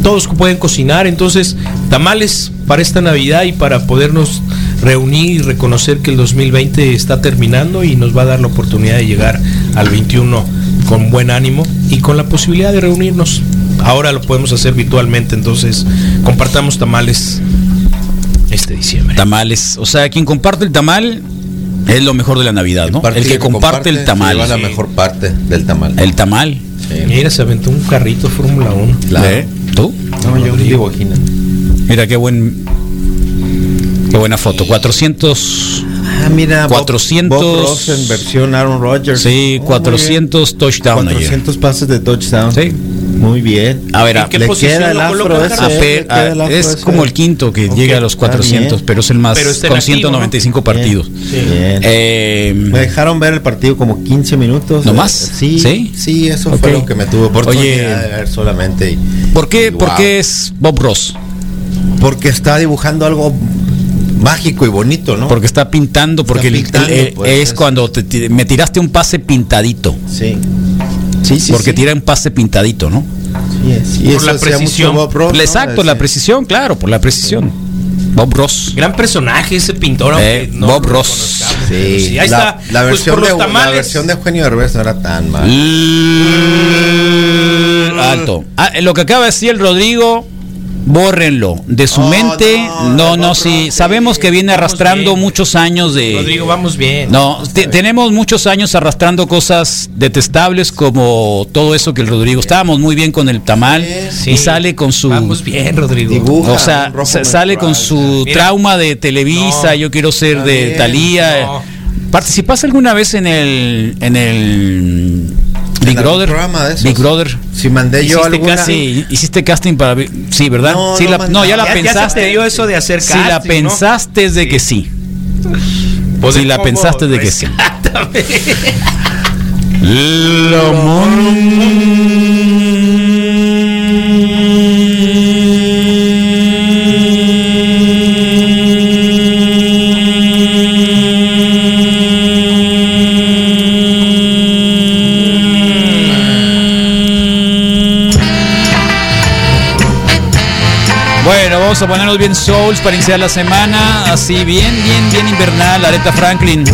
[SPEAKER 5] Todos pueden cocinar, entonces tamales para esta Navidad y para podernos reunir y reconocer que el 2020 está terminando y nos va a dar la oportunidad de llegar al 21 con buen ánimo y con la posibilidad de reunirnos. Ahora lo podemos hacer virtualmente, entonces compartamos tamales este diciembre.
[SPEAKER 3] Tamales. O sea, quien comparte el tamal es lo mejor de la Navidad, ¿no? El que comparte el tamal.
[SPEAKER 6] Lleva la
[SPEAKER 3] Sí.
[SPEAKER 6] mejor parte del tamal.
[SPEAKER 3] El tamal.
[SPEAKER 5] Mira, se aventó un carrito Fórmula 1.
[SPEAKER 6] Claro.
[SPEAKER 3] ¿Eh? ¿Tú?
[SPEAKER 6] No, yo
[SPEAKER 5] Rodrigo.
[SPEAKER 6] digo Gina.
[SPEAKER 3] Mira qué buen qué buena foto. 400
[SPEAKER 6] Ah, mira, Bob-
[SPEAKER 3] 400
[SPEAKER 6] Bob Ross en versión Aaron Rodgers.
[SPEAKER 3] Sí,
[SPEAKER 6] Oh, muy
[SPEAKER 3] 400 touchdowns
[SPEAKER 6] bien.
[SPEAKER 3] ayer.
[SPEAKER 6] 400 pases de touchdown. Sí. Muy bien.
[SPEAKER 3] A ver,
[SPEAKER 6] ¿En
[SPEAKER 3] a-
[SPEAKER 6] qué
[SPEAKER 3] le
[SPEAKER 6] posición
[SPEAKER 3] queda
[SPEAKER 6] lo
[SPEAKER 3] el afro
[SPEAKER 6] colocan,
[SPEAKER 3] ese,
[SPEAKER 6] Carlos?
[SPEAKER 3] a
[SPEAKER 6] Le queda
[SPEAKER 3] per-
[SPEAKER 6] el
[SPEAKER 3] a-
[SPEAKER 6] afro
[SPEAKER 3] es
[SPEAKER 6] ese.
[SPEAKER 3] como el quinto que llega a los
[SPEAKER 6] está
[SPEAKER 3] 400,
[SPEAKER 6] bien.
[SPEAKER 3] pero es el más
[SPEAKER 6] Pero está
[SPEAKER 3] con
[SPEAKER 6] inactivo,
[SPEAKER 3] 195 partidos.
[SPEAKER 6] Bien.
[SPEAKER 3] Eh,
[SPEAKER 6] Me dejaron ver el partido como 15 minutos.
[SPEAKER 3] ¿No
[SPEAKER 6] Eh,
[SPEAKER 3] más?
[SPEAKER 6] Sí.
[SPEAKER 3] ¿Sí?
[SPEAKER 6] Sí, eso
[SPEAKER 3] Ok.
[SPEAKER 6] fue lo que me tuvo oportunidad
[SPEAKER 3] Oye.
[SPEAKER 6] de ver solamente.
[SPEAKER 3] ¿Por qué
[SPEAKER 6] Wow.
[SPEAKER 3] por qué es Bob Ross?
[SPEAKER 6] Porque está dibujando algo mágico y bonito, ¿no?
[SPEAKER 3] Porque está pintando, porque el-
[SPEAKER 6] pintando,
[SPEAKER 3] el-
[SPEAKER 6] pues,
[SPEAKER 3] es
[SPEAKER 6] es-
[SPEAKER 3] cuando te ti- me tiraste un pase pintadito.
[SPEAKER 6] Sí. Sí, sí.
[SPEAKER 3] porque
[SPEAKER 6] sí.
[SPEAKER 3] tira un pase pintadito, ¿no?
[SPEAKER 6] Sí, es- y
[SPEAKER 5] Por
[SPEAKER 6] eso
[SPEAKER 5] la
[SPEAKER 6] hacía mucho
[SPEAKER 5] precisión.
[SPEAKER 6] Bob Ross, ¿no?
[SPEAKER 3] Exacto, la precisión, claro, por la precisión. Bob Ross.
[SPEAKER 5] Gran personaje ese pintor. aunque
[SPEAKER 3] Eh,
[SPEAKER 5] no
[SPEAKER 3] Bob
[SPEAKER 5] lo
[SPEAKER 3] Ross.
[SPEAKER 5] conozcamos, pero
[SPEAKER 6] Sí,
[SPEAKER 5] sí, ahí
[SPEAKER 6] la,
[SPEAKER 5] está.
[SPEAKER 6] la
[SPEAKER 5] Pues
[SPEAKER 6] versión
[SPEAKER 5] por los
[SPEAKER 6] de, la
[SPEAKER 5] tamales.
[SPEAKER 6] versión de Eugenio Derbez no era tan mala.
[SPEAKER 3] L- Alto. Ah, eh, lo que acaba de decir el Rodrigo, bórrenlo. De su
[SPEAKER 6] Oh,
[SPEAKER 3] mente, no, no,
[SPEAKER 6] no, no,
[SPEAKER 3] sí.
[SPEAKER 6] no,
[SPEAKER 3] Sabemos que viene
[SPEAKER 5] Vamos
[SPEAKER 3] arrastrando
[SPEAKER 5] bien.
[SPEAKER 3] muchos años de.
[SPEAKER 5] Rodrigo, vamos bien.
[SPEAKER 3] No, te- tenemos muchos años arrastrando cosas detestables como todo eso que el Rodrigo. Estábamos muy bien con el tamal
[SPEAKER 5] Sí.
[SPEAKER 3] y sale con su.
[SPEAKER 5] Vamos bien, Rodrigo.
[SPEAKER 6] Dibuja
[SPEAKER 3] O sea,
[SPEAKER 6] un rojo
[SPEAKER 3] sa- sale con su
[SPEAKER 5] Mira.
[SPEAKER 3] trauma de Televisa,
[SPEAKER 5] No.
[SPEAKER 3] yo quiero ser de
[SPEAKER 6] bien,
[SPEAKER 3] Talía.
[SPEAKER 5] no.
[SPEAKER 3] ¿Participaste alguna vez en el en el Big
[SPEAKER 6] algún
[SPEAKER 3] Brother?
[SPEAKER 6] programa de esos?
[SPEAKER 3] Big Brother.
[SPEAKER 6] Si mandé yo
[SPEAKER 3] Hiciste
[SPEAKER 6] alguna.
[SPEAKER 3] casi- hiciste casting para Big- sí, ¿verdad?
[SPEAKER 6] No,
[SPEAKER 3] sí,
[SPEAKER 6] no
[SPEAKER 3] la-
[SPEAKER 6] mandé.
[SPEAKER 3] ya la
[SPEAKER 5] Ya- ya se te
[SPEAKER 3] pensaste.
[SPEAKER 5] dio eso de hacer
[SPEAKER 3] Si la
[SPEAKER 5] casting, ¿no?
[SPEAKER 3] pensaste es de que sí. si la pensaste de que sí. Lo Bueno, vamos a ponernos bien souls para iniciar la semana, así bien, bien, bien invernal, Areta Franklin.